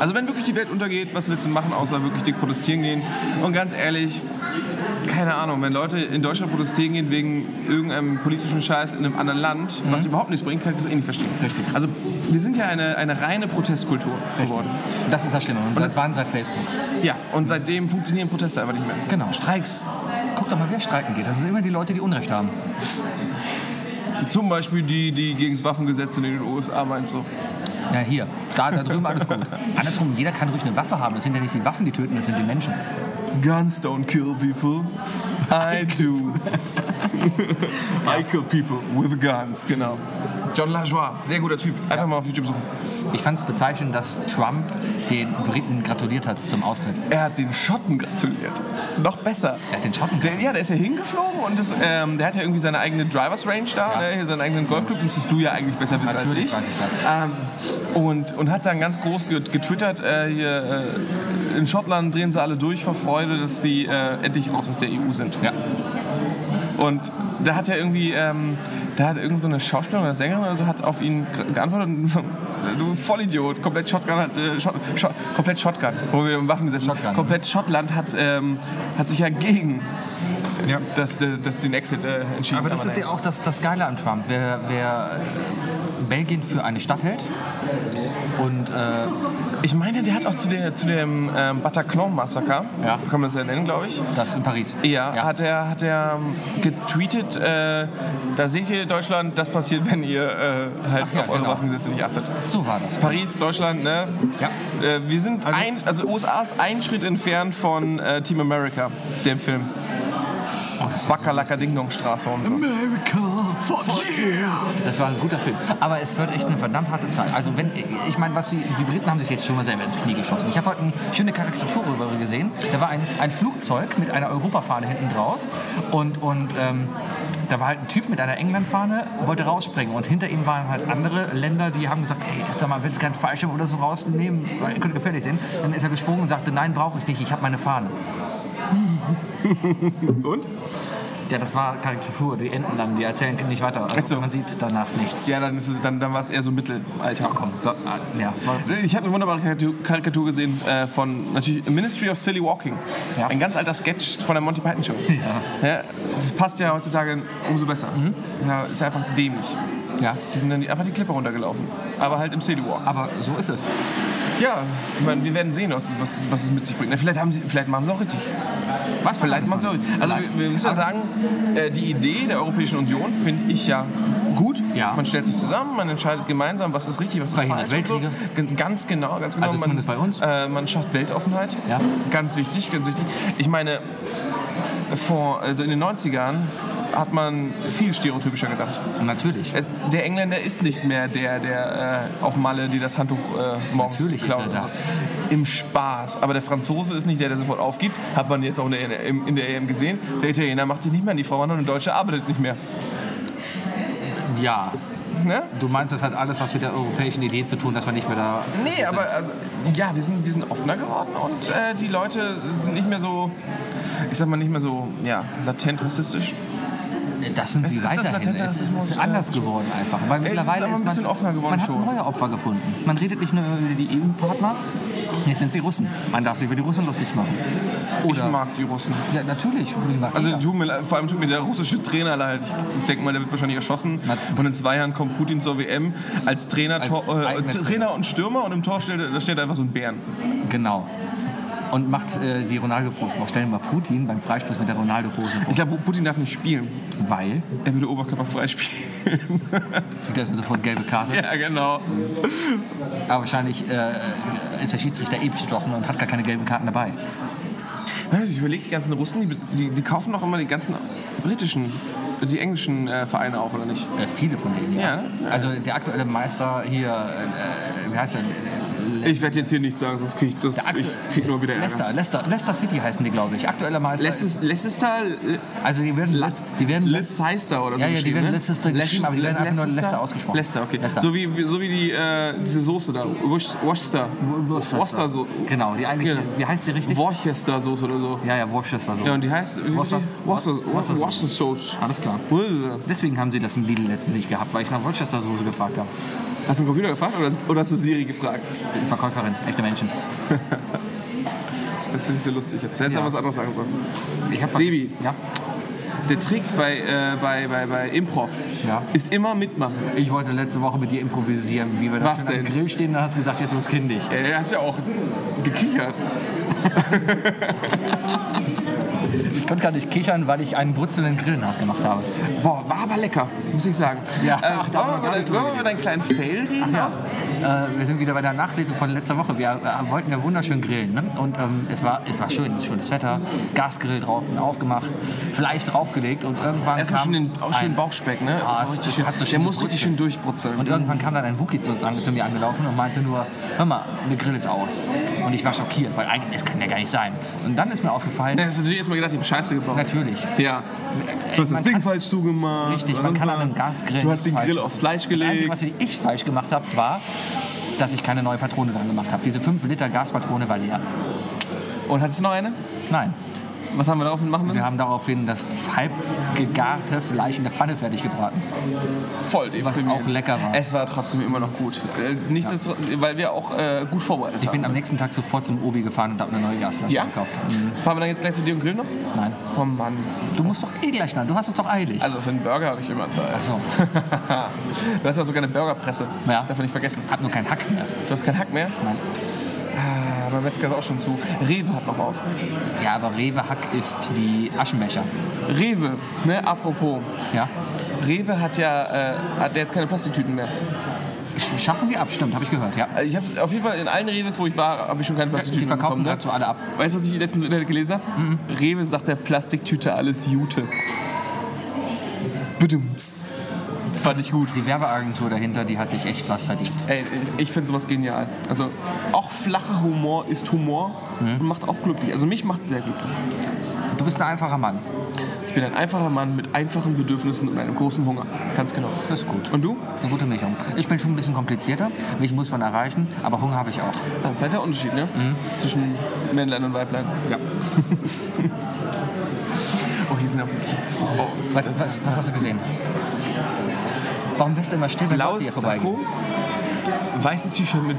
Speaker 1: Also, wenn wirklich die Welt untergeht, was willst du machen, außer wirklich dick protestieren gehen? Und ganz ehrlich, keine Ahnung, wenn Leute in Deutschland protestieren gehen wegen irgendeinem politischen Scheiß in einem anderen Land, was überhaupt nichts bringt, kann ich das eh nicht verstehen.
Speaker 2: Mhm. Richtig.
Speaker 1: Also, wir sind ja eine, eine reine Protestkultur geworden.
Speaker 2: Das ist das Schlimme. Und seit wann? Seit Facebook.
Speaker 1: Ja, und seitdem funktionieren Proteste einfach nicht mehr.
Speaker 2: Genau.
Speaker 1: Streiks.
Speaker 2: Guck doch mal, wer streiken geht. Das sind immer die Leute, die Unrecht haben.
Speaker 1: Zum Beispiel die, die gegen das Waffengesetz in den USA meinst du.
Speaker 2: Ja, hier. Da, da drüben alles gut. Andersrum, jeder kann ruhig eine Waffe haben. Das sind ja nicht die Waffen, die töten, das sind die Menschen.
Speaker 1: Guns don't kill people. [laughs] I do. I kill people with guns, genau. John Lajoie, sehr guter Typ. Einfach mal auf YouTube suchen.
Speaker 2: Ich fand es bezeichnend, dass Trump den Briten gratuliert hat zum Austritt.
Speaker 1: Er hat den Schotten gratuliert. Noch besser.
Speaker 2: Er hat den Schotten
Speaker 1: Der, ja, der ist ja hingeflogen und das, ähm, der hat ja irgendwie seine eigene Drivers Range da,
Speaker 2: Ja.
Speaker 1: ne, hier seinen eigenen Golfclub, müsstest du ja eigentlich besser wissen
Speaker 2: Natürlich
Speaker 1: als
Speaker 2: weiß
Speaker 1: ich.
Speaker 2: ich das.
Speaker 1: Ähm, und, und hat dann ganz groß get- getwittert, äh, hier, äh, in Schottland drehen sie alle durch vor Freude, dass sie äh, endlich raus aus der EU sind.
Speaker 2: Ja.
Speaker 1: Und da hat er irgendwie, ähm, da hat irgend so eine Schauspielerin oder Sängerin oder so hat auf ihn ge- geantwortet, [laughs] du Vollidiot, komplett Shotgun, hat, äh, Shot, Shot, komplett Shotgun, wo wir im Waffengesetz sind.
Speaker 2: Shotgun.
Speaker 1: komplett Schottland hat, ähm, hat sich ja gegen
Speaker 2: Ja.
Speaker 1: das, das, das, den Exit äh, entschieden.
Speaker 2: Aber das ist ja auch das, das Geile an Trump. Wer, wer äh, Belgien für eine Stadt hält und äh,
Speaker 1: ich meine, der hat auch zu, der, zu dem ähm, Bataclan-Massaker,
Speaker 2: Ja.
Speaker 1: kann man das ja nennen, glaube ich,
Speaker 2: das in Paris.
Speaker 1: Ja,
Speaker 2: Ja.
Speaker 1: hat er, hat er ähm, getweetet, äh, da seht ihr Deutschland, das passiert, wenn ihr äh, halt
Speaker 2: Ach ja,
Speaker 1: auf eure
Speaker 2: genau.
Speaker 1: Waffengesetze nicht achtet.
Speaker 2: So war das. Oh,
Speaker 1: Paris, Deutschland, ne?
Speaker 2: Ja.
Speaker 1: Äh, wir sind ein, also USA ist ein Schritt entfernt von äh, Team America, dem Film. Wackerlacker Ding Dong Straße und so.
Speaker 2: America, fuck yeah! Das war ein guter Film. Aber es wird echt eine verdammt harte Zeit. Also wenn, ich meine, was die, die Briten haben sich jetzt schon mal selber ins Knie geschossen. Ich habe heute eine schöne Karikatur darüber gesehen. Da war ein, ein Flugzeug mit einer Europafahne hinten drauf und, und ähm, da war halt ein Typ mit einer Englandfahne, wollte rausspringen und hinter ihm waren halt andere Länder, die haben gesagt, hey, sag mal, willst du keinen Fallschirm oder so rausnehmen? Weil könnte gefährlich sein. Dann ist er gesprungen und sagte, nein, brauche ich nicht, ich habe meine Fahne.
Speaker 1: Und?
Speaker 2: Ja, das war Karikatur, die enden dann, die erzählen nicht weiter. Also
Speaker 1: so.
Speaker 2: man sieht danach nichts.
Speaker 1: Ja, dann, ist es, dann, dann war es eher so Mittelalter.
Speaker 2: Ach komm, so, ah,
Speaker 1: äh,
Speaker 2: ja. war-
Speaker 1: Ich habe eine wunderbare Karikatur- Karikatur gesehen äh, von natürlich Ministry of Silly Walking.
Speaker 2: Ja.
Speaker 1: Ein ganz alter Sketch von der Monty Python Show. Ja, das passt ja heutzutage umso besser. Ist, ja, ist ja einfach dämlich.
Speaker 2: ja.
Speaker 1: Die sind dann die- einfach die Klippe runtergelaufen. Aber halt im City Walk.
Speaker 2: Aber so ist es.
Speaker 1: Ja, ich meine, wir werden sehen, was, was, was es mit sich bringt. Na, vielleicht, haben sie, vielleicht machen sie auch richtig.
Speaker 2: Was
Speaker 1: Vielleicht machen sie auch richtig. Also wir, wir müssen ja sagen, äh, die Idee der Europäischen Union finde ich ja gut.
Speaker 2: Ja.
Speaker 1: Man stellt sich zusammen, man entscheidet gemeinsam, was ist richtig, was ist
Speaker 2: Verhindert
Speaker 1: falsch. und so. Gen- Ganz genau, ganz genau.
Speaker 2: Also
Speaker 1: man,
Speaker 2: zumindest bei uns.
Speaker 1: Äh, man schafft Weltoffenheit.
Speaker 2: Ja.
Speaker 1: Ganz wichtig, ganz wichtig. Ich meine, vor, also in den 90ern hat man viel stereotypischer gedacht.
Speaker 2: Natürlich.
Speaker 1: Es, der Engländer ist nicht mehr der, der äh, auf Malle, die das Handtuch äh, morgens
Speaker 2: Natürlich ist
Speaker 1: klaut.
Speaker 2: er das.
Speaker 1: Im Spaß. Aber der Franzose ist nicht der, der sofort aufgibt. Hat man jetzt auch in der, EM in der EM gesehen. Der Italiener macht sich nicht mehr an die Frau an und der Deutsche arbeitet nicht mehr.
Speaker 2: Ja.
Speaker 1: Ne?
Speaker 2: Du meinst, das hat alles was mit der europäischen Idee zu tun, dass wir nicht mehr da.
Speaker 1: Nee, aber also, ja, wir sind, wir sind offener geworden und äh, die Leute sind nicht mehr so, ich sag mal, nicht mehr so ja, latent rassistisch.
Speaker 2: Das sind sie
Speaker 1: ist das
Speaker 2: weiterhin.
Speaker 1: latente
Speaker 2: Es ist, es
Speaker 1: Rassismus,
Speaker 2: ist
Speaker 1: ja.
Speaker 2: anders geworden einfach. Weil
Speaker 1: ist
Speaker 2: mittlerweile
Speaker 1: aber ein
Speaker 2: ist
Speaker 1: bisschen
Speaker 2: man,
Speaker 1: offener geworden
Speaker 2: man hat
Speaker 1: schon.
Speaker 2: neue Opfer gefunden. Man redet nicht nur über die EU-Partner, jetzt sind sie Russen. Man darf sich über die Russen lustig machen.
Speaker 1: Ich
Speaker 2: Oder,
Speaker 1: mag die Russen.
Speaker 2: Ja, natürlich. Ich mag
Speaker 1: Also
Speaker 2: jeder.
Speaker 1: tut mir, le- vor allem tut mir der russische Trainer leid. Ich denke mal, der wird wahrscheinlich erschossen.
Speaker 2: Na-
Speaker 1: Und in zwei Jahren kommt Putin zur WM als Trainer,
Speaker 2: Als
Speaker 1: Tor, äh,
Speaker 2: eigener
Speaker 1: Trainer.
Speaker 2: Trainer.
Speaker 1: und Stürmer und im Tor steht, da steht einfach so ein Bären.
Speaker 2: Genau. Und macht äh, die Ronaldo-Pose auf. Stellen wir Putin beim Freistoß mit der Ronaldo-Pose
Speaker 1: [laughs] Ich
Speaker 2: vor.
Speaker 1: glaube, Putin darf nicht spielen.
Speaker 2: Weil,
Speaker 1: Er würde oberkörperfrei spielen.
Speaker 2: kriegt er sofort gelbe Karte.
Speaker 1: [laughs] ja, genau.
Speaker 2: Aber wahrscheinlich äh, ist der Schiedsrichter eh bestochen und hat gar keine gelben Karten dabei.
Speaker 1: Ich überlege, die ganzen Russen, die, die, die kaufen doch immer die ganzen britischen, die englischen äh, Vereine auf, oder nicht?
Speaker 2: Äh, viele von denen, ja.
Speaker 1: Ja, ne?
Speaker 2: Also der aktuelle Meister hier, äh, wie heißt der? Le
Speaker 1: Ich werde jetzt hier nichts sagen, sonst kriege ich, das,
Speaker 2: aktu-
Speaker 1: ich krieg nur wieder Ärger.
Speaker 2: Leicester, Leicester, Leicester City heißen die, glaube ich. Aktueller Meister. ist,
Speaker 1: Leicester, Leicester, äh,
Speaker 2: also die werden, Leic- die werden
Speaker 1: Leicester oder so.
Speaker 2: Ja, ja, die
Speaker 1: geschrieben,
Speaker 2: werden
Speaker 1: ne?
Speaker 2: Leicester geschrieben, aber die werden einfach nur Leicester ausgesprochen.
Speaker 1: Leicester, okay.
Speaker 2: Leicester.
Speaker 1: So wie, wie- so wie die, äh, diese Soße da. Worc- Worcester.
Speaker 2: Worcester.
Speaker 1: Worcester so.
Speaker 2: Genau, die eigentliche,
Speaker 1: Genau.
Speaker 2: wie heißt die richtig?
Speaker 1: Worcester Soße oder so.
Speaker 2: ja, ja, Worcester so.
Speaker 1: Ja, und die heißt. wie-
Speaker 2: Worcester.
Speaker 1: Worcester,
Speaker 2: Worcester-
Speaker 1: Worcester, Worcester Sauce.
Speaker 2: Alles klar.
Speaker 1: Worcester.
Speaker 2: Deswegen haben sie das im Lidl letztens nicht gehabt, weil ich nach Worcester-Soße gefragt habe.
Speaker 1: Hast du einen Computer gefragt oder, oder hast du Siri gefragt?
Speaker 2: Verkäuferin, echte Menschen.
Speaker 1: Das ist nicht so lustig jetzt. Hättest du
Speaker 2: Ja.
Speaker 1: auch was anderes sagen sollen.
Speaker 2: Ich hab
Speaker 1: Sebi.
Speaker 2: Ja.
Speaker 1: Der Trick bei, äh, bei, bei, bei Improv
Speaker 2: Ja.
Speaker 1: ist immer mitmachen.
Speaker 2: Ich wollte letzte Woche mit dir improvisieren, wie wir da
Speaker 1: Was
Speaker 2: schön
Speaker 1: denn?
Speaker 2: am Grill stehen, dann hast du gesagt, jetzt wird's kindig.
Speaker 1: Äh, hast ja auch gekichert.
Speaker 2: Ich konnte gar nicht kichern, weil ich einen brutzelnden Grill nachgemacht habe.
Speaker 1: Boah, war aber lecker, muss ich sagen.
Speaker 2: Ja,
Speaker 1: äh,
Speaker 2: ach, da
Speaker 1: wollen wir
Speaker 2: haben wir gar
Speaker 1: mal-
Speaker 2: nicht
Speaker 1: wollen wir
Speaker 2: drüber
Speaker 1: über deinen kleinen Fail reden?
Speaker 2: Äh, wir sind wieder bei der Nachlese von letzter Woche. Wir äh, wollten ja wunderschön grillen. Ne? Und ähm, es, war, es war schön, schönes Wetter, Gasgrill drauf, aufgemacht, Fleisch draufgelegt und irgendwann
Speaker 1: Erstmal
Speaker 2: kam
Speaker 1: schön den, auch schön
Speaker 2: ein,
Speaker 1: den Bauchspeck, ne? Das
Speaker 2: Ah,
Speaker 1: war
Speaker 2: es-
Speaker 1: richtig
Speaker 2: es
Speaker 1: schön.
Speaker 2: hat so
Speaker 1: der
Speaker 2: schön
Speaker 1: muss richtig schön durchbrutzeln. [laughs]
Speaker 2: Und irgendwann kam dann ein Wookie zu, uns ange, zu mir angelaufen und meinte nur, hör mal, der Grill ist aus. Und ich war schockiert, weil eigentlich, das kann ja gar nicht sein. Und dann ist mir aufgefallen,
Speaker 1: Ja, hast du natürlich erstmal gedacht, ich hab Scheiße gebaut.
Speaker 2: natürlich,
Speaker 1: Ja. Du hast
Speaker 2: man
Speaker 1: das Ding
Speaker 2: kann-
Speaker 1: falsch zugemacht.
Speaker 2: Richtig, man kann an einem Gasgrill
Speaker 1: Du hast den
Speaker 2: nichts
Speaker 1: Grill
Speaker 2: falsch
Speaker 1: aufs Fleisch
Speaker 2: das Einzige,
Speaker 1: gelegt.
Speaker 2: was ich falsch gemacht habe, war, dass ich keine neue Patrone dran gemacht habe. Diese 5 Liter Gaspatrone war leer.
Speaker 1: Und hattest du noch eine?
Speaker 2: Nein.
Speaker 1: Was haben wir daraufhin machen
Speaker 2: Wir
Speaker 1: müssen?
Speaker 2: haben daraufhin das halb gegarte Fleisch in der Pfanne fertig gebraten.
Speaker 1: Voll deprimierend.
Speaker 2: auch lecker war.
Speaker 1: Es war trotzdem immer noch gut. Äh, Nichtsdestotrotz, weil wir auch äh, gut vorbereitet
Speaker 2: Ich
Speaker 1: waren.
Speaker 2: bin am nächsten Tag sofort zum Obi gefahren und habe eine neue Gasflasche
Speaker 1: Ja?
Speaker 2: gekauft. Mhm.
Speaker 1: Fahren wir dann jetzt gleich zu dir und Grill noch?
Speaker 2: Nein.
Speaker 1: Oh Mann.
Speaker 2: Du musst doch eh gleich nach. Du hast es doch eilig.
Speaker 1: Also für einen Burger habe ich immer Zeit.
Speaker 2: Achso,
Speaker 1: [laughs] Du hast ja sogar eine Burgerpresse.
Speaker 2: Also. Ja.
Speaker 1: Darf man nicht vergessen.
Speaker 2: hab nur keinen Hack mehr.
Speaker 1: Du hast keinen Hack mehr?
Speaker 2: Nein.
Speaker 1: Ah, mein Metzger ist auch schon zu. Rewe hat noch auf.
Speaker 2: Ja, aber Rewe Hack ist wie Aschenbecher.
Speaker 1: Rewe, ne, apropos.
Speaker 2: Ja.
Speaker 1: Rewe hat ja, äh, hat ja jetzt keine Plastiktüten mehr.
Speaker 2: Sch- Schaffen die ab, stimmt, habe ich gehört. Ja.
Speaker 1: Also ich habe auf jeden Fall in allen Rewes, wo ich war, habe ich schon keine
Speaker 2: Die
Speaker 1: Plastiktüten mehr
Speaker 2: verkaufen Mhm.
Speaker 1: bekommen. Ne?
Speaker 2: dazu alle ab.
Speaker 1: Weißt du, was ich letztens im Internet gelesen habe? Rewe sagt der Plastiktüte alles Jute. Bedumts. Fand ich gut.
Speaker 2: Die Werbeagentur dahinter, die hat sich echt was verdient.
Speaker 1: Ey, ich finde sowas genial. Also auch flacher Humor ist Humor
Speaker 2: Mhm.
Speaker 1: und macht auch glücklich. Also mich macht sehr glücklich.
Speaker 2: Du bist ein einfacher Mann.
Speaker 1: Ich bin ein einfacher Mann mit einfachen Bedürfnissen und einem großen Hunger. Ganz genau.
Speaker 2: Das ist gut.
Speaker 1: Und du?
Speaker 2: Eine gute Mischung. Ich bin schon ein bisschen komplizierter. Mich muss man erreichen, aber Hunger habe ich auch.
Speaker 1: Das ist halt der Unterschied, ne? Zwischen Männlein und Weiblein.
Speaker 2: Mhm. Ja.
Speaker 1: [laughs] Oh, hier sind auch wirklich. Oh,
Speaker 2: Was, was, was hast du gesehen? Warum wirst du immer still, wenn Leute
Speaker 1: blaues
Speaker 2: hier vorbeigehen?
Speaker 1: Sakko, weißes T-Shirt mit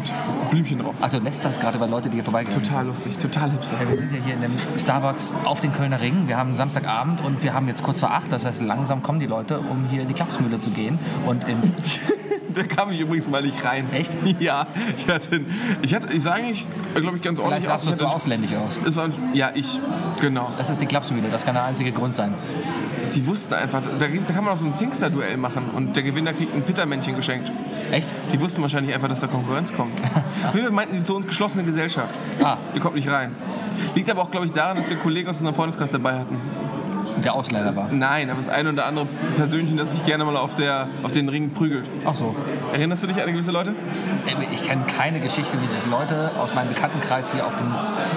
Speaker 1: Blümchen drauf.
Speaker 2: Ach, du lässt das gerade bei Leute, die hier vorbeigehen.
Speaker 1: Total lustig, total hipster.
Speaker 2: Wir sind ja hier in dem Starbucks auf den Kölner Ring. Wir haben Samstagabend und wir haben jetzt kurz vor acht. Das heißt, langsam kommen die Leute, um hier in die Klapsmühle zu gehen und ins
Speaker 1: [laughs] Da kam ich übrigens mal nicht rein. [laughs]
Speaker 2: Echt?
Speaker 1: Ja, ich hatte, ich hatte, ich sah eigentlich, glaube ich, ganz ordentlich
Speaker 2: Vielleicht sahst du
Speaker 1: Ich
Speaker 2: so
Speaker 1: hatte-
Speaker 2: ausländisch aus.
Speaker 1: Es war, ja, ich, genau.
Speaker 2: Das ist die Klapsmühle, das kann der einzige Grund sein.
Speaker 1: Die wussten einfach, da, gibt- da kann man auch so ein Singster-Duell machen und der Gewinner kriegt ein Pittermännchen geschenkt.
Speaker 2: Echt?
Speaker 1: Die wussten wahrscheinlich einfach, dass da Konkurrenz
Speaker 2: [laughs]
Speaker 1: kommt. Wir meinten die zu uns geschlossene Gesellschaft.
Speaker 2: Ah.
Speaker 1: Ihr kommt nicht rein. Liegt aber auch, glaube ich, daran, dass wir Kollegen aus unserem Freundeskreis dabei hatten.
Speaker 2: Der Ausländer war.
Speaker 1: Nein, aber das eine oder andere Persönchen, das sich gerne mal auf, der, auf den Ring prügelt.
Speaker 2: Ach so.
Speaker 1: Erinnerst du dich an gewisse Leute?
Speaker 2: Ich kenne keine Geschichte, wie sich Leute aus meinem Bekanntenkreis hier auf dem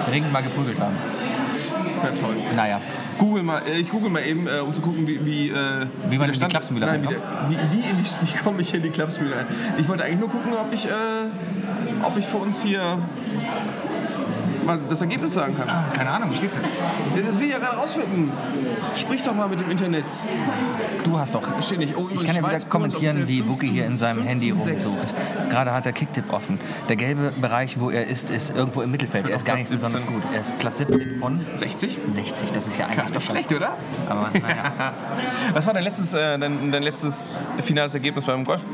Speaker 2: Ring mal geprügelt haben.
Speaker 1: Ja, toll.
Speaker 2: Naja,
Speaker 1: Google mal, äh, ich google mal eben, äh, um zu gucken, wie, wie, äh,
Speaker 2: Wie man in
Speaker 1: der
Speaker 2: die
Speaker 1: Stand-
Speaker 2: Klapsmühle
Speaker 1: Nein, wie, der- wie, wie, in die, [laughs] wie komme ich in die Klapsmühle ein? Ich wollte eigentlich nur gucken, ob ich, äh, ob ich für uns hier mal das Ergebnis sagen kann.
Speaker 2: Ah, keine Ahnung, wie steht's denn?
Speaker 1: Das will ich ja gerade rausfinden. Sprich doch mal mit dem Internet.
Speaker 2: Du hast doch.
Speaker 1: Steht nicht. Oh,
Speaker 2: Ich kann ja wieder kommentieren, wie Wookie hier in seinem Handy rumsucht. Gerade hat er Kicktipp offen. Der gelbe Bereich, wo er ist, ist irgendwo im Mittelfeld. Er ist gar nicht
Speaker 1: Platz
Speaker 2: besonders
Speaker 1: 17.
Speaker 2: gut. Er ist Platz 17 von
Speaker 1: 60?
Speaker 2: 60. Das ist ja eigentlich
Speaker 1: Nicht
Speaker 2: doch ganz
Speaker 1: schlecht, oder?
Speaker 2: gut. Aber [laughs] naja.
Speaker 1: Was war dein letztes, äh, dein, dein letztes finales Ergebnis beim Golf?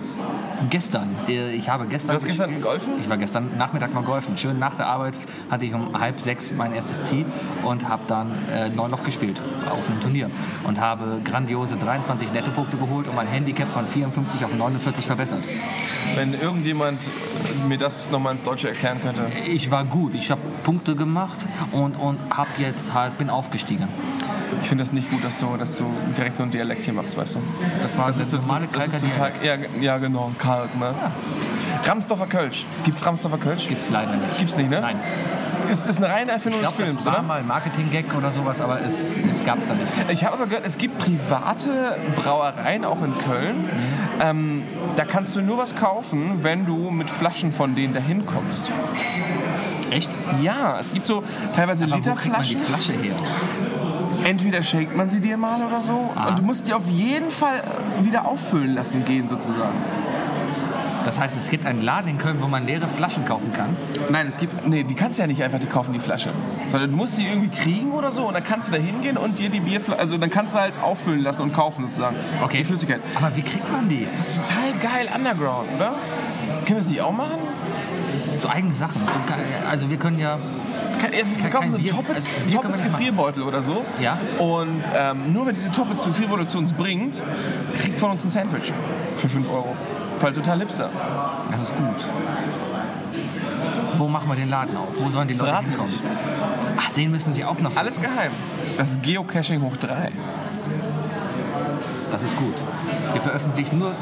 Speaker 2: gestern, äh, ich habe gestern.
Speaker 1: Du hast gestern golfen?
Speaker 2: Ich war gestern Nachmittag mal golfen. Schön nach der Arbeit hatte ich um halb sechs mein erstes Tee und habe dann äh, neun Loch gespielt auf einem Turnier und habe grandiose 23 Nettopunkte geholt und mein Handicap von 54 auf 49 verbessert.
Speaker 1: Wenn irgendjemand mir das nochmal ins Deutsche erklären könnte.
Speaker 2: Ich war gut, ich habe Punkte gemacht und, und hab jetzt halt, bin aufgestiegen.
Speaker 1: Ich finde das nicht gut, dass du, dass du direkt so einen Dialekt hier machst, weißt du.
Speaker 2: Das war eine normale
Speaker 1: das ist
Speaker 2: Kalter
Speaker 1: total, ja, ge- ja, genau, kalt, ne? Ramsdorfer Kölsch. Gibt's Ramsdorfer Kölsch?
Speaker 2: Gibt es leider nicht.
Speaker 1: Gibt's nicht, ne?
Speaker 2: Nein,
Speaker 1: Ist, ist eine reine Erfindung
Speaker 2: ich
Speaker 1: des
Speaker 2: glaube,
Speaker 1: Films,
Speaker 2: das war
Speaker 1: oder?
Speaker 2: mal ein Marketing-Gag oder sowas, aber es, es gab es dann nicht.
Speaker 1: Ich habe aber gehört, es gibt private Brauereien auch in Köln. Ähm, da kannst du nur was kaufen, wenn du mit Flaschen von denen dahin kommst.
Speaker 2: Echt?
Speaker 1: Ja, es gibt so teilweise
Speaker 2: Aber wo kriegt man die
Speaker 1: Literflaschen.
Speaker 2: Flasche her?
Speaker 1: Entweder schenkt man sie dir mal oder so.
Speaker 2: Ah.
Speaker 1: Und du musst die auf jeden Fall wieder auffüllen lassen gehen, sozusagen.
Speaker 2: Das heißt, es gibt einen Laden in Köln, wo man leere Flaschen kaufen kann.
Speaker 1: Nein, es gibt. Nee, die kannst du ja nicht einfach die kaufen, die Flasche. Sondern du musst sie irgendwie kriegen oder so und dann kannst du da hingehen und dir die Bierflasche. Also dann kannst du halt auffüllen lassen und kaufen sozusagen.
Speaker 2: Okay.
Speaker 1: Die Flüssigkeit.
Speaker 2: Aber wie kriegt man die?
Speaker 1: Total geil underground, oder? Können wir es nicht auch machen?
Speaker 2: So eigene Sachen. So, ge- also wir können ja.
Speaker 1: Kann, erst, wir
Speaker 2: Kein-
Speaker 1: kaufen so
Speaker 2: kein Bier.
Speaker 1: Toppets,
Speaker 2: Also, Bier können wir
Speaker 1: Toppets
Speaker 2: nicht machen.
Speaker 1: Gefrierbeutel oder so.
Speaker 2: Ja.
Speaker 1: Und ähm, nur wer diese Toppets Gefrierbeutel zu uns bringt, kriegt von uns ein Sandwich für 5 Euro. Weil total hipster.
Speaker 2: Das ist gut. Wo machen wir den Laden auf? Wo sollen die Leute
Speaker 1: Verraten
Speaker 2: hinkommen? Ach, den müssen sie auch noch. suchen.
Speaker 1: Alles geheim. Das ist Geocaching hoch 3.
Speaker 2: Das ist gut. Wir veröffentlichen nur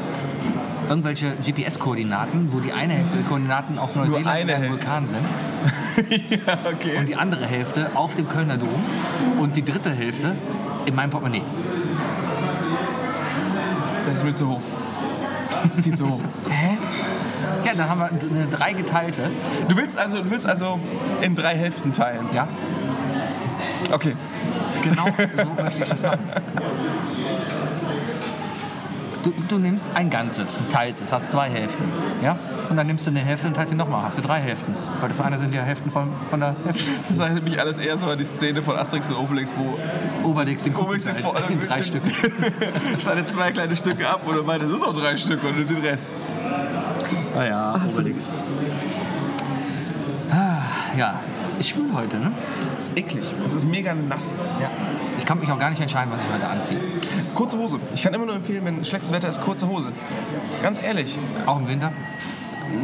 Speaker 2: irgendwelche GPS-Koordinaten, wo die eine Hälfte der Koordinaten auf Neuseeland und
Speaker 1: eine
Speaker 2: einem
Speaker 1: Hälfte.
Speaker 2: Vulkan
Speaker 1: [laughs]
Speaker 2: sind
Speaker 1: ja, okay.
Speaker 2: und die andere Hälfte auf dem Kölner Dom und die dritte Hälfte in meinem Portemonnaie.
Speaker 1: Das ist mir zu hoch. [laughs] Viel zu hoch. Hä?
Speaker 2: Ja, dann haben wir eine dreigeteilte.
Speaker 1: Du willst also, du willst also in drei Hälften teilen.
Speaker 2: Ja,
Speaker 1: Okay.
Speaker 2: Genau so möchte ich das machen. Du, du nimmst ein Ganzes, teilst es, hast zwei Hälften. Ja? Und dann nimmst du eine Hälfte und teilst sie nochmal, hast du drei Hälften. Weil das eine sind ja Hälften von, von der Hälfte.
Speaker 1: Das erinnert mich alles eher so an die Szene von Asterix und Obelix, wo
Speaker 2: Oberdix den
Speaker 1: Obelix den
Speaker 2: Kuchen
Speaker 1: vor [laughs]
Speaker 2: teilt, halt. in drei Stück.
Speaker 1: schneidet zwei kleine Stücke ab oder meint, das ist auch drei Stücke und nimmt den Rest. Ah
Speaker 2: Naja,
Speaker 1: Obelix.
Speaker 2: Ja, ich schwül heute, ne?
Speaker 1: Das ist eklig. Das ist mega nass.
Speaker 2: Ja. Ich kann mich auch gar nicht entscheiden, was ich heute anziehe.
Speaker 1: Kurze Hose. Ich kann immer nur empfehlen, wenn schlechtes Wetter ist, kurze Hose. Ganz ehrlich.
Speaker 2: Auch im Winter.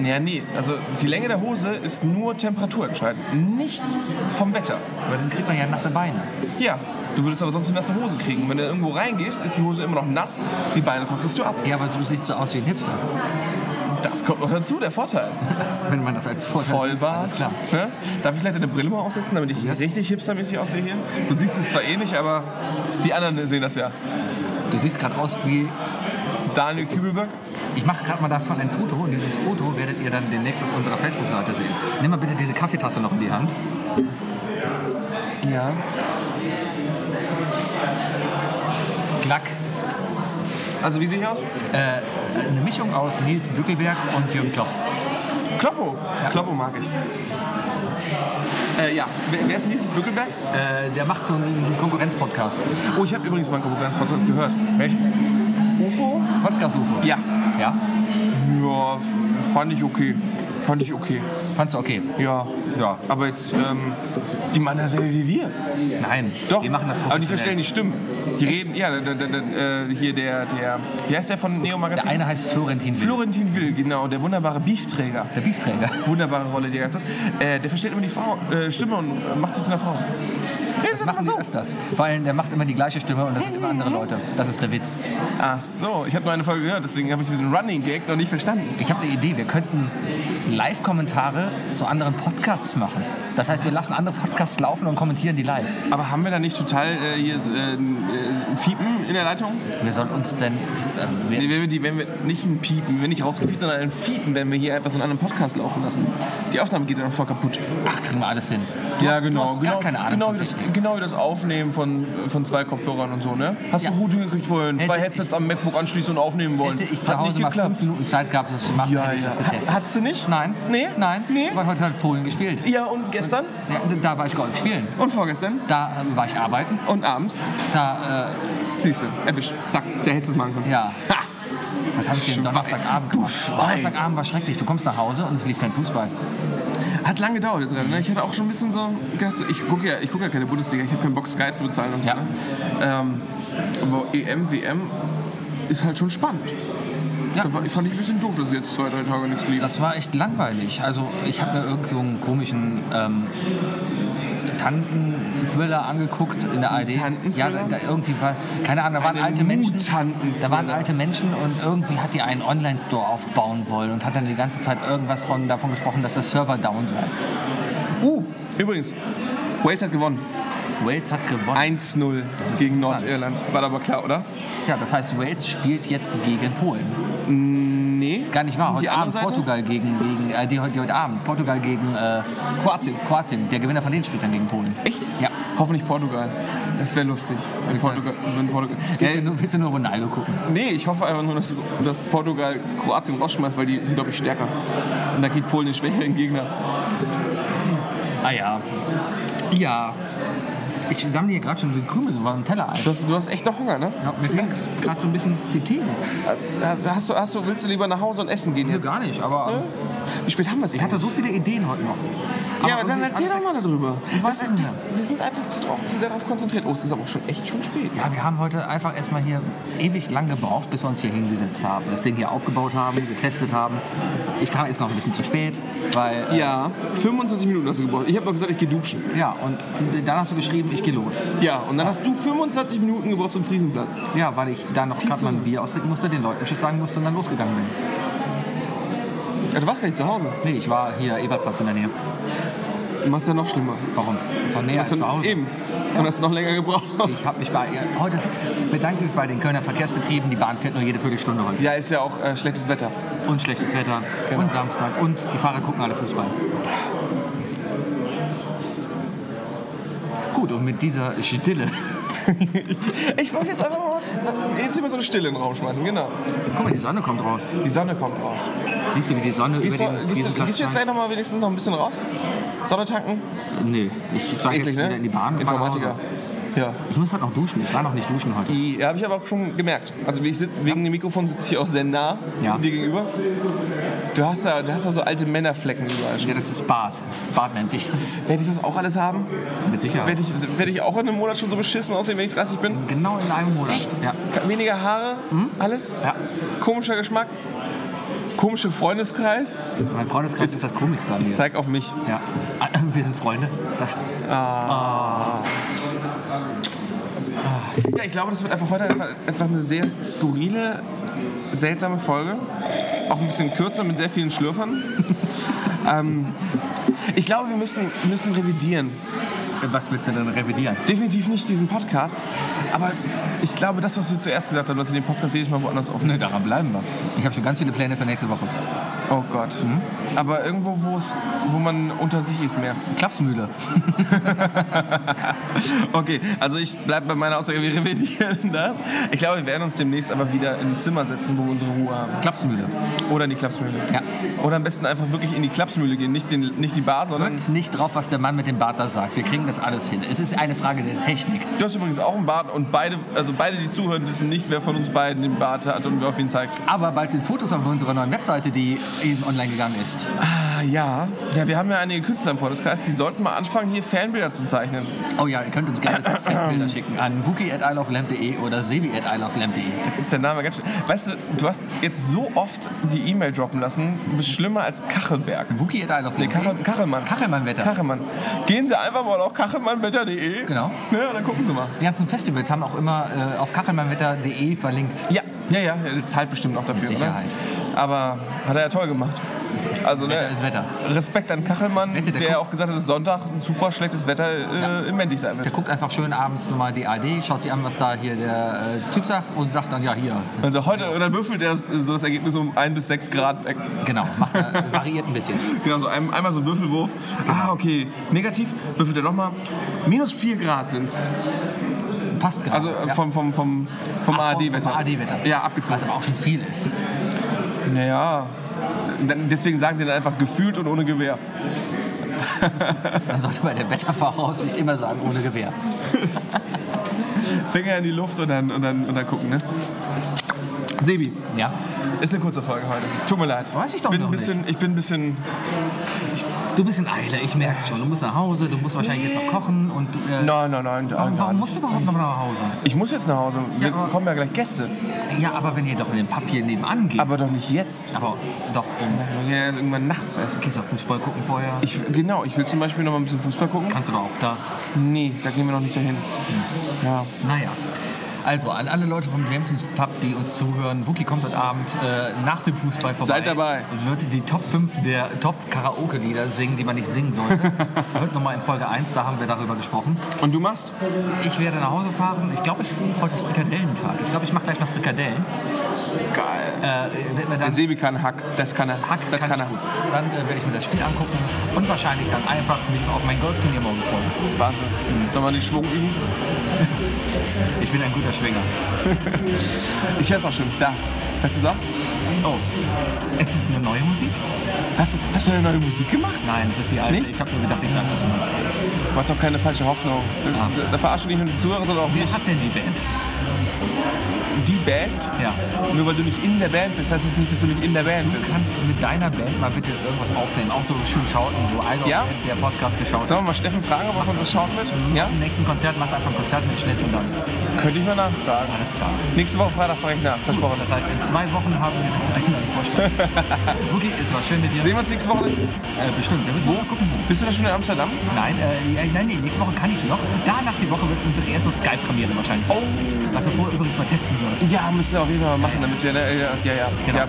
Speaker 1: Ja, nee. Also die Länge der Hose ist nur Temperatur entscheidend. Nicht vom Wetter.
Speaker 2: Aber dann kriegt man ja nasse Beine.
Speaker 1: Ja. Du würdest aber sonst eine nasse Hose kriegen. Wenn du irgendwo reingehst, ist die Hose immer noch nass, die Beine trocknest du ab.
Speaker 2: Ja, aber so siehst du aus wie ein Hipster.
Speaker 1: Das kommt noch dazu, der Vorteil.
Speaker 2: Wenn man das als Vorteil sieht.
Speaker 1: Vollbart.
Speaker 2: Alles klar.
Speaker 1: Ne? Darf ich vielleicht deine Brille mal aufsetzen, damit ich
Speaker 2: Yes.
Speaker 1: richtig hipstermäßig aussehe hier? Du siehst es zwar eh nicht, aber die anderen sehen das ja.
Speaker 2: Du siehst gerade aus wie...
Speaker 1: Daniel Kübelberg.
Speaker 2: Ich mache gerade mal davon ein Foto und dieses Foto werdet ihr dann demnächst auf unserer Facebook-Seite sehen. Nimm mal bitte diese Kaffeetasse noch in die Hand.
Speaker 1: Ja.
Speaker 2: Klack.
Speaker 1: Also wie sehe ich aus?
Speaker 2: Äh, eine Mischung aus Nils Bückelberg und Jürgen Klopp.
Speaker 1: Kloppo. Kloppo mag ich. Äh, ja, wer, wer ist denn dieses Bückelberg?
Speaker 2: Äh, der macht so einen Konkurrenz-Podcast.
Speaker 1: Oh, ich habe übrigens mal einen Konkurrenzpodcast gehört. Echt? UFO?
Speaker 2: Podcast-UFO.
Speaker 1: Ja.
Speaker 2: Ja?
Speaker 1: Ja, fand ich okay. Fand ich okay.
Speaker 2: Fandst du okay?
Speaker 1: Ja.
Speaker 2: Ja.
Speaker 1: Aber jetzt, ähm, die machen dasselbe wie wir.
Speaker 2: Nein.
Speaker 1: Doch.
Speaker 2: Die machen das
Speaker 1: Aber die
Speaker 2: professionell.
Speaker 1: verstellen die Stimmen. Die reden, ja, da, da, da, äh, hier der, der, wie heißt der von Neo
Speaker 2: Der
Speaker 1: Magazin?
Speaker 2: eine heißt Florentin Will.
Speaker 1: Florentin Will, genau, der wunderbare Beefträger.
Speaker 2: der Beefträger.
Speaker 1: Wunderbare Rolle, die er gehabt hat. Äh, der versteht immer die Frau, äh, Stimme und äh, macht sie zu einer Frau. Redet
Speaker 2: Das machen sie öfters. Weil der macht immer die gleiche Stimme und das sind immer andere Leute. Das ist der Witz.
Speaker 1: Ach so, ich habe nur eine Folge gehört, deswegen habe ich diesen Running Gag noch nicht verstanden.
Speaker 2: Ich habe eine Idee. Wir könnten Live-Kommentare zu anderen Podcasts machen. Das heißt, wir lassen andere Podcasts laufen und kommentieren die live.
Speaker 1: Aber haben wir da nicht total äh, hier äh, äh, Fiepen in der Leitung?
Speaker 2: Wir sollen uns denn... Äh, wir,
Speaker 1: Nee, wenn wir, die, wenn wir nicht ein Piepen, wenn wir nicht rausgepiept, sondern ein Fiepen, wenn wir hier einfach so einen anderen Podcast laufen lassen. Die Aufnahme geht dann voll kaputt.
Speaker 2: ach, kriegen wir alles hin.
Speaker 1: ja,
Speaker 2: du hast gar keine Ahnung
Speaker 1: Genau
Speaker 2: von
Speaker 1: wie, das,
Speaker 2: Technik.
Speaker 1: genau wie das Aufnehmen von, äh, von zwei Kopfhörern und so, ne? Hast
Speaker 2: Ja.
Speaker 1: du gut hingekriegt vorhin?
Speaker 2: Hätte
Speaker 1: zwei
Speaker 2: ich-
Speaker 1: Headsets am MacBook anschließen und aufnehmen wollen.
Speaker 2: Hätte ich zu
Speaker 1: Hat nicht
Speaker 2: Hause mal
Speaker 1: geklappt.
Speaker 2: fünf Minuten Zeit gehabt, das zu machen,
Speaker 1: Ja,
Speaker 2: hätte ich
Speaker 1: ja.
Speaker 2: das getestet.
Speaker 1: Ha- hattest du nicht?
Speaker 2: Nein.
Speaker 1: Nee?
Speaker 2: Nein.
Speaker 1: Nee?
Speaker 2: Weil heute hat Polen gespielt.
Speaker 1: Ja, und gestern
Speaker 2: Ja, da war ich Golf spielen.
Speaker 1: und vorgestern
Speaker 2: Da ähm, war ich arbeiten.
Speaker 1: und abends.
Speaker 2: Da,
Speaker 1: Siehst du, erwischt. Zack, der hättest es machen
Speaker 2: äh,
Speaker 1: können.
Speaker 2: ja.
Speaker 1: Ha!
Speaker 2: Was habe ich denn
Speaker 1: Schwein.
Speaker 2: Donnerstagabend
Speaker 1: Du
Speaker 2: gemacht?
Speaker 1: Schwein.
Speaker 2: Donnerstagabend war schrecklich. Du kommst nach Hause und es lief kein Fußball.
Speaker 1: Hat lange gedauert jetzt gerade. Ne? Ich hatte auch schon ein bisschen so gedacht, so, ich gucke ja, ich guck ja keine Bundesliga, ich habe keinen Bock Sky zu bezahlen und so.
Speaker 2: Ja.
Speaker 1: Ne? Ähm, aber EM, WM ist halt schon spannend.
Speaker 2: Ja.
Speaker 1: Da war, ich fand ich ein bisschen doof, dass jetzt zwei, drei Tage nichts lief.
Speaker 2: Das war echt langweilig. Also ich habe mir irgend so einen komischen ähm, Tanten-Thriller angeguckt in der ARD. Ja, da,
Speaker 1: Tanten-Thriller?
Speaker 2: da irgendwie war, keine Ahnung, da waren
Speaker 1: Einen
Speaker 2: alte Menschen.
Speaker 1: Mutanten-Thriller.
Speaker 2: Da waren alte Menschen und irgendwie hat die einen Online-Store aufbauen wollen und hat dann die ganze Zeit irgendwas von, davon gesprochen, dass der Server down sei.
Speaker 1: Uh, übrigens, Wales hat gewonnen.
Speaker 2: Wales hat gewonnen.
Speaker 1: 1-0
Speaker 2: ist
Speaker 1: gegen
Speaker 2: interessant.
Speaker 1: Nordirland. War aber klar, oder?
Speaker 2: Ja, das heißt, Wales spielt jetzt gegen Polen.
Speaker 1: Nee.
Speaker 2: Gar nicht wahr.
Speaker 1: Die
Speaker 2: Heute
Speaker 1: andere
Speaker 2: Abend
Speaker 1: Seite?
Speaker 2: Portugal gegen, gegen äh, die, heute- die heute Abend Portugal gegen äh,
Speaker 1: Kroatien.
Speaker 2: Kroatien. Der Gewinner von denen spielt dann gegen Polen.
Speaker 1: Echt?
Speaker 2: Ja.
Speaker 1: Hoffentlich Portugal. Das wäre lustig. Wenn
Speaker 2: Ich
Speaker 1: Portugal, wenn Portugal.
Speaker 2: Willst du,
Speaker 1: Ja,
Speaker 2: nur, willst du nur Ronaldo gucken?
Speaker 1: nee, ich hoffe einfach nur, dass, dass Portugal Kroatien rausschmeißt, weil die sind, glaube ich, stärker. Und da kriegt Polen den schwächeren Gegner.
Speaker 2: Ah ja. Ja. Ich sammle hier gerade schon so Krümel so vom Teller ein.
Speaker 1: Du hast, du hast echt noch Hunger, ne? Äh,
Speaker 2: Ja, mir fehlen gerade so ein bisschen die Themen.
Speaker 1: Hast, hast du, hast du, willst du lieber nach Hause und essen gehen jetzt?
Speaker 2: nicht, aber ähm,
Speaker 1: Wie spät haben wir es?
Speaker 2: ich hatte so viele Ideen heute noch.
Speaker 1: ja, aber dann
Speaker 2: irgendwie ist
Speaker 1: erzähl
Speaker 2: alles
Speaker 1: doch mal darüber.
Speaker 2: weiß
Speaker 1: Das
Speaker 2: es
Speaker 1: ist, das, wir sind einfach zu, drauf, zu sehr darauf konzentriert. Oh, es ist aber auch schon echt schon spät.
Speaker 2: Ja, wir haben heute einfach erstmal hier ewig lang gebraucht, bis wir uns hier hingesetzt haben. Das Ding hier aufgebaut haben, getestet haben. Ich kam jetzt noch ein bisschen zu spät, weil. äh,
Speaker 1: Ja, 25 Minuten hast du gebraucht. Ich habe noch gesagt, ich gehe duschen.
Speaker 2: Ja, und dann hast du geschrieben, ich gehe los.
Speaker 1: Ja, und dann hast du 25 Minuten gebraucht zum Friesenplatz.
Speaker 2: Ja, weil ich da noch gerade mal ein Bier ausreden musste, den Leuten Tschüss sagen musste und dann losgegangen bin.
Speaker 1: Ja, du warst gar nicht zu Hause.
Speaker 2: Nee, ich war hier Ebertplatz in der Nähe.
Speaker 1: Du machst ja noch schlimmer.
Speaker 2: Warum? Ist doch näher als
Speaker 1: Hast dann
Speaker 2: zu Hause.
Speaker 1: Eben. Und hast noch länger gebraucht.
Speaker 2: Ich habe mich bei heute bedanke mich bei den Kölner Verkehrsbetrieben. Die Bahn fährt nur jede Viertelstunde heute.
Speaker 1: Ja, ist ja auch äh, schlechtes Wetter.
Speaker 2: Und schlechtes Wetter
Speaker 1: Genau.
Speaker 2: und Samstag und die Fahrer gucken alle Fußball. Gut, Gut, und mit dieser Stille.
Speaker 1: [laughs] ich wollte jetzt einfach mal was. Jetzt immer so eine Stille in den Raum schmeißen, genau.
Speaker 2: Guck mal, die Sonne kommt raus.
Speaker 1: Die Sonne kommt raus.
Speaker 2: Siehst du, wie die Sonne
Speaker 1: Gehst du,
Speaker 2: über den
Speaker 1: gehst du, gehst du jetzt
Speaker 2: Riesenplatz
Speaker 1: gleich nochmal wenigstens noch ein bisschen raus? Sonne tanken?
Speaker 2: Nee, ich steige jetzt
Speaker 1: Eklig,
Speaker 2: wieder
Speaker 1: ne?
Speaker 2: in die Bahn. und fahr nach
Speaker 1: Informatiker.
Speaker 2: Hause.
Speaker 1: Ja.
Speaker 2: Ich muss halt noch duschen. Ich war noch nicht duschen heute.
Speaker 1: Die ja, habe ich aber auch schon gemerkt. Also ich sit, wegen dem Mikrofon sitze ich auch sehr nah
Speaker 2: Ja.
Speaker 1: dir gegenüber. Du hast, da, du hast da so alte Männerflecken überall. schon.
Speaker 2: Ja, das ist Bart. Bart nennt sich das.
Speaker 1: Werde ich das auch alles haben?
Speaker 2: Mit Sicherheit.
Speaker 1: Werde ich, werde ich auch in einem Monat schon so beschissen aussehen, wenn ich 30 bin?
Speaker 2: Genau in einem Monat. Echt? Ja.
Speaker 1: Weniger Haare, alles?
Speaker 2: Hm? ja.
Speaker 1: Komischer Geschmack? Komischer Freundeskreis?
Speaker 2: Mein Freundeskreis ist das Komischste an mir.
Speaker 1: Zeig auf mich.
Speaker 2: Ja. [laughs] Ah, Wir sind Freunde. Das,
Speaker 1: Ja, ich glaube, das wird einfach heute einfach, einfach eine sehr skurrile, seltsame Folge. Auch ein bisschen kürzer mit sehr vielen Schlürfern. [laughs] ähm, ich glaube, wir müssen, müssen revidieren.
Speaker 2: was willst du denn revidieren?
Speaker 1: Definitiv nicht diesen Podcast, aber ich glaube, das, was wir zuerst gesagt haben, dass wir den Podcast jedes Mal woanders aufnehmen.
Speaker 2: daran bleiben wir. Ich habe schon ganz viele Pläne für nächste Woche.
Speaker 1: Oh Gott. Aber irgendwo, wo es- wo man unter sich ist mehr.
Speaker 2: Klapsmühle.
Speaker 1: Okay, also ich bleibe bei meiner Aussage, wir revidieren das. Ich glaube, wir werden uns demnächst aber wieder in ein Zimmer setzen, wo wir unsere Ruhe haben.
Speaker 2: Klapsmühle.
Speaker 1: Oder in die Klapsmühle.
Speaker 2: Ja.
Speaker 1: Oder am besten einfach wirklich in die Klapsmühle gehen, nicht, den, nicht die Bar, sondern...
Speaker 2: Hört nicht drauf, was der Mann mit dem Bart da sagt. Wir kriegen das alles hin. Es ist eine Frage der Technik.
Speaker 1: Du hast übrigens auch einen Bart und beide, also beide, die zuhören, wissen nicht, wer von uns beiden den Bart hat und wer auf ihn zeigt.
Speaker 2: Aber bald sind Fotos auf unserer neuen Webseite, die eben online gegangen ist.
Speaker 1: Ah ja, ja, wir haben ja einige Künstler im Freundeskreis, die sollten mal anfangen, hier Fanbilder zu zeichnen.
Speaker 2: Oh ja, ihr könnt uns gerne [coughs] Bilder schicken an wookie.ilovelamp.de oder sebi.ilovelamp.de.
Speaker 1: Jetzt ist der Name ganz schön. Weißt du, du hast jetzt so oft die E-Mail droppen lassen, du bist schlimmer als Kachelberg. Nee, Kachel,
Speaker 2: Wookie.ilovelamp.de.
Speaker 1: Kachelmann.
Speaker 2: Kachelmann-Wetter.
Speaker 1: Kachelmann. Gehen Sie einfach mal auf kachelmannwetter.de.
Speaker 2: Genau.
Speaker 1: Ja, dann gucken Sie mal.
Speaker 2: Die ganzen Festivals haben auch immer äh, auf kachelmannwetter.de verlinkt.
Speaker 1: Ja, ja, ja, er zahlt bestimmt auch dafür.
Speaker 2: Mit Sicherheit.
Speaker 1: Oder? Aber hat er ja toll gemacht. Also,
Speaker 2: Wetter
Speaker 1: ne,
Speaker 2: ist Wetter.
Speaker 1: Respekt an Kachelmann,
Speaker 2: wette, der
Speaker 1: der,
Speaker 2: guckt-
Speaker 1: auch gesagt hat, dass Sonntag ein super schlechtes Wetter äh, im Mendig sein
Speaker 2: Der
Speaker 1: wird.
Speaker 2: guckt einfach schön abends nochmal die AD, schaut sich an, was da hier der äh, Typ sagt und sagt dann, ja, hier.
Speaker 1: Also heute, und dann würfelt er so das Ergebnis um 1 bis 6 Grad weg.
Speaker 2: Genau, macht [laughs] er, variiert ein bisschen.
Speaker 1: Genau, so ein, einmal so ein Würfelwurf. Ah, okay. Negativ, würfelt er nochmal. Minus 4 Grad sind's.
Speaker 2: Passt gerade.
Speaker 1: Also äh,
Speaker 2: ja.
Speaker 1: vom, vom, vom, vom
Speaker 2: Ach, vom-
Speaker 1: ARD-Wetter.
Speaker 2: vom ARD-Wetter.
Speaker 1: Ja, abgezogen.
Speaker 2: Was aber auch schon viel ist.
Speaker 1: Naja. Dann- Deswegen sagen die dann einfach gefühlt und ohne Gewehr.
Speaker 2: Man sollte bei der Wettervoraussicht immer sagen, ohne Gewehr.
Speaker 1: Finger in die Luft und dann, und dann, und dann gucken, ne? Sebi,
Speaker 2: Ja.
Speaker 1: ist eine kurze Folge heute. Tut mir leid.
Speaker 2: Weiß ich doch
Speaker 1: bin
Speaker 2: noch
Speaker 1: ein bisschen, Ich bin ein bisschen.
Speaker 2: Du bist in Eile, ich merk's schon. Du musst nach Hause, du musst wahrscheinlich jetzt noch kochen und. Äh,
Speaker 1: Nein, nein, nein. nein,
Speaker 2: Warum, warum
Speaker 1: nein.
Speaker 2: musst du überhaupt noch nach Hause?
Speaker 1: Ich muss jetzt nach Hause. Wir
Speaker 2: Ja, aber-
Speaker 1: kommen ja gleich Gäste.
Speaker 2: Ja, aber wenn ihr doch in den Papier nebenan geht.
Speaker 1: Aber doch nicht jetzt.
Speaker 2: aber doch, ähm,
Speaker 1: Wir gehen ja jetzt irgendwann nachts essen.
Speaker 2: gehst du auf Fußball gucken vorher?
Speaker 1: Ich, genau, ich will zum Beispiel noch mal ein bisschen Fußball gucken.
Speaker 2: Kannst du doch auch da.
Speaker 1: Nee, da gehen wir noch nicht dahin. Ja.
Speaker 2: Naja. Also, an alle Leute vom Jamesons Pub, die uns zuhören, Wookie kommt heute Abend äh, nach dem Fußball vorbei.
Speaker 1: Seid dabei.
Speaker 2: Es wird die Top 5 der Top-Karaoke-Lieder singen, die man nicht
Speaker 1: [laughs]
Speaker 2: singen sollte. Hört nochmal in Folge 1, da haben wir darüber gesprochen.
Speaker 1: Und du machst?
Speaker 2: Ich werde nach Hause fahren. Ich glaube, ich, heute ist Frikadellentag. Ich glaube, ich mache gleich noch Frikadellen.
Speaker 1: Geil.
Speaker 2: Äh, werd mir dann,
Speaker 1: Sebi kann Hack. Das kann er.
Speaker 2: Hack
Speaker 1: das kann,
Speaker 2: kann ich
Speaker 1: er.
Speaker 2: gut. Dann äh, werde ich mir das Spiel angucken und wahrscheinlich dann einfach mich auf mein Golfturnier morgen freuen.
Speaker 1: Wahnsinn. Nochmal den Schwung üben.
Speaker 2: Ich bin ein guter Schwinger.
Speaker 1: Ich höre es auch schon. Da. Hast du es auch?
Speaker 2: Oh, ist es eine neue Musik?
Speaker 1: Hast, du- hast du eine neue Musik gemacht?
Speaker 2: Nein, es ist die alte.
Speaker 1: Nicht?
Speaker 2: Ich habe nur gedacht, ich sage das mal.
Speaker 1: Mach doch keine falsche Hoffnung.
Speaker 2: Ah.
Speaker 1: Da, da verarsche nicht nur die Zuhörer, sondern auch
Speaker 2: Wer
Speaker 1: mich.
Speaker 2: hat denn die Band?
Speaker 1: Die Band,
Speaker 2: Ja.
Speaker 1: nur weil du nicht in der Band bist, heißt es nicht, dass du nicht in der Band
Speaker 2: Du
Speaker 1: bist.
Speaker 2: kannst mit deiner Band mal bitte irgendwas aufnehmen. Auch so schön schauten, so Idol
Speaker 1: Ja?
Speaker 2: Band, der Podcast geschaut.
Speaker 1: Sollen wir mal Steffen fragen, ob er von was schauen wird? Ja?
Speaker 2: Im nächsten Konzert machst du einfach ein Konzert mit Schnitt und dann
Speaker 1: Könnte ich mal nachfragen.
Speaker 2: alles klar.
Speaker 1: Nächste Woche Freitag frage ich nach, versprochen.
Speaker 2: Das heißt, in zwei Wochen haben wir noch einen Vorsprung.
Speaker 1: [laughs]
Speaker 2: Wookie, es war schön mit dir.
Speaker 1: Sehen wir uns nächste Woche.
Speaker 2: Äh, bestimmt, wir müssen mal gucken, wo.
Speaker 1: Bist du da schon in Amsterdam?
Speaker 2: Nein, äh, ja, nein, nee, nächste Woche kann ich noch. Danach die Woche wird unsere erste Skype-Premiere wahrscheinlich
Speaker 1: Oh.
Speaker 2: sein. Was wir vorher übrigens mal testen sollten.
Speaker 1: Ja, müssen wir auf jeden Fall mal machen, damit wir. ne, Ja, ja, ja.
Speaker 2: Genau.
Speaker 1: ja.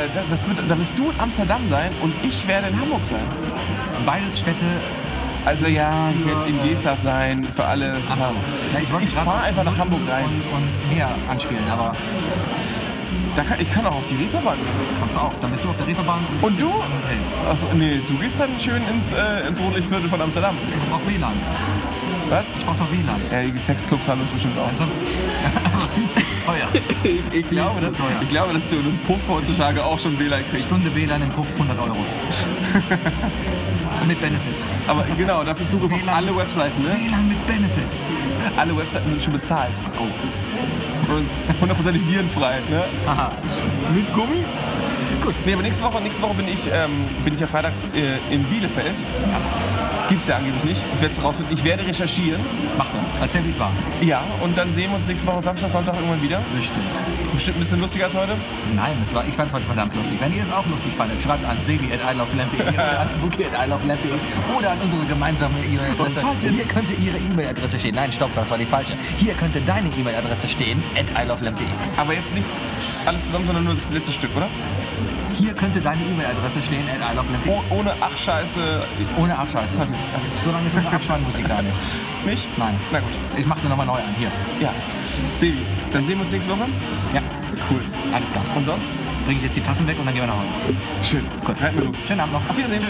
Speaker 1: Äh, da, das wird, da wirst du in Amsterdam sein und ich werde in Hamburg sein.
Speaker 2: Beides Städte.
Speaker 1: Also ja, ich werde in Geestart sein für alle.
Speaker 2: Achso. Ja, ich wollte
Speaker 1: Ich
Speaker 2: gerade
Speaker 1: fahr einfach nach Hamburg rein.
Speaker 2: Und, und mehr anspielen, aber
Speaker 1: Da kann, ich kann auch auf die Reeperbahn gehen.
Speaker 2: kannst auch. Dann bist du auf der Reeperbahn und ich
Speaker 1: Und du?
Speaker 2: am Hotel.
Speaker 1: Achso, nee, du gehst dann schön ins, äh, ins Rotlichtviertel von Amsterdam.
Speaker 2: Ich hab auch WLAN.
Speaker 1: Was?
Speaker 2: Ich brauche doch WLAN.
Speaker 1: Ja, die Sexclubs haben das bestimmt auch.
Speaker 2: Also, [laughs] aber viel zu teuer.
Speaker 1: [laughs] Ich, ich, glaube,
Speaker 2: zu
Speaker 1: dass,
Speaker 2: teuer.
Speaker 1: ich glaube, dass du einen Puff heutzutage auch schon WLAN kriegst.
Speaker 2: Stunde WLAN im Puff 100 Euro. [laughs] mit Benefits.
Speaker 1: Aber genau, dafür Zugriff auf
Speaker 2: WLAN.
Speaker 1: alle Webseiten, ne?
Speaker 2: WLAN mit Benefits.
Speaker 1: Alle Webseiten sind schon bezahlt. Und hundertprozentig virenfrei, ne?
Speaker 2: Aha.
Speaker 1: Mit Gummi?
Speaker 2: Gut.
Speaker 1: Nee, aber nächste Woche, nächste Woche bin ich, ähm, bin ich ja freitags äh, in Bielefeld. Gibt's ja angeblich nicht. Ich werde rausfinden. Ich werde recherchieren.
Speaker 2: Mach das. Erzähl, wie es war.
Speaker 1: Ja, und dann sehen wir uns nächste Woche Samstag, Sonntag irgendwann wieder.
Speaker 2: Bestimmt.
Speaker 1: Bestimmt ein bisschen lustiger als heute.
Speaker 2: Nein, es war, ich fand es heute verdammt lustig. Wenn ihr es auch lustig fandet, schreibt an sebi at ilovelamp.de
Speaker 1: [laughs]
Speaker 2: E oder an wookie at ilovelamp.de E oder an unsere gemeinsame E-Mail-Adresse.
Speaker 1: Und falls ihr
Speaker 2: Hier
Speaker 1: wisst-
Speaker 2: könnte ihre E-Mail-Adresse stehen. Nein, stopp, das war die falsche. Hier könnte deine E-Mail-Adresse stehen at ilovelamp.de.
Speaker 1: Aber jetzt nicht alles zusammen, sondern nur das letzte Stück, oder?
Speaker 2: Hier könnte deine E-Mail-Adresse stehen at ilovelamp.de.
Speaker 1: Oh, ohne Ach Scheiße
Speaker 2: Ohne Abscheiße. Solange ist unsere Abspannmusik gar nicht.
Speaker 1: nicht?
Speaker 2: Nein.
Speaker 1: Na gut.
Speaker 2: Ich mach sie nochmal neu an. Hier.
Speaker 1: Ja. Sebi, dann sehen wir uns nächste Woche.
Speaker 2: Ja,
Speaker 1: Cool.
Speaker 2: alles klar.
Speaker 1: Und sonst?
Speaker 2: Bringe ich jetzt die Tassen weg und dann gehen wir nach Hause.
Speaker 1: Schön. Gut. Reiten wir los.
Speaker 2: Schönen Abend noch.
Speaker 1: Auf Wiedersehen.